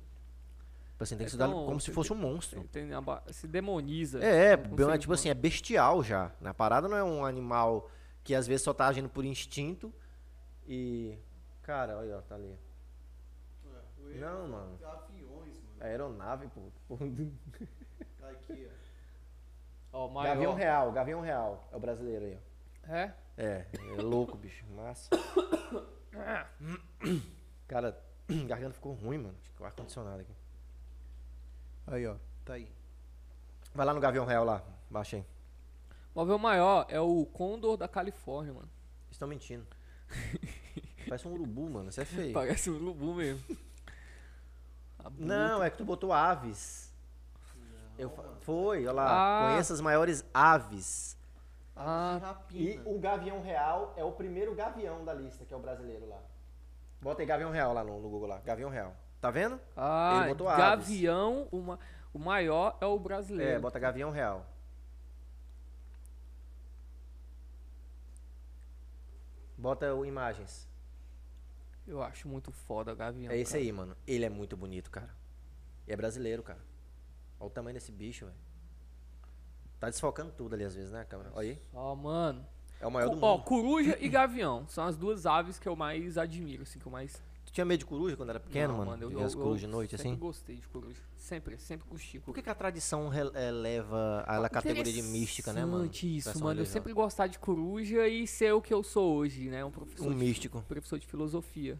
Speaker 1: Tipo Assim, tem que estudar
Speaker 2: Então,
Speaker 1: como se
Speaker 2: tem-
Speaker 1: fosse um monstro.
Speaker 2: tem uma ba- se demoniza.
Speaker 1: É, é,
Speaker 2: Não
Speaker 1: bem-
Speaker 2: sei
Speaker 1: tipo assim, é bestial já. Na parada não é um animal que às vezes só tá agindo por instinto e. Cara, olha, ó, tá ali.
Speaker 3: É, o
Speaker 1: Não, mano.
Speaker 3: Gaviões, mano.
Speaker 1: É Aeronave, pô.
Speaker 3: Tá aqui, ó.
Speaker 2: Ó, o maior-
Speaker 1: Gavião real, gavião real. É o brasileiro aí, ó.
Speaker 2: É?
Speaker 1: É, é louco, bicho. Massa. Ah. Cara, garganta ficou ruim, mano. Acho que o ar-condicionado aqui.
Speaker 3: Aí, ó. Tá aí.
Speaker 1: Vai lá no Gavião Real lá. Baixa aí.
Speaker 2: O Móvel maior é o Condor da Califórnia, mano.
Speaker 1: Estão mentindo. Parece um urubu, mano. Isso é feio.
Speaker 2: Parece um urubu mesmo. A bu-
Speaker 1: Não, é que tu botou aves. Eu fa- Foi, olha lá.
Speaker 2: Ah.
Speaker 1: Conheça as maiores aves.
Speaker 2: Ah,
Speaker 3: Aves de
Speaker 1: E
Speaker 3: rapina.
Speaker 1: o Gavião Real é o primeiro gavião da lista, que é o brasileiro lá. Bota aí Gavião Real lá no, no Google lá. Gavião Real. Tá vendo?
Speaker 2: Ah,
Speaker 1: Ele botou aves.
Speaker 2: Gavião, o, ma- o maior é o brasileiro.
Speaker 1: É, bota Gavião Real. Bota o imagens.
Speaker 2: Eu acho muito foda Gavião.
Speaker 1: é esse
Speaker 2: cara.
Speaker 1: aí, mano. Ele é muito bonito, cara. E é brasileiro, cara. Olha o tamanho desse bicho, velho. Tá desfocando tudo ali às vezes, né, câmera? Olha aí.
Speaker 2: Ó, mano.
Speaker 1: É o maior do
Speaker 2: Cu- ó,
Speaker 1: mundo.
Speaker 2: coruja e gavião são as duas aves que eu mais admiro, assim, que eu mais.
Speaker 1: Tu tinha medo de coruja quando era pequeno,
Speaker 2: Não,
Speaker 1: mano?
Speaker 2: eu,
Speaker 1: Via as
Speaker 2: eu-
Speaker 1: corujas de
Speaker 2: eu
Speaker 1: noite,
Speaker 2: sempre
Speaker 1: assim?
Speaker 2: gostei de coruja. Sempre, sempre gostei.
Speaker 1: Por que, que a tradição re- eh, leva a categoria de mística, né, mano?
Speaker 2: Interessante isso,
Speaker 1: Versão
Speaker 2: mano. Eu
Speaker 1: religiosa.
Speaker 2: sempre gostar de coruja e ser o que eu sou hoje, né? Um professor,
Speaker 1: Um
Speaker 2: de,
Speaker 1: místico.
Speaker 2: professor de filosofia.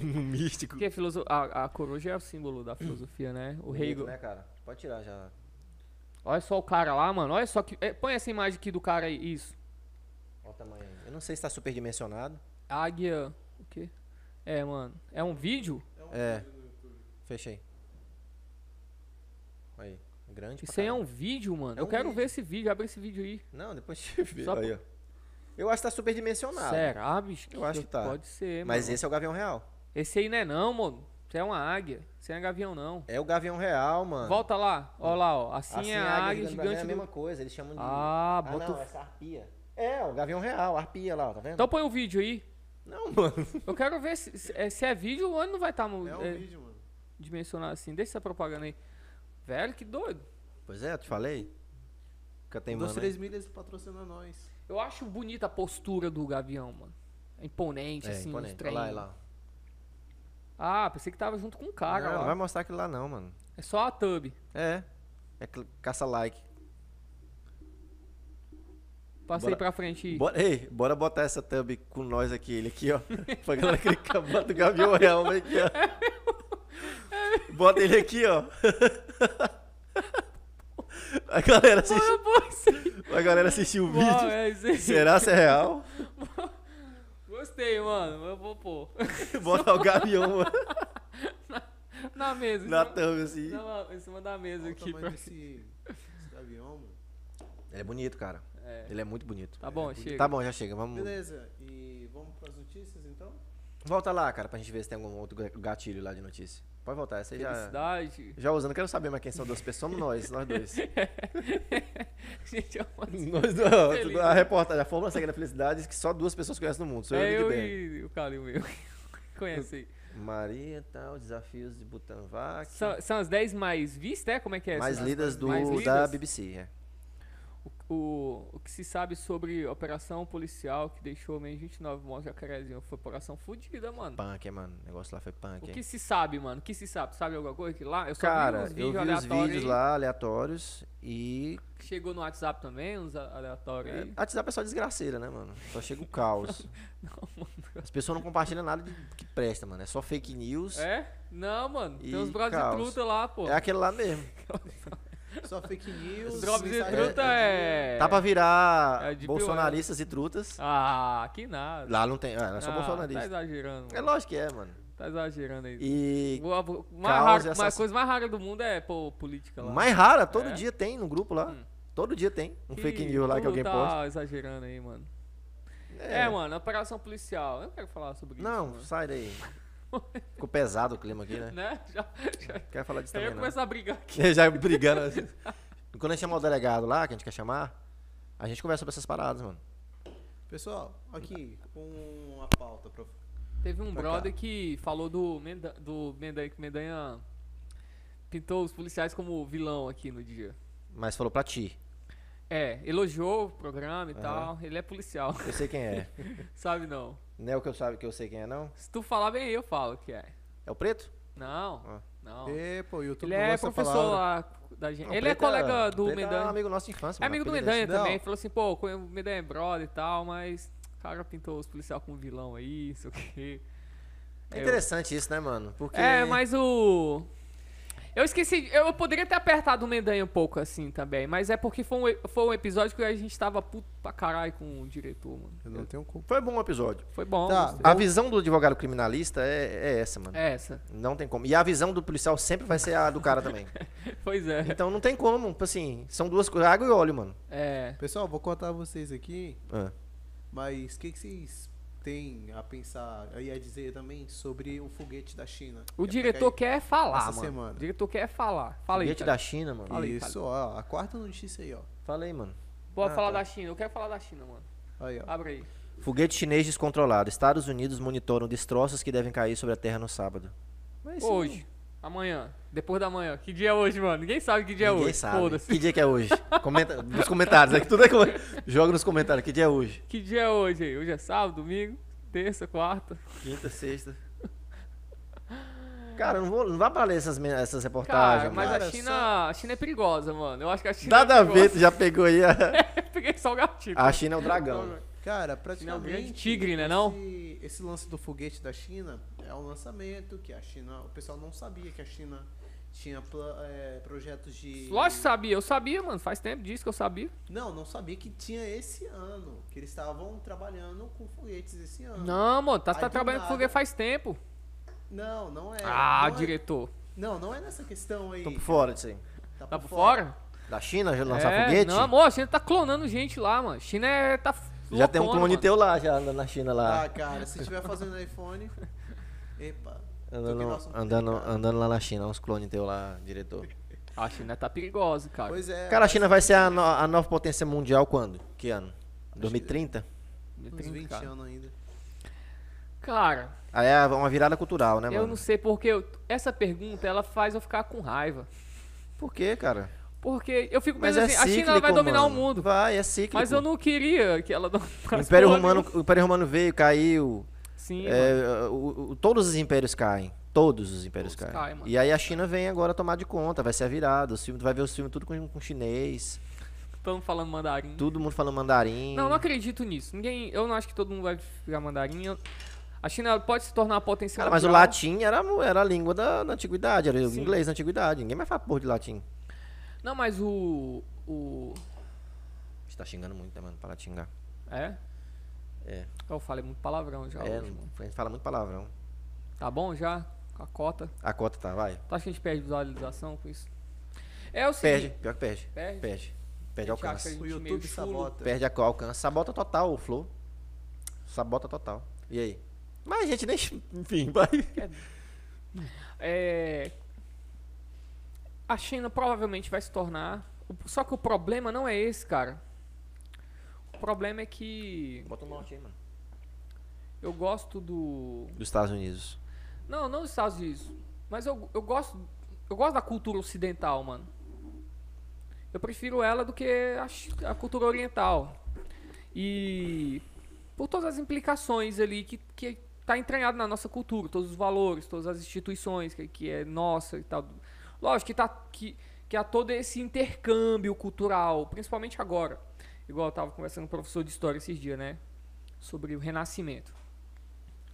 Speaker 1: um místico.
Speaker 2: Porque filoso- a, a coruja é o símbolo da filosofia, né? O
Speaker 1: Bonito,
Speaker 2: Hegel.
Speaker 1: né, cara? Pode tirar já.
Speaker 2: Olha só o cara lá, mano. Olha só que. é, põe essa imagem aqui do cara aí. Isso.
Speaker 1: Olha o tamanho aí. Eu não sei se tá superdimensionado.
Speaker 2: Águia. O quê? É, mano. É um vídeo?
Speaker 1: É. Fechei. Aí. Grande.
Speaker 2: Isso
Speaker 1: pra
Speaker 2: aí é
Speaker 1: caralho.
Speaker 2: um vídeo, mano.
Speaker 1: É
Speaker 2: eu
Speaker 1: um
Speaker 2: quero
Speaker 1: vídeo.
Speaker 2: ver esse vídeo. Abre esse vídeo aí.
Speaker 1: Não, depois te vê.
Speaker 2: Só
Speaker 1: Aí, ó. Eu acho que tá superdimensionado.
Speaker 2: Será, bicho?
Speaker 1: Eu acho que tá.
Speaker 2: Pode ser,
Speaker 1: Mas
Speaker 2: mano.
Speaker 1: esse é o Gavião Real.
Speaker 2: Esse aí não é não, mano. Isso aí é uma águia. Isso aí não é gavião, não.
Speaker 1: É o Gavião Real, mano.
Speaker 2: Volta lá. Olha lá, ó. Assim, é a águia
Speaker 1: gigante Brasil É
Speaker 2: gigante
Speaker 1: a
Speaker 2: do...
Speaker 1: mesma coisa, eles chamam de.
Speaker 2: Ah,
Speaker 1: ah
Speaker 2: bota
Speaker 1: não,
Speaker 2: o...
Speaker 1: essa arpia. É, o Gavião Real, a arpia lá, ó, tá vendo?
Speaker 2: Então põe o vídeo aí.
Speaker 1: Não, mano.
Speaker 2: Eu quero ver se, se é, se é vídeo ou não vai estar
Speaker 3: É um vídeo, mano.
Speaker 2: dimensionado assim. Deixa essa propaganda aí. Velho, que doido.
Speaker 1: Pois é, eu te falei. Fica
Speaker 3: Um dos
Speaker 1: teimando.
Speaker 3: três
Speaker 1: aí.
Speaker 3: milhas patrocina nós.
Speaker 2: Eu acho bonita a postura do gavião, mano. É Imponente,
Speaker 1: É,
Speaker 2: assim,
Speaker 1: imponente.
Speaker 2: os
Speaker 1: Olha
Speaker 2: trem.
Speaker 1: lá, olha lá.
Speaker 2: Ah, pensei que tava junto com o cara
Speaker 1: não,
Speaker 2: lá.
Speaker 1: não vai mostrar aquilo lá, não, mano.
Speaker 2: É só a tub.
Speaker 1: É. É cl- caça-like.
Speaker 2: Passei
Speaker 1: Bora.
Speaker 2: pra frente aí.
Speaker 1: Bora, ei, bora botar essa thumb com nós aqui, ele aqui, ó. pra galera clicar, bota o Gavião Real aqui, ó. Bota ele aqui, ó. A galera assistiu,
Speaker 2: Bora, bora, sim.
Speaker 1: a galera assistiu o
Speaker 2: Bom,
Speaker 1: vídeo.
Speaker 2: é isso aí.
Speaker 1: Será se é real?
Speaker 2: Gostei, mano. Eu vou pôr.
Speaker 1: Bota o Gavião
Speaker 2: Na mesa. em
Speaker 1: na
Speaker 2: cima-
Speaker 1: thumb, assim.
Speaker 2: na- em cima da mesa
Speaker 3: Olha o
Speaker 2: aqui. pra-
Speaker 3: tamanho desse, desse gavião, mano.
Speaker 1: Ele é bonito, cara.
Speaker 2: É.
Speaker 1: Ele é muito bonito.
Speaker 2: Tá bom, chega.
Speaker 1: Tá bom, já chega. Vamos.
Speaker 3: Beleza, e vamos para as notícias então?
Speaker 1: Volta lá, cara, pra gente ver se tem algum outro ga- gatilho lá de notícia. Pode voltar, essa aí já.
Speaker 2: Felicidade.
Speaker 1: Já usando, quero saber mais quem são duas pessoas, somos nós, nós dois.
Speaker 2: Gente, é uma...
Speaker 1: nós dois. A reportagem, a Fórmula Segue da Felicidade diz que só duas pessoas conhecem no mundo, sou
Speaker 2: É
Speaker 1: eu,
Speaker 2: eu
Speaker 1: e o Big
Speaker 2: e o Calil meu. Conhece aí.
Speaker 1: Ben. Maria, tal, desafios de Butanvac.
Speaker 2: São, são as 10 mais vistas, é? Como é que é?
Speaker 1: mais
Speaker 2: essa?
Speaker 1: lidas do,
Speaker 2: é, mais
Speaker 1: da
Speaker 2: lidas?
Speaker 1: BBC, é.
Speaker 2: O, o, o que se sabe sobre operação policial que deixou menos 29 mortos jacarezinho. Foi operação fodida, mano.
Speaker 1: Punk, hein, mano. O negócio lá foi
Speaker 2: O
Speaker 1: punk. hein.
Speaker 2: que se sabe, mano? O que se sabe? Sabe alguma coisa que lá? Eu só
Speaker 1: Cara,
Speaker 2: vi uns
Speaker 1: eu
Speaker 2: vídeos
Speaker 1: vi os
Speaker 2: aleatórios
Speaker 1: vídeos
Speaker 2: aí,
Speaker 1: lá aleatórios e.
Speaker 2: que Chegou no WhatsApp também, uns a- aleatórios
Speaker 1: É,
Speaker 2: aí.
Speaker 1: WhatsApp é só desgraceira, né, mano? Só chega o caos. As pessoas não compartilham nada de- que presta, mano. É só fake news. É,
Speaker 2: É? Não, mano.
Speaker 1: E
Speaker 2: Tem uns brothers de
Speaker 1: caos.
Speaker 2: truta lá, pô.
Speaker 1: É aquele lá mesmo.
Speaker 3: Só fake news.
Speaker 2: Os drops de
Speaker 3: mensagem-
Speaker 2: truta é.
Speaker 1: Tá pra
Speaker 2: É
Speaker 1: virar
Speaker 2: de
Speaker 1: bolsonaristas e trutas.
Speaker 2: Ah, que nada.
Speaker 1: Lá não tem. Ah, não é só
Speaker 2: Ah, Tá
Speaker 1: bolsonarista. É
Speaker 2: exagerando. mano.
Speaker 1: lógico que é, mano.
Speaker 2: Tá exagerando aí.
Speaker 1: E.
Speaker 2: Boa- boa- mais
Speaker 1: caos
Speaker 2: raro-
Speaker 1: e
Speaker 2: mas
Speaker 1: essas-
Speaker 2: A coisa mais rara do mundo é, pô, política lá.
Speaker 1: Mais rara, todo
Speaker 2: É?
Speaker 1: dia tem no grupo lá.
Speaker 2: Hum.
Speaker 1: Todo dia tem um
Speaker 2: Ih,
Speaker 1: fake news lá que
Speaker 2: tu
Speaker 1: alguém
Speaker 2: tá
Speaker 1: posta.
Speaker 2: exagerando aí, mano. É, mano, operação policial. Eu não quero falar sobre
Speaker 1: Não,
Speaker 2: isso.
Speaker 1: sai daí. Ficou pesado o clima aqui, né?
Speaker 2: Não. Né? Já, já,
Speaker 1: Quero falar disso
Speaker 2: aí
Speaker 1: também,
Speaker 2: eu
Speaker 1: não.
Speaker 2: começo a brigar aqui.
Speaker 1: Ele já brigando. assim. E Quando a gente chamar o delegado lá, que a gente quer chamar, a gente conversa sobre essas paradas, mano.
Speaker 3: Pessoal, aqui, com a pauta. Pra...
Speaker 2: Teve um
Speaker 1: Pra
Speaker 2: brother que falou do, Menda, do Mendanha, que Mendanha pintou os policiais como vilão aqui no dia.
Speaker 1: Mas falou pra ti.
Speaker 2: É, elogiou o programa e
Speaker 1: Aham.
Speaker 2: tal. Ele é policial,
Speaker 1: Eu sei quem é.
Speaker 2: sabe não.
Speaker 1: Não é o que eu sabe que eu sei quem é, não?
Speaker 2: Se tu falar bem, eu falo que é.
Speaker 1: É o preto?
Speaker 2: Não,
Speaker 1: Ah.
Speaker 2: não.
Speaker 3: É, pô, o YouTube
Speaker 2: Ele
Speaker 3: não
Speaker 2: é
Speaker 3: gosta dessa
Speaker 2: professor
Speaker 3: palavra.
Speaker 2: lá da gente.
Speaker 1: Não, o
Speaker 2: ele é
Speaker 1: Preto
Speaker 2: colega do
Speaker 1: Preto É
Speaker 2: Mendanha.
Speaker 1: amigo nosso de infância,
Speaker 2: É
Speaker 1: mano.
Speaker 2: amigo do
Speaker 1: Apelido dele.
Speaker 2: Mendanha
Speaker 3: Não.
Speaker 2: também, falou assim, pô, conhe- o Mendanha é brother e tal, mas o cara pintou os policiais como vilão aí, isso aqui.
Speaker 1: É interessante isso, né, mano? Porque.
Speaker 2: É, mas o... Eu esqueci, eu poderia ter apertado o Mendanha um pouco assim também, mas é porque foi um, e- foi um episódio que a gente tava puto pra caralho com o diretor, mano.
Speaker 3: Eu não tenho culpa.
Speaker 1: Foi bom o episódio.
Speaker 2: Foi bom.
Speaker 3: Tá.
Speaker 2: gostei.
Speaker 1: A visão do advogado criminalista é, é essa, mano.
Speaker 2: É essa.
Speaker 1: Não tem como. E a visão do policial sempre vai ser a do cara também.
Speaker 2: Pois é.
Speaker 1: Então não tem como. tipo Assim, são duas coisas, água e óleo, mano.
Speaker 2: É.
Speaker 3: Pessoal, vou contar vocês aqui,
Speaker 1: Ah.
Speaker 3: mas o que, que vocês têm a pensar e a dizer também sobre o foguete da China?
Speaker 2: O
Speaker 3: Que
Speaker 2: diretor
Speaker 3: fica
Speaker 2: quer falar,
Speaker 3: essa
Speaker 2: mano.
Speaker 3: semana.
Speaker 2: O diretor quer falar. Fala aí.
Speaker 1: Foguete
Speaker 2: cara.
Speaker 1: da China, mano.
Speaker 2: Fala aí,
Speaker 3: aí. Isso, ó, a quarta notícia aí, ó.
Speaker 1: Fala aí, mano.
Speaker 2: Bora
Speaker 1: Ah,
Speaker 2: falar
Speaker 1: tá.
Speaker 2: da China. Eu quero falar da China, mano.
Speaker 3: Aí, ó.
Speaker 2: Abre aí.
Speaker 1: Foguete chinês descontrolado. Estados Unidos monitoram destroços que devem cair sobre a Terra no sábado. Mas isso
Speaker 2: Hoje. Amanhã. Depois da manhã. Que dia é hoje, mano? Ninguém sabe que dia
Speaker 1: ninguém
Speaker 2: é hoje.
Speaker 1: sabe.
Speaker 2: Foda-se.
Speaker 1: Que dia que é hoje? Comenta nos comentários. É que tudo é como... Joga nos comentários. Que dia é hoje?
Speaker 2: Que dia é hoje aí? Hoje é sábado, domingo, terça, quarta.
Speaker 1: Quinta, sexta. Cara, não, vou, não vai pra ler essas, men- essas reportagens.
Speaker 2: Cara, mas
Speaker 1: mano.
Speaker 2: a China, a China é perigosa, mano. Eu acho que a China.
Speaker 1: Nada
Speaker 2: é
Speaker 1: a ver,
Speaker 2: perigosa.
Speaker 1: tu já pegou aí a.
Speaker 2: Peguei só o gatilho.
Speaker 1: A China é o dragão.
Speaker 2: China
Speaker 3: Cara,
Speaker 2: é um
Speaker 3: praticamente.
Speaker 2: grande tigre, né, não?
Speaker 3: Esse, esse lance do foguete da China é um lançamento que a China. O pessoal não sabia que a China tinha pla- é, projetos de.
Speaker 2: Lógico que sabia. Eu sabia, mano. Faz tempo disso que eu sabia.
Speaker 3: Não, não sabia que tinha esse ano. Que eles estavam trabalhando com foguetes esse
Speaker 1: Ah.
Speaker 3: ano.
Speaker 2: Não, mano. Tá,
Speaker 3: Aí
Speaker 2: tá
Speaker 3: do
Speaker 2: trabalhando com
Speaker 3: nada.
Speaker 2: foguete faz tempo.
Speaker 3: Não, não é.
Speaker 2: ah,
Speaker 3: não é,
Speaker 2: diretor.
Speaker 1: Tá
Speaker 3: Não, não é nessa questão aí.
Speaker 1: Tô por fora disso aí.
Speaker 2: Tá por fora?
Speaker 1: Da China, já lançar
Speaker 2: É,
Speaker 1: foguete?
Speaker 2: Não, amor. A China tá clonando gente lá, mano. China é. Tá
Speaker 1: já tem um
Speaker 2: loucona,
Speaker 1: clone
Speaker 2: mano.
Speaker 1: teu lá, já na na China lá.
Speaker 3: Ah, cara, se estiver fazendo iPhone. Epa.
Speaker 1: andando,
Speaker 3: toquei no assunto
Speaker 1: andando,
Speaker 3: delicado.
Speaker 1: andando lá na China, uns clones teu lá, diretor.
Speaker 2: A China tá perigosa, cara.
Speaker 3: Pois é.
Speaker 1: Cara, a China vai ser a, no- a nova potência mundial quando? Que ano? 2030? é,
Speaker 2: Me
Speaker 3: Uns
Speaker 2: trinca,
Speaker 3: 20
Speaker 2: um cara.
Speaker 3: anos ainda.
Speaker 2: Cara,
Speaker 1: Aí é uma virada cultural, né, mano?
Speaker 2: eu não sei porque eu- essa pergunta ela faz eu ficar com raiva.
Speaker 1: Por quê, cara?
Speaker 2: Porque eu fico
Speaker 1: Mas
Speaker 2: pensando
Speaker 1: é
Speaker 2: assim,
Speaker 1: cíclico,
Speaker 2: a China ela vai dominar
Speaker 1: mano.
Speaker 2: o mundo.
Speaker 1: Vai, é cíclico.
Speaker 2: Mas eu não queria que ela
Speaker 1: O
Speaker 2: dominasse
Speaker 1: Império
Speaker 2: porra
Speaker 1: Romano,
Speaker 2: nenhuma.
Speaker 1: o Império Romano veio, caiu.
Speaker 2: Sim,
Speaker 1: é,
Speaker 2: mano.
Speaker 1: o- o- todos os impérios caem. Todos os impérios
Speaker 2: Todos
Speaker 1: caem.
Speaker 2: caem, mano.
Speaker 1: e aí a China vem agora tomar de conta, vai ser a virada. Os filmes, tu vai ver os filmes tudo com, com chinês,
Speaker 2: Tamo falando mandarim.
Speaker 1: todo mundo falando mandarim.
Speaker 2: Não, não acredito nisso. Ninguém, eu não acho que todo mundo vai virar mandarim. Eu- A China ela pode se tornar uma potência
Speaker 1: Cara, mas o
Speaker 2: mundial.
Speaker 1: latim era, mu- era a língua da, da antiguidade, era o
Speaker 2: Sim.
Speaker 1: inglês da antiguidade. Ninguém mais fala porra de latim.
Speaker 2: Não, mas o o
Speaker 1: A gente tá xingando muito, né, mano? Para de xingar.
Speaker 2: é?
Speaker 1: É.
Speaker 2: Eu falei muito palavrão já
Speaker 1: É,
Speaker 2: hoje, Tá mano.
Speaker 1: a gente fala muito palavrão.
Speaker 2: Tá bom já? A cota.
Speaker 1: A cota tá, vai.
Speaker 2: Tu acha que a gente perde visualização com isso? É o seguinte,
Speaker 1: Perde, pior que perde.
Speaker 2: Perde?
Speaker 1: Perde.
Speaker 2: Gente,
Speaker 1: Perde
Speaker 2: acha
Speaker 1: alcance.
Speaker 3: O
Speaker 2: Gente, meio
Speaker 3: YouTube
Speaker 2: chulo.
Speaker 3: sabota.
Speaker 1: Perde a- alcance. Sabota total o flow. Sabota total. E aí? Mas a gente nem. Enfim, vai.
Speaker 2: É, A China provavelmente vai se tornar. o- Só que o problema não é esse, cara. O problema é que
Speaker 1: Bota um norte aí, mano.
Speaker 2: eu gosto do.
Speaker 1: Dos Estados Unidos.
Speaker 2: Não, não dos Estados Unidos. Mas eu, eu gosto. Eu gosto da cultura ocidental, mano. Eu prefiro ela do que a, chi- a cultura oriental. E por todas as implicações ali que, que tá entranhado na nossa cultura, todos os valores, todas as instituições que, que é nossa e tal. Lógico que, tá, que, que há todo esse intercâmbio cultural, principalmente agora. Igual eu tava conversando com o professor de história esses dias, né? Sobre o Renascimento.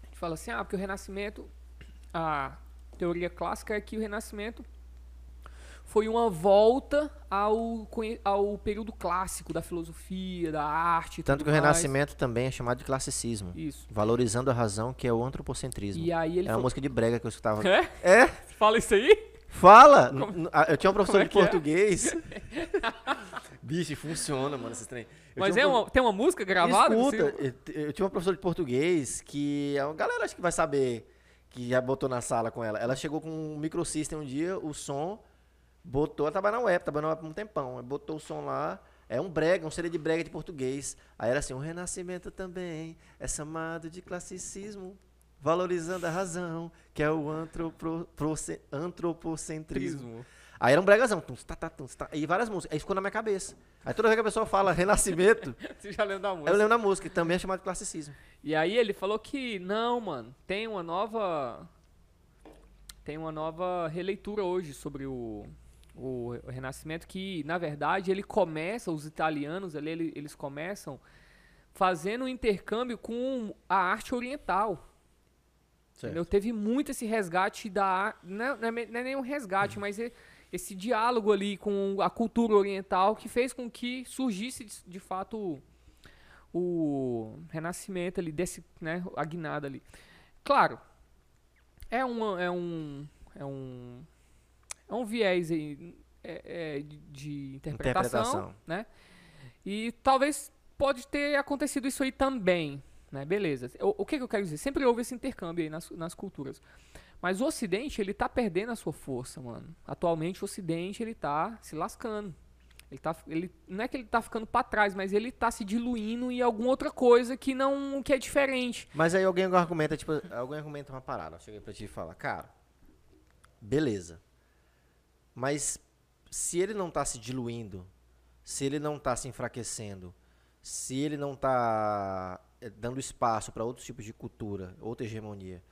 Speaker 2: A gente fala assim, ah, porque o Renascimento, a teoria clássica é que o Renascimento foi uma volta ao, conhe- ao período clássico da filosofia, da arte. e
Speaker 1: Tanto
Speaker 2: tudo
Speaker 1: que o
Speaker 2: mais.
Speaker 1: Renascimento também é chamado de classicismo.
Speaker 2: Isso.
Speaker 1: Valorizando a razão, que é o antropocentrismo.
Speaker 2: E aí ele
Speaker 1: é uma
Speaker 2: falou,
Speaker 1: música de brega que eu escutava.
Speaker 2: é?
Speaker 1: É?
Speaker 2: Fala isso aí?
Speaker 1: Fala! N- ah, Eu tinha um professor
Speaker 2: como é
Speaker 1: de
Speaker 2: que é?
Speaker 1: português. Bicho, funciona, mano, esses trem. Eu
Speaker 2: Mas
Speaker 1: tinha
Speaker 2: é
Speaker 1: um pro-
Speaker 2: uma, tem uma música gravada? assim?
Speaker 1: Escuta,
Speaker 2: Você-
Speaker 1: eu, eu tinha uma professora de português que a galera acho que vai saber que já botou na sala com ela. Ela chegou com um microsystem um dia, o som botou, ela tava na web, tava na web por um tempão, aí botou o som lá. É um brega, um CD de brega de português. Aí era assim, o renascimento também é chamado de classicismo, valorizando a razão, que é o antropro- proce- antropocentrismo. Aí era um bregazão. tum, tá, tá, tum, tá, e várias músicas. Aí ficou na minha cabeça. Aí toda vez que a pessoa fala renascimento,
Speaker 2: Você já lembra da
Speaker 1: eu
Speaker 2: música.
Speaker 1: lembro da música, que também é chamada de classicismo.
Speaker 2: E aí ele falou que não, mano, tem uma nova tem uma nova releitura hoje sobre o, o Re- o Renascimento que, na verdade, ele começa os italianos ali, ele- eles começam fazendo um intercâmbio com a arte oriental. Entendeu? Teve muito esse resgate da. Não, não é me- não é nenhum resgate, mas e- esse diálogo ali com a cultura oriental que fez com que surgisse de, de fato o, o renascimento ali, desse, né, a guinada ali. Claro, é um. É um. É um, é um viés aí, é- é de- de interpretação,
Speaker 1: Interpretação.
Speaker 2: né? E talvez pode ter acontecido isso aí também, né? Beleza. O, o que, que eu quero dizer? Sempre houve esse intercâmbio aí nas, nas culturas. Mas o Ocidente, ele tá perdendo a sua força, mano. Atualmente, o Ocidente, ele tá se lascando. Ele tá, ele, não é que ele tá ficando pra trás, mas ele tá se diluindo em alguma outra coisa que não que é diferente.
Speaker 1: Mas aí alguém argumenta, tipo, alguém argumenta uma parada. Chega pra ti e fala, cara, beleza. Mas se ele não tá se diluindo, se ele não tá se enfraquecendo, se ele não tá eh, dando espaço para outros tipos de cultura, outra hegemonia,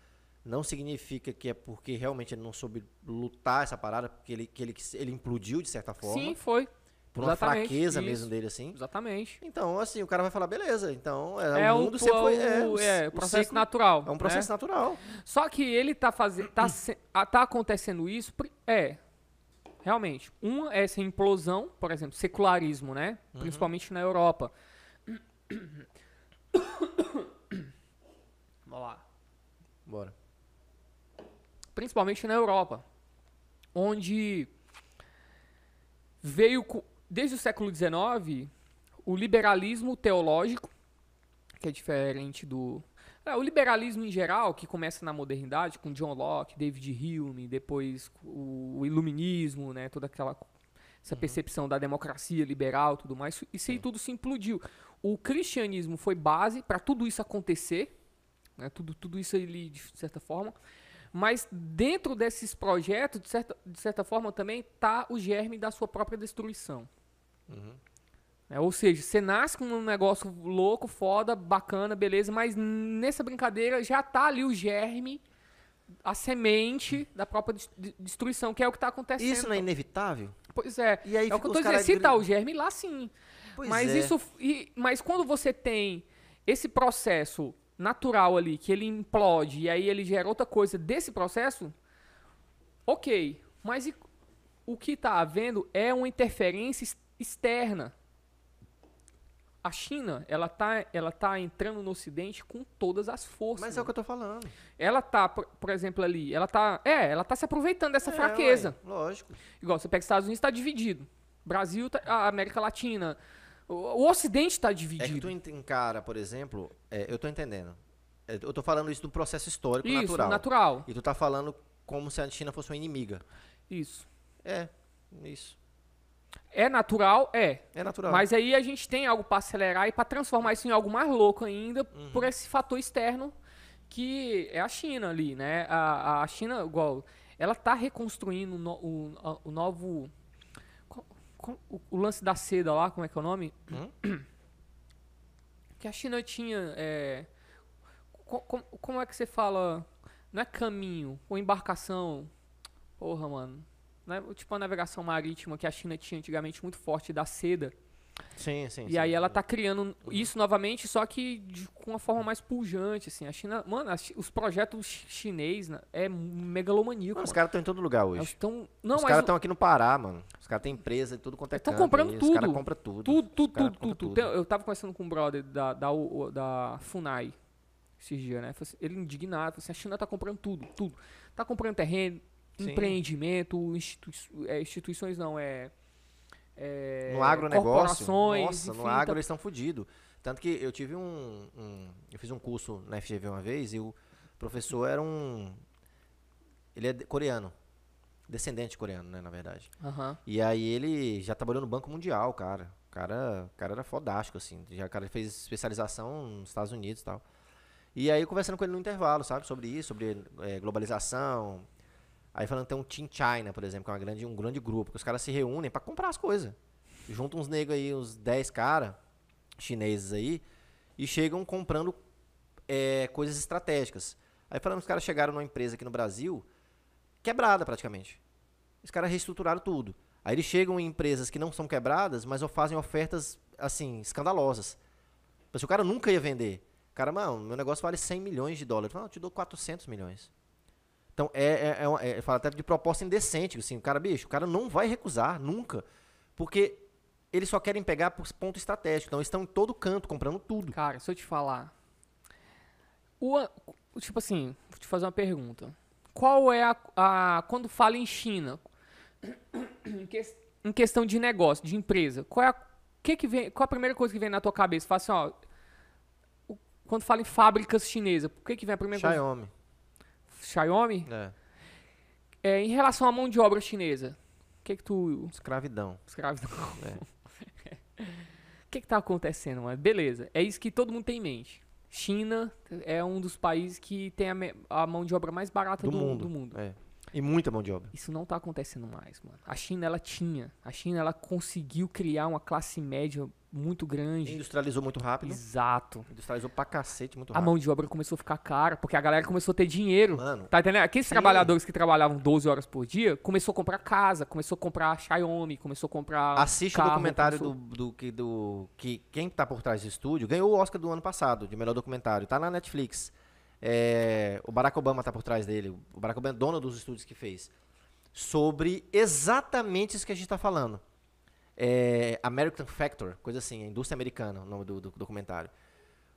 Speaker 1: não significa que é porque realmente ele não soube lutar essa parada, porque ele, que ele, ele implodiu de certa forma,
Speaker 2: Sim, foi.
Speaker 1: por uma
Speaker 2: exatamente,
Speaker 1: fraqueza
Speaker 2: isso.
Speaker 1: mesmo dele assim.
Speaker 2: Exatamente.
Speaker 1: Então, assim, o cara vai falar, beleza, então é,
Speaker 2: é
Speaker 1: o
Speaker 2: o,
Speaker 1: mundo sempre foi... É,
Speaker 2: o-
Speaker 1: o-
Speaker 2: é,
Speaker 1: o
Speaker 2: processo
Speaker 1: ciclo-
Speaker 2: natural.
Speaker 1: É um processo
Speaker 2: né?
Speaker 1: natural.
Speaker 2: Só que ele tá fazendo. Tá, se- ah, tá acontecendo isso. pri- É. Realmente. Uma é essa implosão, por exemplo, secularismo, né?
Speaker 1: Uhum.
Speaker 2: Principalmente na Europa. Vamos lá.
Speaker 1: Bora.
Speaker 2: principalmente na Europa, onde veio co- desde o século XIX o liberalismo teológico, que é diferente do é, o liberalismo em geral, que começa na modernidade com John Locke, David Hume, depois o, o iluminismo, né, toda aquela co- essa percepção da democracia liberal, tudo mais, isso- isso aí tudo se implodiu. O cristianismo foi base para tudo isso acontecer, né, tudo tudo isso ele de certa forma mas dentro desses projetos, de certa, de certa forma, também está o germe da sua própria destruição. É, ou seja, você nasce com um negócio louco, foda, bacana, beleza, mas nessa brincadeira já tá ali o germe, a semente da própria des- de- destruição, que é o que tá acontecendo.
Speaker 1: Isso não é inevitável?
Speaker 2: Pois é.
Speaker 1: E aí
Speaker 2: é o
Speaker 1: fica
Speaker 2: que eu
Speaker 1: os
Speaker 2: tô dizendo.
Speaker 1: caras
Speaker 2: Se tá
Speaker 1: gri-
Speaker 2: o germe lá, sim.
Speaker 1: Pois
Speaker 2: mas
Speaker 1: é.
Speaker 2: isso. e- mas quando você tem esse processo natural ali, que ele implode e aí ele gera outra coisa desse processo, ok. Mas e- o que tá havendo é uma interferência ex- externa. A China, ela tá, ela tá entrando no Ocidente com todas as forças.
Speaker 1: Mas é o que eu tô falando.
Speaker 2: Ela tá, por, por exemplo, ali, ela tá, é, ela tá se aproveitando dessa
Speaker 1: É,
Speaker 2: fraqueza.
Speaker 1: ué, lógico.
Speaker 2: Igual você pega os Estados Unidos, está dividido. Brasil, tá- a América Latina. O, o Ocidente está
Speaker 1: É que
Speaker 2: dividido.
Speaker 1: tu en- encara, por exemplo, é, eu tô entendendo. É, Eu tô falando isso do processo histórico
Speaker 2: Isso,
Speaker 1: natural.
Speaker 2: natural.
Speaker 1: E tu tá falando como se a China fosse uma inimiga.
Speaker 2: Isso.
Speaker 1: É, isso.
Speaker 2: É natural? É.
Speaker 1: É natural.
Speaker 2: Mas aí a gente tem algo para acelerar e para transformar isso em algo mais louco ainda por esse fator externo que é a China ali, né? A, a China, igual, ela tá reconstruindo o, no- o- a- o novo qual- qual- o, o lance da seda lá, como é que é o nome? Que a China tinha é, co- com- como é que você fala? Não é caminho, ou embarcação. Porra, mano. Não é- tipo a navegação marítima que a China tinha antigamente muito forte da seda.
Speaker 1: Sim, sim.
Speaker 2: E
Speaker 1: sim.
Speaker 2: aí ela tá criando isso novamente, só que de- com uma forma mais pujante, assim. A China, mano, a chi- os projetos chi- chinês né, é megalomaníaco.
Speaker 1: Mano, os
Speaker 2: mano.
Speaker 1: caras estão em todo lugar
Speaker 2: Elas
Speaker 1: hoje.
Speaker 2: tão, É não,
Speaker 1: os tá
Speaker 2: mas
Speaker 1: caras
Speaker 2: o-
Speaker 1: estão aqui no Pará, mano. Os caras têm empresa e tudo quanto é
Speaker 2: Tão
Speaker 1: canto
Speaker 2: comprando
Speaker 1: aí.
Speaker 2: tudo.
Speaker 1: Os caras compram tudo.
Speaker 2: tudo, tudo,
Speaker 1: Os tá caras
Speaker 2: tudo,
Speaker 1: compram
Speaker 2: tudo, Tem- Eu tava conversando com um brother da, da, U- da Funai esses dias, né? Falei assim, Ele indignado, falou assim, a China tá comprando tudo, tudo. Tá comprando terreno,
Speaker 1: Sim.
Speaker 2: empreendimento, institui- é, instituições não, é... é,
Speaker 1: No agronegócio.
Speaker 2: Corporações,
Speaker 1: Nossa,
Speaker 2: enfim,
Speaker 1: no
Speaker 2: tá-
Speaker 1: agro eles estão fodidos. Tanto que eu tive um, um- Eu fiz um curso na FGV uma vez e o professor era um. Ele é de- coreano. Descendente de coreano, né, na verdade.
Speaker 2: Aham.
Speaker 1: E aí ele já trabalhou no Banco Mundial, cara. O cara, o cara era fodástico, assim. Já, o cara fez especialização nos Estados Unidos e tal. E aí eu conversando com ele no intervalo, sabe? Sobre isso, sobre eh, globalização. Aí falando que tem um Team China, por exemplo, que é uma grande, um grande grupo. Que os caras se reúnem pra comprar as coisas. Juntam uns negros aí, uns 10 caras chineses aí. E chegam comprando eh, coisas estratégicas. Aí falando que os caras chegaram numa empresa aqui no Brasil, quebrada praticamente. Os caras reestruturaram tudo. Aí eles chegam em empresas que não são quebradas, mas fazem ofertas, assim, escandalosas. Mas o cara nunca ia vender. O cara, mano, meu negócio vale 100 milhões de dólares. Não, eu te dou 400 milhões. Então, é, é, é, um- é- fala até de proposta indecente, assim, o cara, bicho, o cara não vai recusar, nunca. Porque eles só querem pegar por ponto estratégico. Então, eles estão em todo canto, comprando tudo.
Speaker 2: Cara, se eu te falar. O, a- o- tipo assim, vou te fazer uma pergunta. Qual é a. a- quando fala em China, em, ques- em questão de negócio, de empresa, qual é a. Que que vem, qual é a primeira coisa que vem na tua cabeça? Fala assim, ó. o- Quando fala em fábricas chinesas, o que, que vem a primeira
Speaker 1: Xiaomi.
Speaker 2: coisa? Xiaomi?
Speaker 1: É,
Speaker 2: É, em relação à mão de obra chinesa, o que, que tu.
Speaker 1: escravidão.
Speaker 2: Escravidão.
Speaker 1: É.
Speaker 2: O que, que tá acontecendo, mano? Beleza, é isso que todo mundo tem em mente. China é um dos países que tem a, me- a mão de obra mais barata
Speaker 1: Do,
Speaker 2: do,
Speaker 1: mundo.
Speaker 2: do mundo.
Speaker 1: É. E muita mão de obra.
Speaker 2: Isso não tá acontecendo mais, mano. A China, ela tinha. A China, ela conseguiu criar uma classe média muito grande.
Speaker 1: Industrializou muito rápido.
Speaker 2: Exato.
Speaker 1: Industrializou pra cacete muito
Speaker 2: A
Speaker 1: rápido.
Speaker 2: mão de obra começou a ficar cara, porque a galera começou a ter dinheiro.
Speaker 1: Mano,
Speaker 2: Tá entendendo? Aqueles
Speaker 1: Sim.
Speaker 2: trabalhadores que trabalhavam 12 horas por dia, começou a comprar casa, começou a comprar Xiaomi, começou a comprar
Speaker 1: Assiste
Speaker 2: carro,
Speaker 1: o documentário
Speaker 2: começou-
Speaker 1: do, do, que, do que quem tá por trás do estúdio ganhou o Oscar do ano passado de melhor documentário. Tá na Netflix. É, o Barack Obama tá por trás dele. O Barack Obama é dono dos estúdios que fez. Sobre exatamente isso que a gente tá falando. É, American Factor, coisa assim, a indústria americana, o nome do, do documentário.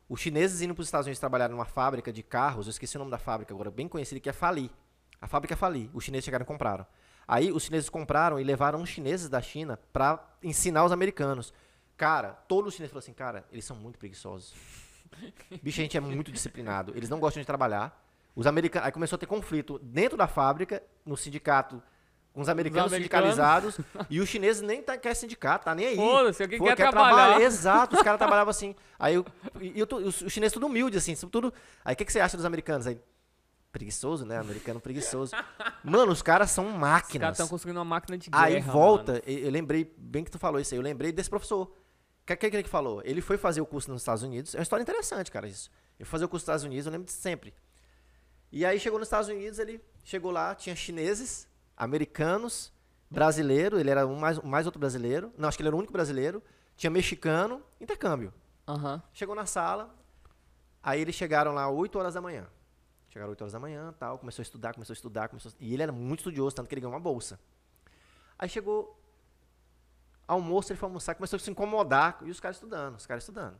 Speaker 1: Os chineses indo para os Estados Unidos trabalhar numa fábrica de carros, eu esqueci o nome da fábrica agora, bem conhecida, que é Fali. A fábrica é Fali. Os chineses chegaram e compraram. Aí os chineses compraram e levaram os chineses da China para ensinar os americanos. Cara, todos os chineses falaram assim, cara, eles são muito preguiçosos. Bicho, a gente é muito disciplinado. Eles não gostam de trabalhar. Os americanos... Aí começou a ter conflito dentro da fábrica, no sindicato, com os americanos,
Speaker 2: americanos.
Speaker 1: sindicalizados. e os chineses nem tá, quer sindicato, tá nem aí.
Speaker 2: Foda-se, alguém quer
Speaker 1: trabalhar.
Speaker 2: trabalhar.
Speaker 1: Exato, os caras trabalhavam assim. Aí eu, e eu tô- os, os chineses tudo humilde, assim, tudo. Aí o que, que você acha dos americanos? Aí, preguiçoso, né? Americano preguiçoso. Mano, os caras são
Speaker 2: Os caras
Speaker 1: máquinas.
Speaker 2: estão construindo uma máquina de guerra.
Speaker 1: Aí
Speaker 2: mano.
Speaker 1: volta, e- eu lembrei, bem que tu falou isso aí, eu lembrei desse professor. O que, que, que ele falou? Ele foi fazer o curso nos Estados Unidos. É uma história interessante, cara, isso. Ele foi fazer o curso nos Estados Unidos, eu lembro de sempre. E aí chegou nos Estados Unidos, ele chegou lá, tinha chineses, americanos, brasileiro, ele era um mais, mais outro brasileiro. Não, acho que ele era o único brasileiro. Tinha mexicano, intercâmbio.
Speaker 2: Aham.
Speaker 1: Chegou na sala, aí eles chegaram lá 8 horas da manhã. Chegaram 8 horas da manhã, tal, começou a estudar, começou a estudar, começou a... E ele era muito estudioso, tanto que ele ganhou uma bolsa. Aí chegou almoço, ele foi almoçar, começou a se incomodar, e os caras estudando, os caras estudando.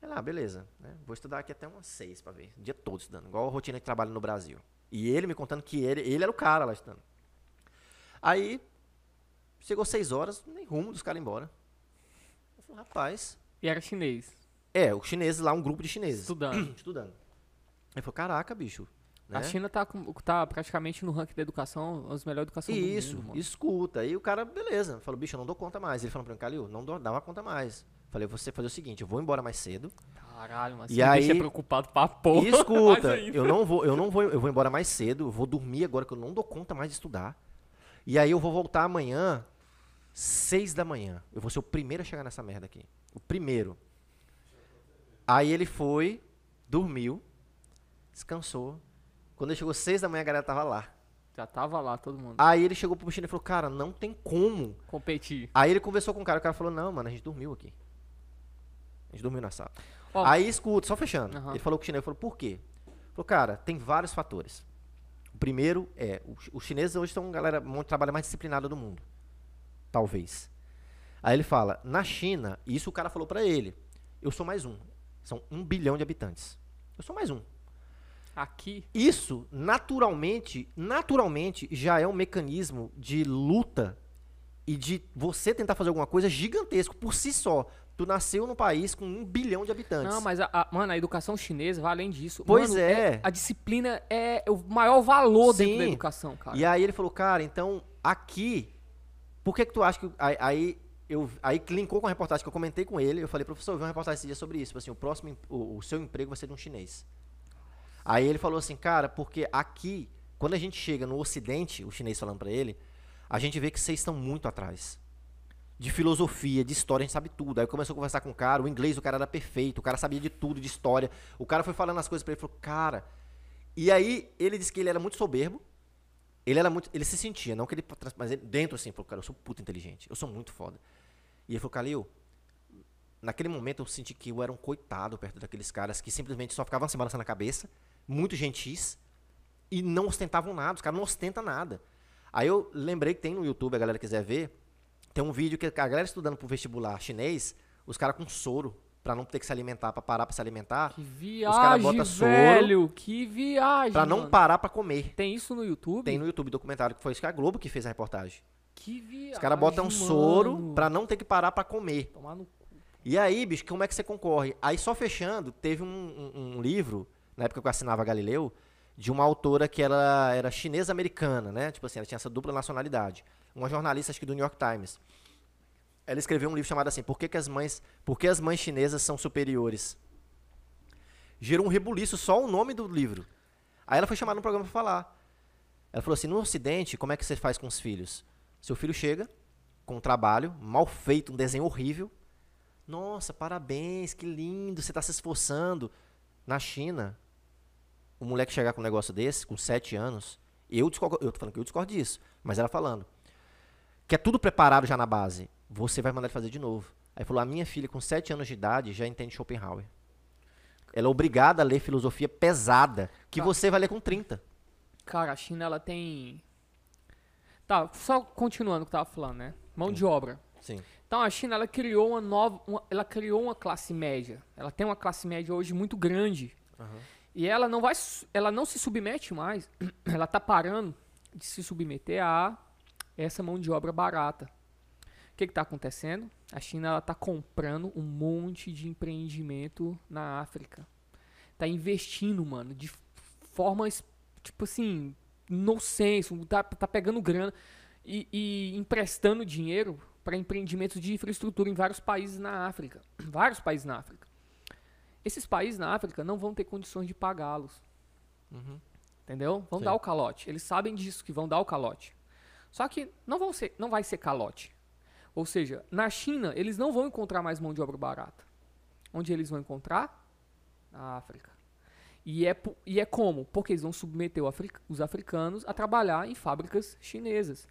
Speaker 1: Aí lá, beleza, né? Vou estudar aqui até umas 6 pra ver, o dia todo estudando, igual a rotina que trabalho no Brasil. E ele me contando que ele, ele era o cara lá estudando. Aí, chegou 6 horas, nem rumo dos caras embora. Eu falei, rapaz,
Speaker 2: E era chinês.
Speaker 1: é, os chineses lá, um grupo de chineses.
Speaker 2: Estudando.
Speaker 1: estudando. Ele falou, caraca, bicho. Né?
Speaker 2: A China tá, com- tá praticamente no ranking da educação, as melhores educação do
Speaker 1: Isso,
Speaker 2: mundo, é mano.
Speaker 1: escuta. Aí o cara, beleza, falou, bicho, eu não dou conta mais. Ele falou pra mim, Calil, não dou- dava conta mais. Falei, você fazer o seguinte, eu vou embora mais cedo.
Speaker 2: Caralho, mas
Speaker 1: E
Speaker 2: esse bicho é
Speaker 1: aí-
Speaker 2: preocupado pra porra.
Speaker 1: E
Speaker 2: mais
Speaker 1: escuta,
Speaker 2: ainda.
Speaker 1: eu não vou, eu não vou, eu vou embora mais cedo, eu vou dormir agora que eu não dou conta mais de estudar. E aí eu vou voltar amanhã, seis da manhã. Eu vou ser o primeiro a chegar nessa merda aqui. O primeiro. Aí ele foi, dormiu, descansou. Quando ele chegou seis da manhã, a galera tava lá.
Speaker 2: Já tava lá todo mundo.
Speaker 1: Aí ele chegou pro China e falou, cara, não tem como
Speaker 2: Competir.
Speaker 1: Aí ele conversou com o cara, o cara falou, não, mano, a gente dormiu aqui. A gente dormiu na sala.
Speaker 2: Ó.
Speaker 1: Aí escuta, só fechando.
Speaker 2: Aham.
Speaker 1: Ele falou com o chinês, falou, por quê? Falou, cara, tem vários fatores. O primeiro é, o chi- os chineses hoje são galera, muito trabalho mais disciplinada do mundo. Talvez. Aí ele fala, na China, e isso o cara falou pra ele, eu sou mais um. São um bilhão de habitantes. Eu sou mais um.
Speaker 2: Aqui,
Speaker 1: Isso, naturalmente, naturalmente, já é um mecanismo de luta e de você tentar fazer alguma coisa gigantesco por si só. Tu nasceu num país com um bilhão de habitantes.
Speaker 2: Não, mas, a, a- mano, a educação chinesa vai além disso.
Speaker 1: Pois
Speaker 2: Mano,
Speaker 1: é.
Speaker 2: A disciplina é o maior valor dentro da
Speaker 1: Sim.
Speaker 2: educação, cara.
Speaker 1: E aí ele falou, cara, então aqui, por que que tu acha que... Aí, aí eu, aí que linkou com a reportagem que eu comentei com ele, eu falei, professor, eu vi uma reportagem esse dia sobre isso, tipo assim, o próximo, em- o, o seu emprego vai ser de um chinês. Aí ele falou assim, cara, porque aqui, quando a gente chega no ocidente, o chinês falando pra ele, a gente vê que vocês estão muito atrás. De filosofia, de história, a gente sabe tudo. Aí começou a conversar com o cara, o inglês, o cara era perfeito, o cara sabia de tudo, de história. O cara foi falando as coisas pra ele, falou, cara. E aí ele disse que ele era muito soberbo. Ele era muito. Ele se sentia, não que ele. trans- Mas ele, dentro assim, falou, cara, eu sou puta inteligente, eu sou muito foda. E ele falou, Calil, naquele momento eu senti que eu era um coitado perto daqueles caras que simplesmente só ficavam se balançando a cabeça, muito gentis, e não ostentavam nada, os caras não ostentam nada. Aí eu lembrei que tem no YouTube, a galera quiser ver, tem um vídeo que a galera estudando pro vestibular chinês, os caras com soro, pra não ter que se alimentar, pra parar pra se alimentar,
Speaker 2: Que
Speaker 1: Os cara
Speaker 2: viagem,
Speaker 1: bota soro
Speaker 2: velho. Que viagem,
Speaker 1: pra não
Speaker 2: mano.
Speaker 1: parar pra comer.
Speaker 2: Tem isso no YouTube?
Speaker 1: Tem no YouTube documentário que foi isso que a Globo que fez a reportagem.
Speaker 2: Que viagem,
Speaker 1: Os caras botam um
Speaker 2: mano.
Speaker 1: soro pra não ter que parar pra comer.
Speaker 2: Tomar no cu.
Speaker 1: E aí, bicho, como é que você concorre? Aí, só fechando, teve um, um- um livro, na época que eu assinava Galileu, de uma autora que ela era chinesa-americana, né? Tipo assim, ela tinha essa dupla nacionalidade. Uma jornalista, acho que do New York Times. Ela escreveu um livro chamado assim, Por que, que as mães, Por que as mães chinesas são superiores? Gerou um rebuliço só o nome do livro. Aí ela foi chamada no programa para falar. Ela falou assim: no Ocidente, como é que você faz com os filhos? Seu filho chega com um trabalho mal feito, um desenho horrível. Nossa, parabéns, que lindo, você está se esforçando. Na China, o moleque chegar com um negócio desse, com 7 anos, eu discordo, eu tô falando que eu discordo disso, mas ela falando, que é tudo preparado já na base, você vai mandar ele fazer de novo. Aí falou, a minha filha com 7 anos de idade já entende Schopenhauer. Ela é obrigada a ler filosofia pesada, que
Speaker 2: Tá.
Speaker 1: você vai ler com 30.
Speaker 2: Cara, a China, ela tem... Tá, só continuando o que eu tava falando, né? Mão de obra.
Speaker 1: Sim.
Speaker 2: Então a China ela criou uma nova, uma- ela criou uma classe média. Ela tem uma classe média hoje muito grande. E ela não vai, su- ela não se submete mais. Ela tá parando de se submeter a essa mão de obra barata. O que está acontecendo? A China ela está comprando um monte de empreendimento na África. Tá investindo, mano, de f- forma es- tipo assim, no senso, tá, tá pegando grana e, e emprestando dinheiro para empreendimentos de infraestrutura em vários países na África. Vários países na África. Esses países na África não vão ter condições de pagá-los. Entendeu? Vão
Speaker 1: Sim.
Speaker 2: dar o calote. Eles sabem disso, que vão dar o calote. Só que não, vão ser, não vai ser calote. Ou seja, na China, eles não vão encontrar mais mão de obra barata. Onde eles vão encontrar? Na África. E é, po- e é como? Porque eles vão submeter o afric- os africanos a trabalhar em fábricas chinesas.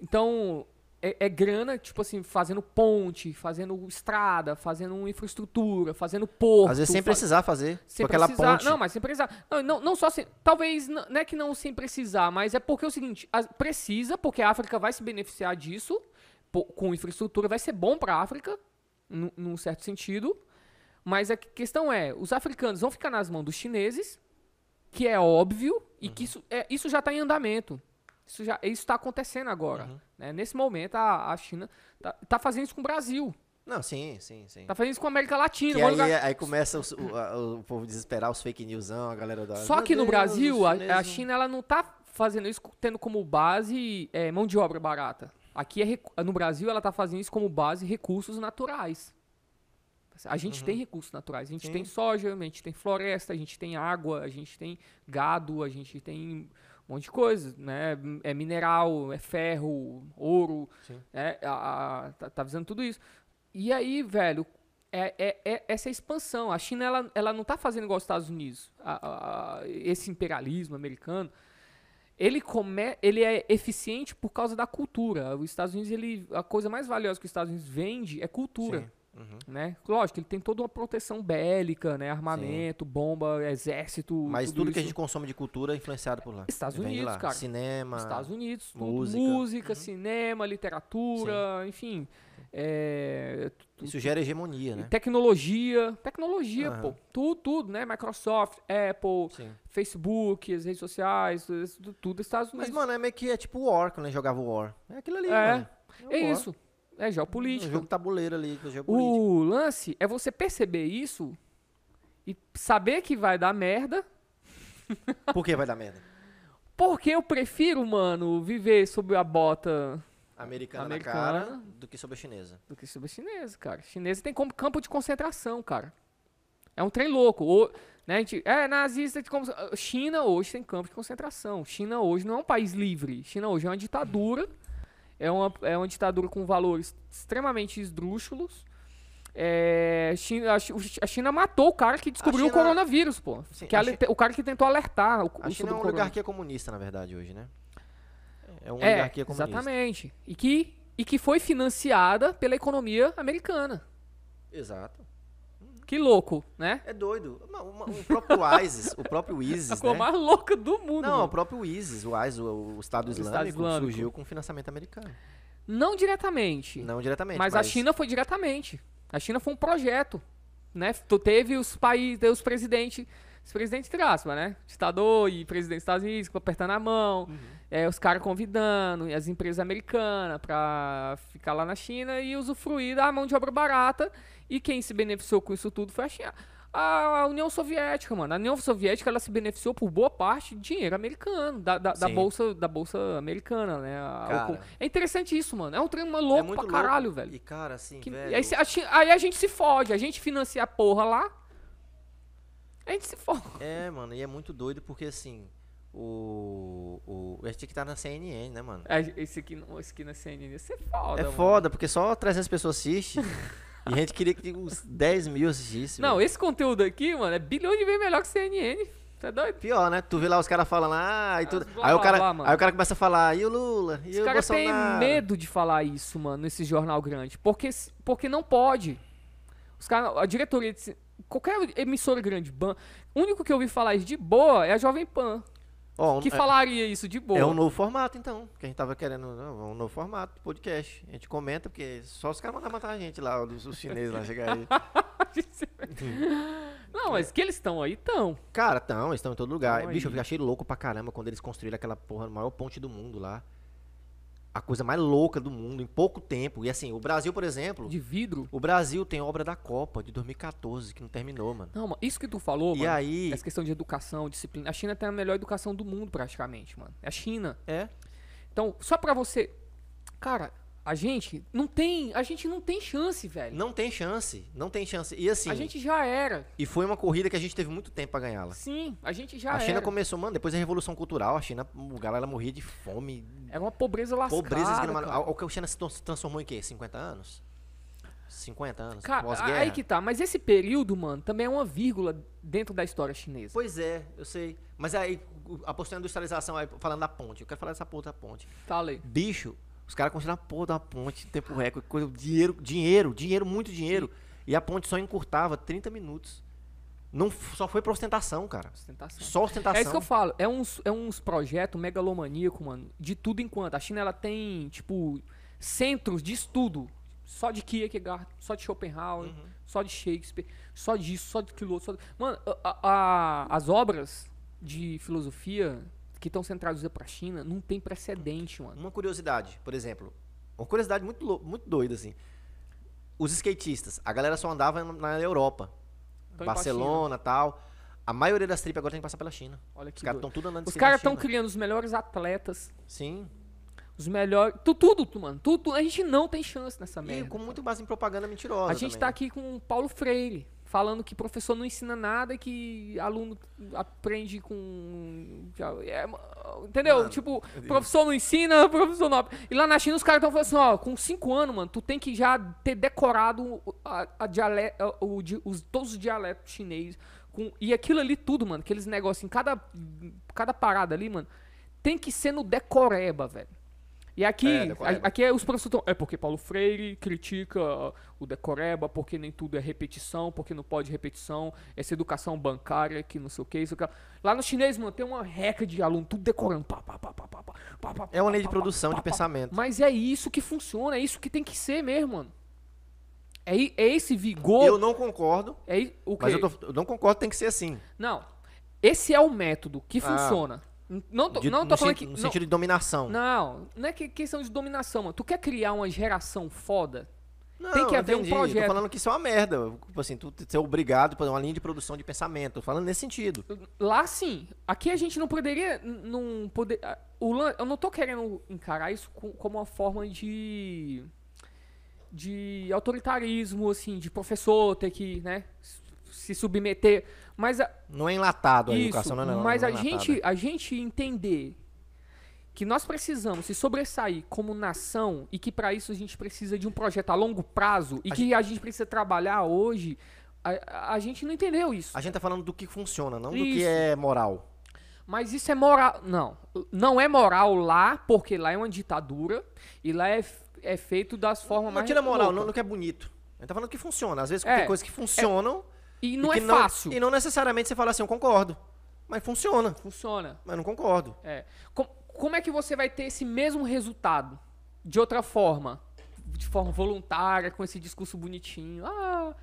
Speaker 2: Então, é, é grana, tipo assim, fazendo ponte, fazendo estrada, fazendo infraestrutura, fazendo porto.
Speaker 1: Às vezes sem
Speaker 2: fa-
Speaker 1: precisar fazer,
Speaker 2: sem
Speaker 1: com aquela
Speaker 2: precisar,
Speaker 1: ponte.
Speaker 2: Não, mas sem precisar. Não, não, não só sem. Talvez, n- não é que não sem precisar, mas é porque é o seguinte: as- precisa, porque a África vai se beneficiar disso, po- com infraestrutura, vai ser bom para a África, nu- num certo sentido. Mas a que- questão é: os africanos vão ficar nas mãos dos chineses, que é óbvio, e
Speaker 1: Uhum.
Speaker 2: que isso, é, isso já está em andamento. Isso tá
Speaker 1: Uhum.
Speaker 2: já está acontecendo agora. né? Nesse momento, a, a China está fazendo tá, isso com o Brasil.
Speaker 1: Não, sim, sim, sim.
Speaker 2: Tá fazendo isso com a América Latina.
Speaker 1: Que
Speaker 2: maior
Speaker 1: aí,
Speaker 2: lugar-
Speaker 1: aí começa os- o, a- o povo desesperar, os fake newsão, a galera da.
Speaker 2: Só
Speaker 1: "Meu
Speaker 2: que no
Speaker 1: Deus,
Speaker 2: Brasil,
Speaker 1: os
Speaker 2: a, a
Speaker 1: chineses não-"
Speaker 2: China ela não tá fazendo isso co- tendo como base é, mão de obra barata. Aqui é recu- no Brasil ela tá fazendo isso como base recursos naturais. A
Speaker 1: Uhum.
Speaker 2: gente tem recursos naturais, a gente tem soja, a gente tem floresta, a gente tem água, a gente tem gado, a gente tem um monte de coisa, né? É mineral, é ferro, ouro,
Speaker 1: Sim.
Speaker 2: né? A- a- tá, tá visando tudo isso. E aí, velho, é, é- é essa expansão. A China ela, ela não tá fazendo igual os Estados Unidos. A- a- a- esse imperialismo americano, ele come, ele é eficiente por causa da cultura. Os Estados Unidos, ele a coisa mais valiosa que os Estados Unidos vende é cultura.
Speaker 1: Sim. Uhum.
Speaker 2: Né? Lógico, ele tem toda uma proteção bélica, né? Armamento, bomba, exército.
Speaker 1: Mas tudo, que a
Speaker 2: isso.
Speaker 1: gente consome de cultura é influenciado por lá.
Speaker 2: Estados
Speaker 1: Vem de
Speaker 2: Unidos,
Speaker 1: lá.
Speaker 2: cara.
Speaker 1: Cinema.
Speaker 2: Estados Unidos, tudo, música,
Speaker 1: música. Uhum.
Speaker 2: cinema, literatura, enfim. é, tu-
Speaker 1: Isso gera hegemonia, né?
Speaker 2: Tecnologia, tecnologia,
Speaker 1: Aham.
Speaker 2: pô. Tudo, tudo, né? Microsoft, Apple,
Speaker 1: Sim.
Speaker 2: Facebook, as redes sociais, tudo, isso- tudo, tudo Estados
Speaker 1: Mas,
Speaker 2: Unidos.
Speaker 1: mano, é meio que é tipo War, quando a gente jogava War. É aquilo ali,
Speaker 2: É.
Speaker 1: mano. o
Speaker 2: é
Speaker 1: War.
Speaker 2: isso. É
Speaker 1: É Um
Speaker 2: geopolítica.
Speaker 1: jogo tabuleiro ali, que é geopolítico.
Speaker 2: O lance é você perceber isso e saber que vai dar merda
Speaker 1: Por que vai dar merda?
Speaker 2: Porque eu prefiro, mano, viver sob a bota
Speaker 1: Americana,
Speaker 2: Americana.
Speaker 1: na cara do que sobre a chinesa.
Speaker 2: do que sob a chinesa, cara. Chinesa tem como campo de concentração, cara. É um trem louco. Ou, né, a gente, é nazista. de Como, ah, China hoje tem campo de concentração. China hoje não é um país livre. China hoje é uma ditadura. É uma, é uma ditadura com valores extremamente esdrúxulos. É, China, a, Chi- a China matou o cara que descobriu
Speaker 1: China-
Speaker 2: o coronavírus, pô.
Speaker 1: Sim,
Speaker 2: que
Speaker 1: a
Speaker 2: ale- o cara que tentou alertar o,
Speaker 1: A China
Speaker 2: o
Speaker 1: é
Speaker 2: sobre
Speaker 1: uma
Speaker 2: o coronavírus.
Speaker 1: oligarquia comunista, na verdade, hoje, né? É uma
Speaker 2: É,
Speaker 1: oligarquia comunista.
Speaker 2: Exatamente. E que, e que foi financiada pela economia americana.
Speaker 1: Exato.
Speaker 2: Que louco, né?
Speaker 1: É doido. Uma- uma- o próprio ISIS, o próprio
Speaker 2: A
Speaker 1: ISIS,
Speaker 2: coisa
Speaker 1: né?
Speaker 2: mais louca do mundo.
Speaker 1: Não, o
Speaker 2: mano.
Speaker 1: próprio ISIS, o ISIS, o, o Estado,
Speaker 2: O Estado
Speaker 1: Islâmico,
Speaker 2: Islâmico.
Speaker 1: surgiu com financiamento americano.
Speaker 2: Não diretamente.
Speaker 1: Não diretamente,
Speaker 2: mas,
Speaker 1: mas...
Speaker 2: a China foi diretamente. A China foi um projeto. Né? Tu teve os países, os presidentes. Os presidentes entre aspas, né? Ditador e presidente dos Estados Unidos apertando a mão.
Speaker 1: Uhum.
Speaker 2: é, os caras convidando, e as empresas americanas pra ficar lá na China e usufruir da mão de obra barata. E quem se beneficiou com isso tudo foi a China. A União Soviética, mano. A União Soviética ela se beneficiou por boa parte de dinheiro americano, da, da, da
Speaker 1: Sim.
Speaker 2: bolsa, da bolsa americana, né? A- o
Speaker 1: Cara.
Speaker 2: co- é interessante isso, mano. É um trem louco
Speaker 1: é muito
Speaker 2: pra caralho,
Speaker 1: louco.
Speaker 2: velho.
Speaker 1: E, cara, assim,
Speaker 2: Que-
Speaker 1: velho...
Speaker 2: e aí, se- a Chi- aí a gente se fode, a gente financia a porra lá. A gente se fode.
Speaker 1: É, mano, e é muito doido porque, assim, o... o a gente tinha que estar na CNN, né, mano?
Speaker 2: É, Esse aqui, não- esse aqui na CNN, isso é foda.
Speaker 1: É
Speaker 2: mano.
Speaker 1: foda, porque só 300 pessoas assistem. e a gente queria que uns 10 mil assistissem.
Speaker 2: Não,
Speaker 1: velho.
Speaker 2: esse conteúdo aqui, mano, é bilhão de vezes melhor que CNN. Tá doido?
Speaker 1: Pior, né? Tu vê lá os caras falando, ah, e tudo.
Speaker 2: blá,
Speaker 1: aí, o
Speaker 2: blá,
Speaker 1: cara,
Speaker 2: blá, mano.
Speaker 1: aí o cara começa a falar, e o Lula? E
Speaker 2: Os
Speaker 1: o
Speaker 2: caras têm
Speaker 1: Bolsonaro?
Speaker 2: medo de falar isso, mano, nesse jornal grande. Porque, s- porque não pode. Os caras, a diretoria de. ci- Qualquer emissora grande, ban. O único que eu ouvi falar isso de boa é a Jovem Pan.
Speaker 1: Ó, um-
Speaker 2: Que
Speaker 1: é-
Speaker 2: falaria isso de boa.
Speaker 1: É um novo formato, então, que a gente tava querendo. não, Um novo formato de podcast. A gente comenta, porque só os caras mandaram matar a gente lá, os, os chineses lá chegar aí.
Speaker 2: Não, mas que eles estão aí, estão.
Speaker 1: Cara, estão, eles estão em todo lugar.
Speaker 2: Tão
Speaker 1: Bicho,
Speaker 2: aí.
Speaker 1: eu achei louco pra caramba quando eles construíram aquela porra, a maior ponte do mundo lá. A coisa mais louca do mundo, em pouco tempo. E assim, o Brasil, por exemplo.
Speaker 2: De vidro.
Speaker 1: O Brasil tem obra da Copa de 2014 que não terminou, mano.
Speaker 2: Não, mano, isso que tu falou,
Speaker 1: e
Speaker 2: mano.
Speaker 1: aí.
Speaker 2: Essa questão de educação, disciplina. A China tem a melhor educação do mundo, praticamente, mano. É a China.
Speaker 1: É?
Speaker 2: Então, só pra você. Cara, a gente não tem. A gente não tem chance, velho.
Speaker 1: Não tem chance. Não tem chance. E assim.
Speaker 2: A gente já era.
Speaker 1: E foi uma corrida que a gente teve muito tempo pra ganhar lá.
Speaker 2: Sim, a gente já
Speaker 1: a China
Speaker 2: era.
Speaker 1: começou, mano, depois da Revolução Cultural, a China, o galera morria de fome,
Speaker 2: Era uma pobreza lascada.
Speaker 1: pobreza esgrima-
Speaker 2: cara.
Speaker 1: O que a China se tran- se transformou em quê? 50 anos? 50 anos?
Speaker 2: Cara,
Speaker 1: Pós-guerra?
Speaker 2: aí que tá. Mas esse período, mano, também é uma vírgula dentro da história chinesa.
Speaker 1: Pois é, eu sei. Mas aí, o- a postura da industrialização, aí, falando da ponte, eu quero falar dessa porra da ponte.
Speaker 2: Fala aí.
Speaker 1: Bicho, os caras construíram a porra da ponte em tempo recorde. Coisa, dinheiro, dinheiro, dinheiro, muito dinheiro. E a ponte só encurtava 30 minutos. Não, f- só foi pra ostentação, cara.
Speaker 2: Sustentação.
Speaker 1: Só ostentação.
Speaker 2: É isso que eu falo. É uns, é uns projetos megalomaníacos, mano. De tudo enquanto. A China, ela tem, tipo, centros de estudo. Só de Kierkegaard, só de Schopenhauer, só de Shakespeare, só disso, só de aquilo outro. só de- Mano, a- a- as obras de filosofia que estão sendo traduzidas pra China não tem precedente, mano.
Speaker 1: Uma curiosidade, por exemplo. Uma curiosidade muito, lou- muito doida, assim. os skatistas, a galera só andava na Europa.
Speaker 2: Então,
Speaker 1: Barcelona tal. A maioria das tripes agora tem que passar pela China.
Speaker 2: Olha
Speaker 1: Os
Speaker 2: que
Speaker 1: caras
Speaker 2: doido.
Speaker 1: estão tudo andando de
Speaker 2: Os
Speaker 1: skate na
Speaker 2: caras estão
Speaker 1: China.
Speaker 2: criando os melhores atletas,
Speaker 1: Sim.
Speaker 2: os melhores. Tu, tudo, tu, mano. Tudo, tu- a gente não tem chance nessa
Speaker 1: E
Speaker 2: merda.
Speaker 1: com muito base em propaganda mentirosa.
Speaker 2: A gente tá
Speaker 1: também.
Speaker 2: aqui com o Paulo Freire, falando que professor não ensina nada e que aluno aprende com. já- é, entendeu?
Speaker 1: Mano,
Speaker 2: tipo, professor não ensina, professor não. ap- E lá na China os caras estão falando assim, ó, com 5 anos, mano, tu tem que já ter decorado a, a diale- a- o di- os, todos os dialetos chineses. Com, e aquilo ali tudo, mano, aqueles negócios, em cada, cada parada ali, mano, tem que ser no decoreba, velho. E aqui,
Speaker 1: É, decoreba.
Speaker 2: a- aqui é os professores estão. É porque Paulo Freire critica ó, o decoreba, porque nem tudo é repetição, porque não pode repetição, essa educação bancária, que não sei o que, isso que. Lá no chinês, mano, tem uma reca de aluno, tudo decorando. Pá, pá, pá, pá, pá, pá, pá, pá,
Speaker 1: É uma lei de
Speaker 2: pá, pá,
Speaker 1: produção,
Speaker 2: pá,
Speaker 1: de
Speaker 2: pá, pá.
Speaker 1: pensamento.
Speaker 2: Mas é isso que funciona, é isso que tem que ser mesmo, mano. É, i- é esse vigor.
Speaker 1: Eu não concordo,
Speaker 2: é i- o
Speaker 1: mas
Speaker 2: quê?
Speaker 1: eu, tô- eu não concordo, tem que ser assim.
Speaker 2: Não. Esse é o método que
Speaker 1: Ah.
Speaker 2: funciona. N- Não tô,
Speaker 1: De-
Speaker 2: não tô
Speaker 1: no
Speaker 2: falando
Speaker 1: sen-
Speaker 2: que.
Speaker 1: No
Speaker 2: não-
Speaker 1: sentido de dominação.
Speaker 2: não, não é que questão de dominação, mano. Tu quer criar uma geração foda?
Speaker 1: Não,
Speaker 2: Tem que
Speaker 1: eu
Speaker 2: haver um
Speaker 1: entendi. Eu
Speaker 2: projeto.
Speaker 1: Tô falando que isso é uma merda. Tipo assim, tu ser obrigado por uma linha de produção de pensamento. Tô falando nesse sentido.
Speaker 2: Lá sim. Aqui a gente não poderia. n- Não poder, a- o lan- eu não tô querendo encarar isso co- como uma forma de. de autoritarismo, assim, de professor ter que, né? s- Se submeter. Mas a,
Speaker 1: Não é enlatado a
Speaker 2: Isso,
Speaker 1: educação, não, é- não,
Speaker 2: mas
Speaker 1: não é
Speaker 2: a,
Speaker 1: enlatada.
Speaker 2: gente, a gente entender que nós precisamos se sobressair como nação e que para isso a gente precisa de um projeto a longo prazo e
Speaker 1: A
Speaker 2: que a gente precisa trabalhar hoje, a, a- a gente não entendeu isso.
Speaker 1: A gente tá falando do que funciona, não do que
Speaker 2: Isso.
Speaker 1: é moral.
Speaker 2: Mas isso é moral. Não, não é moral lá, porque lá é uma ditadura e lá é, f- é feito das formas
Speaker 1: Não
Speaker 2: mais.
Speaker 1: tira moral, não
Speaker 2: loucas.
Speaker 1: no que é bonito. A gente tá falando que funciona. Às vezes
Speaker 2: É.
Speaker 1: tem coisas que funcionam.
Speaker 2: E não
Speaker 1: e
Speaker 2: é
Speaker 1: que
Speaker 2: fácil.
Speaker 1: E não necessariamente você fala assim, eu concordo. Mas funciona.
Speaker 2: Funciona.
Speaker 1: Mas não concordo.
Speaker 2: É. Com- como é que você vai ter esse mesmo resultado de outra forma? De forma voluntária, com esse discurso bonitinho. Ah,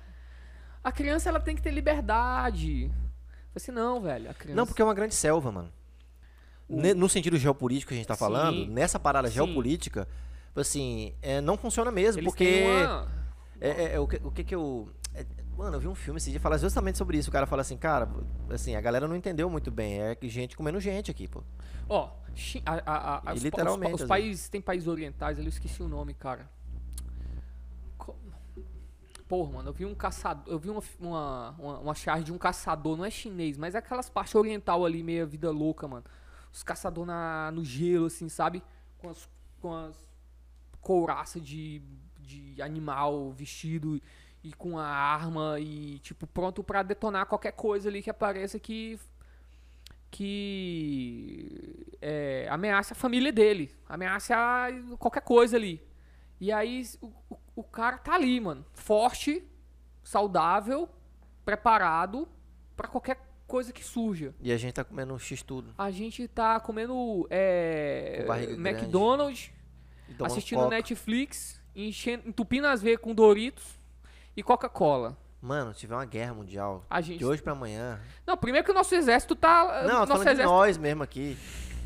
Speaker 2: a criança ela tem que ter liberdade. Eu falei assim, não, velho. A criança...
Speaker 1: Não, porque é uma grande selva, mano. Ne- No sentido geopolítico que a gente tá
Speaker 2: Sim.
Speaker 1: falando, nessa parada
Speaker 2: Sim.
Speaker 1: geopolítica, assim, é, não funciona mesmo,
Speaker 2: Eles
Speaker 1: porque.
Speaker 2: têm uma-
Speaker 1: É, é, é, o, que, o que que eu. é, mano, eu vi um filme esse dia falar justamente sobre isso. O cara fala assim, cara, assim, a galera não entendeu muito bem. É que gente comendo gente aqui, pô.
Speaker 2: Ó, chi- a- a- a-
Speaker 1: E
Speaker 2: os,
Speaker 1: literalmente,
Speaker 2: literalmente, os,
Speaker 1: às
Speaker 2: países. Tem países orientais ali, eu esqueci o nome, cara. Co- Porra, mano, eu vi um caçador. Eu vi uma, uma, uma, uma charge de um caçador, não é chinês, mas é aquelas partes oriental ali, meia vida louca, mano. Os caçador na, no gelo, assim, sabe? Com as, com as couraças de, de animal vestido e com a arma e, tipo, pronto pra detonar qualquer coisa ali que apareça que que é, ameaça a família dele, ameaça qualquer coisa ali. E aí o, o- o cara tá ali, mano, forte, saudável, preparado pra qualquer coisa que surja.
Speaker 1: E a gente tá comendo x tudo.
Speaker 2: A gente tá comendo é,
Speaker 1: Com barriga grande.
Speaker 2: McDonald's,
Speaker 1: e tomando
Speaker 2: assistindo
Speaker 1: coca.
Speaker 2: Netflix, enchendo, entupindo as veias com Doritos e Coca-Cola.
Speaker 1: Mano, se tiver uma guerra mundial.
Speaker 2: A gente.
Speaker 1: De hoje pra amanhã.
Speaker 2: Não, primeiro que o nosso exército tá.
Speaker 1: Não, eu tô
Speaker 2: nosso
Speaker 1: falando de
Speaker 2: exército
Speaker 1: nós mesmo aqui.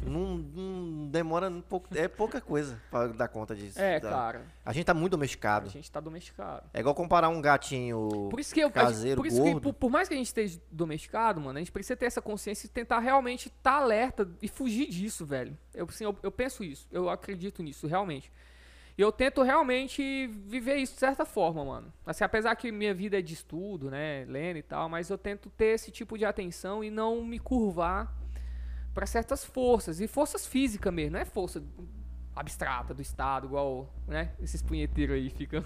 Speaker 1: Não, não demora um pouco. É pouca coisa pra dar conta disso.
Speaker 2: É,
Speaker 1: tá?
Speaker 2: cara.
Speaker 1: A gente tá muito
Speaker 2: A
Speaker 1: domesticado.
Speaker 2: gente tá domesticado.
Speaker 1: É igual comparar um gatinho.
Speaker 2: Por isso que eu a gente-
Speaker 1: caseiro,
Speaker 2: por, isso que,
Speaker 1: gordo.
Speaker 2: por, por mais que a gente esteja domesticado, mano, a gente precisa ter essa consciência e tentar realmente estar alerta e fugir disso, velho. Eu, assim, eu, eu penso isso, eu acredito nisso, realmente. E eu tento realmente viver isso de certa forma, mano. Assim, apesar que minha vida é de estudo, né, lendo e tal, mas eu tento ter esse tipo de atenção e não me curvar para certas forças, e forças físicas mesmo, não é força abstrata do Estado, igual, né, esses punheteiros aí ficam,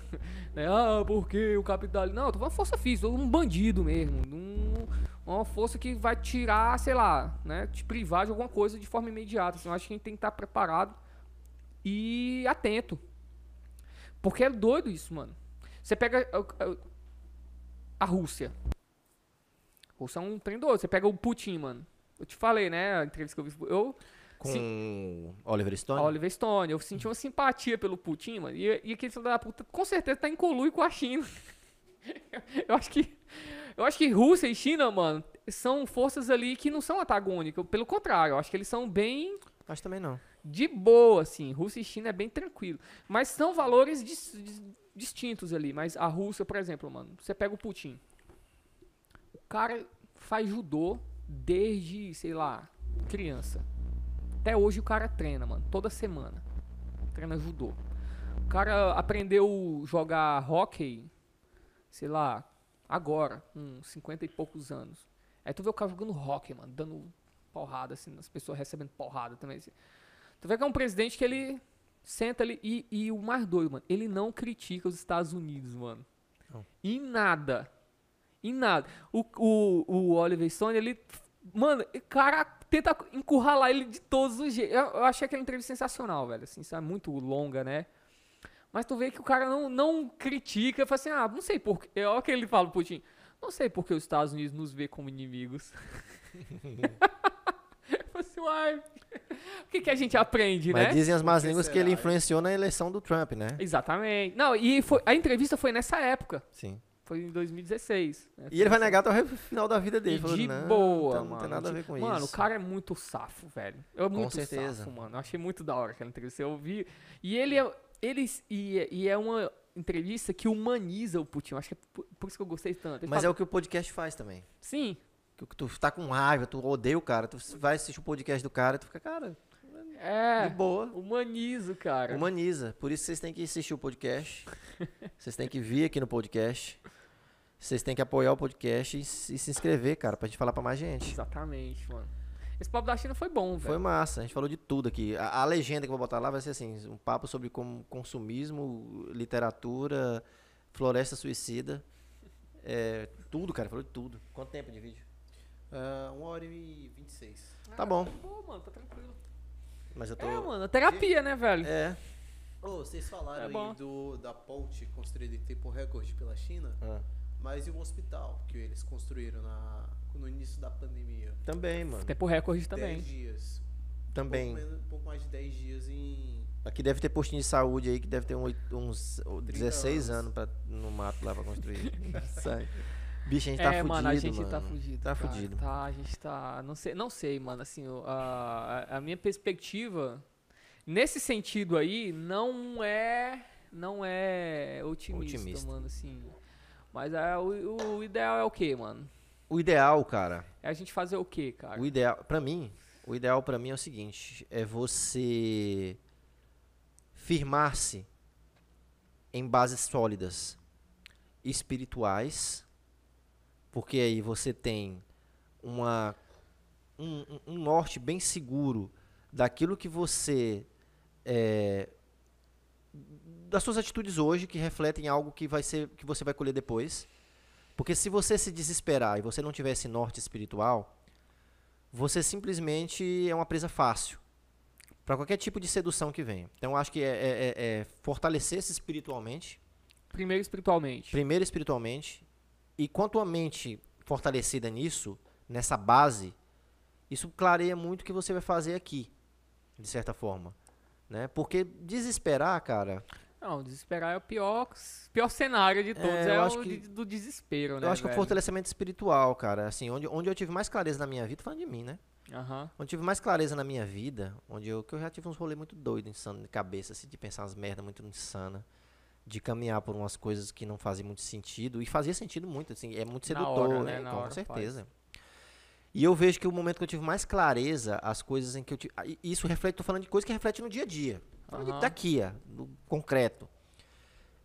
Speaker 2: né, ah, porque o capital... Não, eu tô falando força física, um bandido mesmo, um- uma força que vai tirar, sei lá, né, te privar de alguma coisa de forma imediata, assim, eu acho que a gente tem que estar preparado e atento, porque é doido isso, mano. Você pega a- a- a Rússia, a Rússia é um empreendedor, você pega o Putin, mano, eu te falei, né, a entrevista que eu vi, eu
Speaker 1: Com
Speaker 2: Sim.
Speaker 1: Oliver Stone?
Speaker 2: a Oliver Stone. Eu senti uma simpatia pelo Putin, mano. E, e aquele filho da puta com certeza tá em colui com a China. eu acho que. Eu acho que Rússia e China, mano, são forças ali que não são antagônicas. Pelo contrário, eu acho que eles são bem
Speaker 1: Acho também não.
Speaker 2: de boa, assim. Rússia e China é bem tranquilo. Mas são valores dis- dis- distintos ali. Mas a Rússia, por exemplo, mano, você pega o Putin. O cara faz judô desde, sei lá, criança. Até hoje o cara treina, mano, toda semana. Treina judô. O cara aprendeu jogar hockey, sei lá, agora, com 50 e poucos anos. Aí tu vê o cara jogando hockey, mano, dando porrada, assim, as pessoas recebendo porrada também. assim. Tu vê que é um presidente que ele senta ali e, e o mais doido, mano, ele não critica os Estados Unidos, mano.
Speaker 1: Não.
Speaker 2: Em nada. Em nada. O, o, o Oliver Stone, ele. Mano, o cara tenta encurralar ele de todos os jeitos. Eu, eu achei aquela entrevista sensacional, velho. Assim, isso é muito longa, né? Mas tu vê que o cara não, não critica, fala assim, ah, não sei por quê. Olha o que ele fala, pro Putin. Não sei por que os Estados Unidos nos vê como inimigos. Eu falo assim, uai, o que, que a gente aprende,
Speaker 1: Mas
Speaker 2: né?
Speaker 1: dizem as más
Speaker 3: Por que
Speaker 1: línguas que
Speaker 3: será,
Speaker 1: ele
Speaker 3: hein?
Speaker 1: influenciou na eleição do Trump, né?
Speaker 2: Exatamente. Não, e foi- a entrevista foi nessa época.
Speaker 1: Sim.
Speaker 2: Foi em 2016. né?
Speaker 1: E ele vai negar até o final da vida dele.
Speaker 2: E
Speaker 1: falando,
Speaker 2: de
Speaker 1: "Não,
Speaker 2: boa,
Speaker 1: então Não
Speaker 2: mano.
Speaker 1: tem nada a
Speaker 2: de-
Speaker 1: ver com isso.
Speaker 2: Mano, o cara é muito safo, velho. Eu
Speaker 1: Com
Speaker 2: muito
Speaker 1: certeza.
Speaker 2: safo, mano. Eu achei muito da hora aquela entrevista. Eu vi. E ele é. Ele, e, é- e é uma entrevista que humaniza o Putin. Eu acho que é por, por isso que eu gostei tanto. Ele
Speaker 1: Mas é
Speaker 2: fala-
Speaker 1: o que o podcast faz também.
Speaker 2: Sim.
Speaker 1: Que Tu tá com raiva, tu odeia o cara, tu vai assistir o podcast do cara e tu fica, cara, de
Speaker 2: É.
Speaker 1: boa.
Speaker 2: Humaniza, o cara.
Speaker 1: Humaniza. Por isso vocês têm que assistir o podcast. Vocês têm que vir aqui no podcast. Vocês têm que apoiar o podcast e, se e se inscrever, cara, pra gente falar pra mais gente.
Speaker 2: Exatamente, mano. Esse papo da China foi bom,
Speaker 1: Foi
Speaker 2: velho.
Speaker 1: massa, a gente falou de tudo aqui. A, a legenda que eu vou botar lá vai ser assim: um papo sobre como consumismo, literatura, floresta suicida. É, tudo, cara, falou de tudo. Quanto tempo de vídeo?
Speaker 3: Ah, uma hora e 26.
Speaker 1: Tá bom.
Speaker 2: Tá bom, mano. Tá tranquilo.
Speaker 1: Mas eu tô.
Speaker 2: É, mano. a Terapia, né, velho?
Speaker 1: É.
Speaker 3: Ô, vocês
Speaker 2: É
Speaker 3: falaram
Speaker 2: bom.
Speaker 3: aí do, da ponte construída em tempo recorde pela China,
Speaker 1: Ah,
Speaker 3: mas e o hospital que eles construíram na, no início da pandemia?
Speaker 1: Também, mano.
Speaker 2: Tempo recorde também.
Speaker 3: 10 dias.
Speaker 1: Também.
Speaker 3: Pouco, menos- pouco mais de 10 dias em.
Speaker 1: Aqui deve ter postinho de saúde aí que deve ter um oito- uns oh,
Speaker 3: 30
Speaker 1: 16 anos
Speaker 3: anos.
Speaker 1: pra, no mato lá pra construir. Sai. Bicho, a gente tá
Speaker 2: é,
Speaker 1: fudido,
Speaker 2: mano, a gente tá
Speaker 1: mano.
Speaker 2: fudido.
Speaker 1: Tá
Speaker 2: cara,
Speaker 1: fudido.
Speaker 2: Tá, a gente tá. Não sei, não sei mano, assim, o- a, a- a minha perspectiva nesse sentido aí não é. Não é otimista,
Speaker 1: Otimista.
Speaker 2: mano, assim. Mas é, o, o ideal é o quê, mano?
Speaker 1: O ideal, cara,
Speaker 2: É a gente fazer o quê, cara?
Speaker 1: o ideal, pra mim, o ideal pra mim é o seguinte, é você firmar-se em bases sólidas espirituais, porque aí você tem uma, um, um- um norte bem seguro daquilo que você é, das suas atitudes hoje que refletem algo que vai ser que você vai colher depois. Porque se você se desesperar e você não tiver esse norte espiritual, você simplesmente é uma presa fácil para qualquer tipo de sedução que venha. Então eu acho que é, é- é- é fortalecer-se espiritualmente,
Speaker 2: Primeiro espiritualmente.
Speaker 1: primeiro espiritualmente, e quanto a mente fortalecida nisso, nessa base, isso clareia muito o que você vai fazer aqui, de certa forma. Né? Porque desesperar, cara,
Speaker 2: Não, desesperar é o pior, pior cenário de todos.
Speaker 1: É,
Speaker 2: É,
Speaker 1: eu
Speaker 2: o
Speaker 1: acho que-
Speaker 2: de- do desespero, né?
Speaker 1: Eu acho que o
Speaker 2: velho?
Speaker 1: fortalecimento espiritual, cara, assim, onde, onde eu tive mais clareza na minha vida, falando de mim, né?
Speaker 2: Aham.
Speaker 1: Onde eu tive mais clareza na minha vida, onde eu, que eu já tive uns rolê muito doido, insano de cabeça, assim, de pensar umas merda muito insana, de caminhar por umas coisas que não faziam muito sentido, e fazia sentido muito, assim, é muito
Speaker 2: Na
Speaker 1: sedutor,
Speaker 2: hora, né?
Speaker 1: é,
Speaker 2: Na
Speaker 1: com
Speaker 2: hora,
Speaker 1: certeza. E eu vejo que o momento que eu tive mais clareza, as coisas em que eu tive. ah, e Isso reflete, tô falando de coisa que reflete no dia a dia. Falando de-
Speaker 2: Aham.
Speaker 1: daqui, ó, no concreto.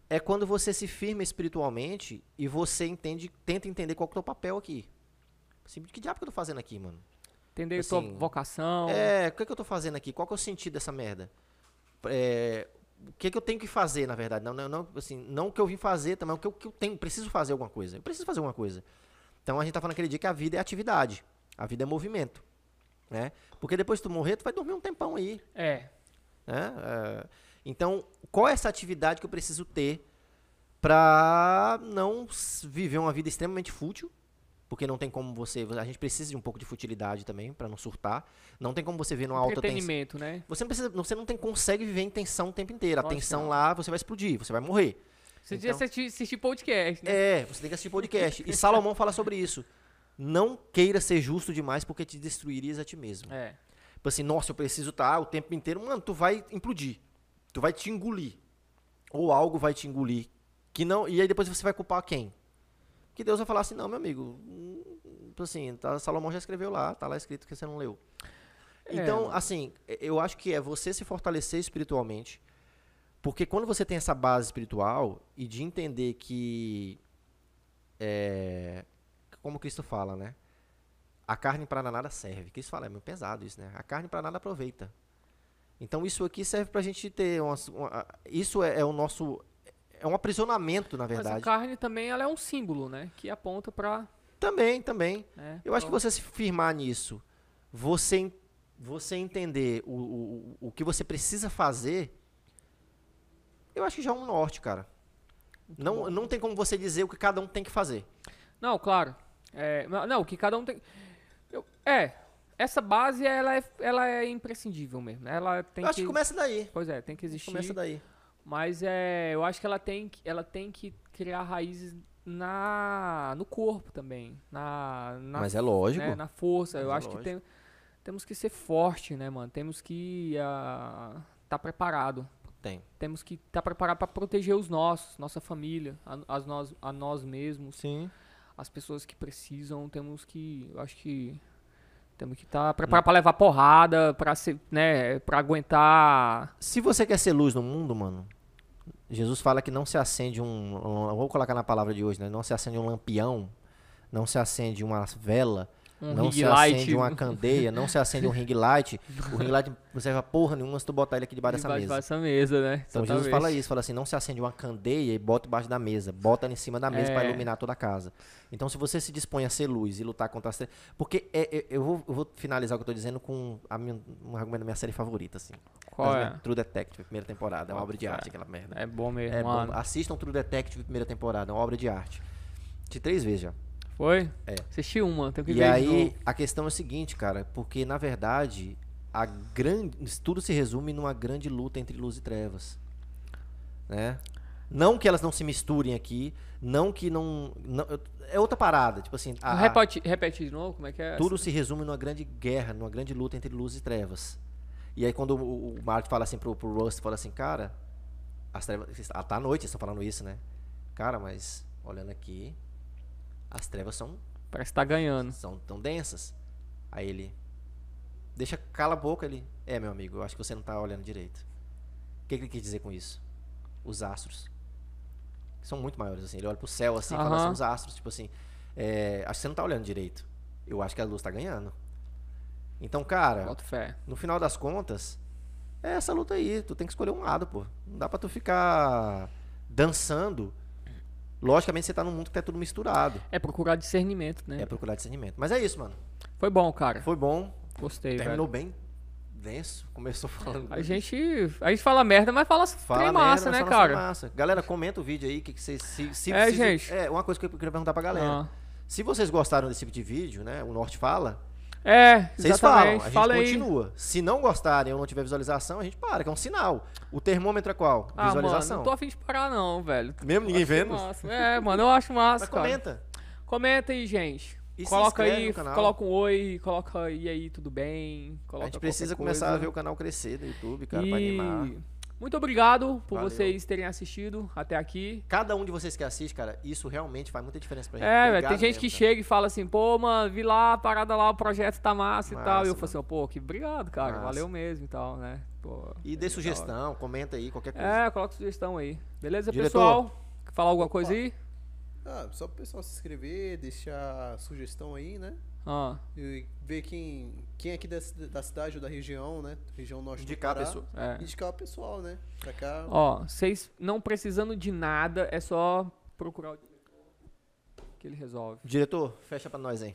Speaker 1: É quando você se firma espiritualmente e você entende, tenta entender qual que é o teu papel aqui. Assim, que diabo que eu tô fazendo aqui, mano?
Speaker 2: Entender
Speaker 1: Assim,
Speaker 2: tua vocação.
Speaker 1: É, o que, que eu tô fazendo aqui? Qual que é o sentido dessa merda? É, o que, que eu tenho que fazer, na verdade? Não, não, não, assim, não o que eu vim fazer, também é o que eu, que eu tenho. Preciso fazer alguma coisa. Eu preciso fazer alguma coisa. Então a gente tá falando aquele dia que a vida é atividade. A vida é movimento. Né? Porque depois que tu morrer, tu vai dormir um tempão aí.
Speaker 2: É.
Speaker 1: né? É, então, qual é essa atividade que eu preciso ter para não s- viver uma vida extremamente fútil? Porque não tem como você. A gente precisa de um pouco de futilidade também para não surtar. Não tem como você ver numa alta tensão.
Speaker 2: entretenimento, né?
Speaker 1: Você não, precisa, você não tem, consegue viver em tensão o tempo inteiro. A
Speaker 2: Lógico que
Speaker 1: tensão
Speaker 2: não.
Speaker 1: lá, você vai explodir, você vai morrer.
Speaker 2: Você
Speaker 1: Então-
Speaker 2: devia assistir, assistir podcast, né?
Speaker 1: É, você tem que assistir podcast. E Salomão fala sobre isso. Não queira ser justo demais porque te destruirias a ti mesmo.
Speaker 2: é.
Speaker 1: Tipo assim, nossa, eu preciso estar o tempo inteiro. Mano, tu vai implodir. Tu vai te engolir. Ou algo vai te engolir. Que não, e aí depois você vai culpar quem? Que Deus vai falar assim, não, meu amigo. hum, tipo Assim, tá- Salomão já escreveu lá, tá lá escrito que você não leu.
Speaker 2: É.
Speaker 1: Então, assim, eu acho que é você se fortalecer espiritualmente. Porque quando você tem essa base espiritual e de entender que. é, como Cristo fala, né? A carne para nada serve. Cristo fala, é meio pesado isso, né? A carne para nada aproveita. Então isso aqui serve pra gente ter umas- uma, a- Isso é, é o nosso. É um aprisionamento, na
Speaker 2: Mas a
Speaker 1: verdade.
Speaker 2: carne também ela é um símbolo, né? Que aponta pra.
Speaker 1: Também, também.
Speaker 2: né?
Speaker 1: Eu acho que
Speaker 2: Então,
Speaker 1: você se firmar nisso, você, en- você entender o, o, o- o que você precisa fazer, eu acho que já é um norte, cara. Não, não tem como você dizer o que cada um tem que fazer.
Speaker 2: Não, claro. É, ma- não, que cada um tem. eu- é. Essa base ela é, ela é imprescindível mesmo. né? Ela tem
Speaker 1: eu acho que, começa daí.
Speaker 2: Pois é, tem que existir.
Speaker 1: Começa daí.
Speaker 2: Mas é, eu acho que ela tem, que- ela tem que criar raízes na no corpo também, na, na
Speaker 1: é lógico.
Speaker 2: né, na força.
Speaker 1: Mas
Speaker 2: eu
Speaker 1: é
Speaker 2: acho que tem- temos que ser forte, né, mano? Temos que estar tá preparado.
Speaker 1: Tem.
Speaker 2: Temos que estar preparado para proteger os nossos, nossa família, a, as nós, a nós mesmos,
Speaker 1: Sim.
Speaker 2: as pessoas que precisam. Temos que, eu acho que temos que estar preparado para levar porrada, para ser, né, para aguentar.
Speaker 1: Se você quer ser luz no mundo, mano, Jesus fala que não se acende um. um- Vou colocar na palavra de hoje, né? Não se acende um lampião, não se acende uma vela,
Speaker 2: Um
Speaker 1: não
Speaker 2: ring
Speaker 1: se
Speaker 2: light,
Speaker 1: acende uma candeia, não se acende um ring light. O ring light não serve a porra nenhuma se tu botar ele aqui debaixo dessa
Speaker 2: debaixo
Speaker 1: mesa.
Speaker 2: dessa mesa, né?
Speaker 1: Então Jesus
Speaker 2: Exatamente.
Speaker 1: fala isso, fala assim, não se acende uma candeia e bota embaixo da mesa, bota em cima da mesa pra
Speaker 2: É.
Speaker 1: iluminar toda a casa. Então se você se dispõe a ser luz e lutar contra a trevas, porque é- é- eu, vou, eu vou finalizar o que eu tô dizendo com a minha- um argumento da minha série favorita, assim.
Speaker 2: Qual
Speaker 1: Das
Speaker 2: é?
Speaker 1: minhas- True Detective, primeira temporada, é uma
Speaker 2: Qual
Speaker 1: obra de
Speaker 2: é?
Speaker 1: arte aquela merda.
Speaker 2: É bom mesmo,
Speaker 1: É bom.
Speaker 2: mano.
Speaker 1: Assistam True Detective, primeira temporada, é uma obra de arte. De três vezes já.
Speaker 2: Foi?
Speaker 1: É.
Speaker 2: Assisti uma, tem que
Speaker 1: E
Speaker 2: ver de
Speaker 1: aí,
Speaker 2: novo.
Speaker 1: a questão é o seguinte, cara, porque na verdade, a grande, isso tudo se resume numa grande luta entre luz e trevas. Né? Não que elas não se misturem aqui, não que não, não- é outra parada, tipo assim, a- a-
Speaker 2: repete, repete de novo, como é que é?
Speaker 1: tudo se resume numa grande guerra, numa grande luta entre luz e trevas. E aí quando o, o Mark fala assim pro, pro Rust, fala assim, cara, as trevas, ah, tá à noite, eles estão falando isso, né? Cara, mas olhando aqui, as trevas são
Speaker 2: Parece que tá ganhando.
Speaker 1: são tão densas. Aí ele deixa cala a boca ele. É, meu amigo, eu acho que você não tá olhando direito. O que, que ele quis dizer com isso? Os astros são muito maiores assim. Ele olha pro céu assim, e fala
Speaker 2: Aham.
Speaker 1: assim, os astros, tipo assim, é, acho que você não tá olhando direito. Eu acho que a luz tá ganhando. Então, cara,
Speaker 2: Bota fé.
Speaker 1: no final das contas, é essa luta aí. Tu tem que escolher um lado, pô. Não dá pra tu ficar dançando. Logicamente, você tá num mundo que tá tudo misturado.
Speaker 2: É procurar discernimento, né?
Speaker 1: É procurar discernimento. Mas é isso, mano.
Speaker 2: Foi bom, cara.
Speaker 1: Foi bom.
Speaker 2: Gostei,
Speaker 1: Terminou bem denso, começou falando.
Speaker 2: velho. A gente, a gente fala merda, mas fala, trem massa,
Speaker 1: merda, mas
Speaker 2: né,
Speaker 1: fala
Speaker 2: cara?
Speaker 1: massa. Galera, comenta o vídeo aí que que vocês se, se-
Speaker 2: É,
Speaker 1: se-
Speaker 2: gente.
Speaker 1: É, uma coisa que eu queria perguntar pra galera.
Speaker 2: Ah.
Speaker 1: Se vocês gostaram desse tipo de vídeo, né, o Norte fala,
Speaker 2: É,
Speaker 1: vocês falam,
Speaker 2: exatamente.
Speaker 1: a gente
Speaker 2: fala aí.
Speaker 1: continua. Se não gostarem ou não tiver visualização, a gente para, que é um sinal. O termômetro é qual?
Speaker 2: Ah, mano,
Speaker 1: Visualização.
Speaker 2: não tô afim de parar não, velho.
Speaker 1: Mesmo ninguém
Speaker 2: Acho
Speaker 1: vendo?
Speaker 2: massa. É, mano, eu acho massa,
Speaker 1: Mas
Speaker 2: cara.
Speaker 1: comenta.
Speaker 2: Comenta aí, gente.
Speaker 1: E se
Speaker 2: coloca
Speaker 1: inscreve
Speaker 2: aí,
Speaker 1: no canal.
Speaker 2: coloca um oi, coloca e aí, tudo bem? Coloca
Speaker 1: a gente precisa
Speaker 2: qualquer
Speaker 1: começar
Speaker 2: coisa.
Speaker 1: a ver o canal crescer do YouTube, cara, pra
Speaker 2: E
Speaker 1: animar.
Speaker 2: Muito obrigado por
Speaker 1: Valeu.
Speaker 2: vocês terem assistido até aqui.
Speaker 1: Cada um de vocês que assiste, cara, isso realmente faz muita diferença pra gente.
Speaker 2: É, velho,
Speaker 1: Obrigado
Speaker 2: tem gente que
Speaker 1: mesmo, né? cara.
Speaker 2: chega e fala assim, pô, mano, vi lá, a parada lá, o projeto tá massa, e
Speaker 1: Massa,
Speaker 2: tal. E eu falo
Speaker 1: mano.
Speaker 2: assim, ó, pô, que obrigado, cara,
Speaker 1: Massa.
Speaker 2: valeu mesmo e tal, né? Pô,
Speaker 1: E
Speaker 2: é
Speaker 1: dê
Speaker 2: da hora.
Speaker 1: sugestão, comenta aí, qualquer coisa.
Speaker 2: É, coloca sugestão aí. Beleza,
Speaker 1: Diretor?
Speaker 2: pessoal? Quer falar alguma coisa aí?
Speaker 3: Ah, só pro pessoal se inscrever, deixar sugestão aí, né?
Speaker 2: Ah,
Speaker 3: E ver quem, quem é aqui da, ci- da cidade ou da região, né? Região norte
Speaker 1: Indicar
Speaker 3: do
Speaker 1: a
Speaker 3: Pará.
Speaker 1: pessoa.
Speaker 2: é.
Speaker 3: Indicar o pessoal, né? Pra cá.
Speaker 2: Ó, vocês não precisando de nada, é só procurar o que ele resolve.
Speaker 1: Diretor, fecha pra nós aí.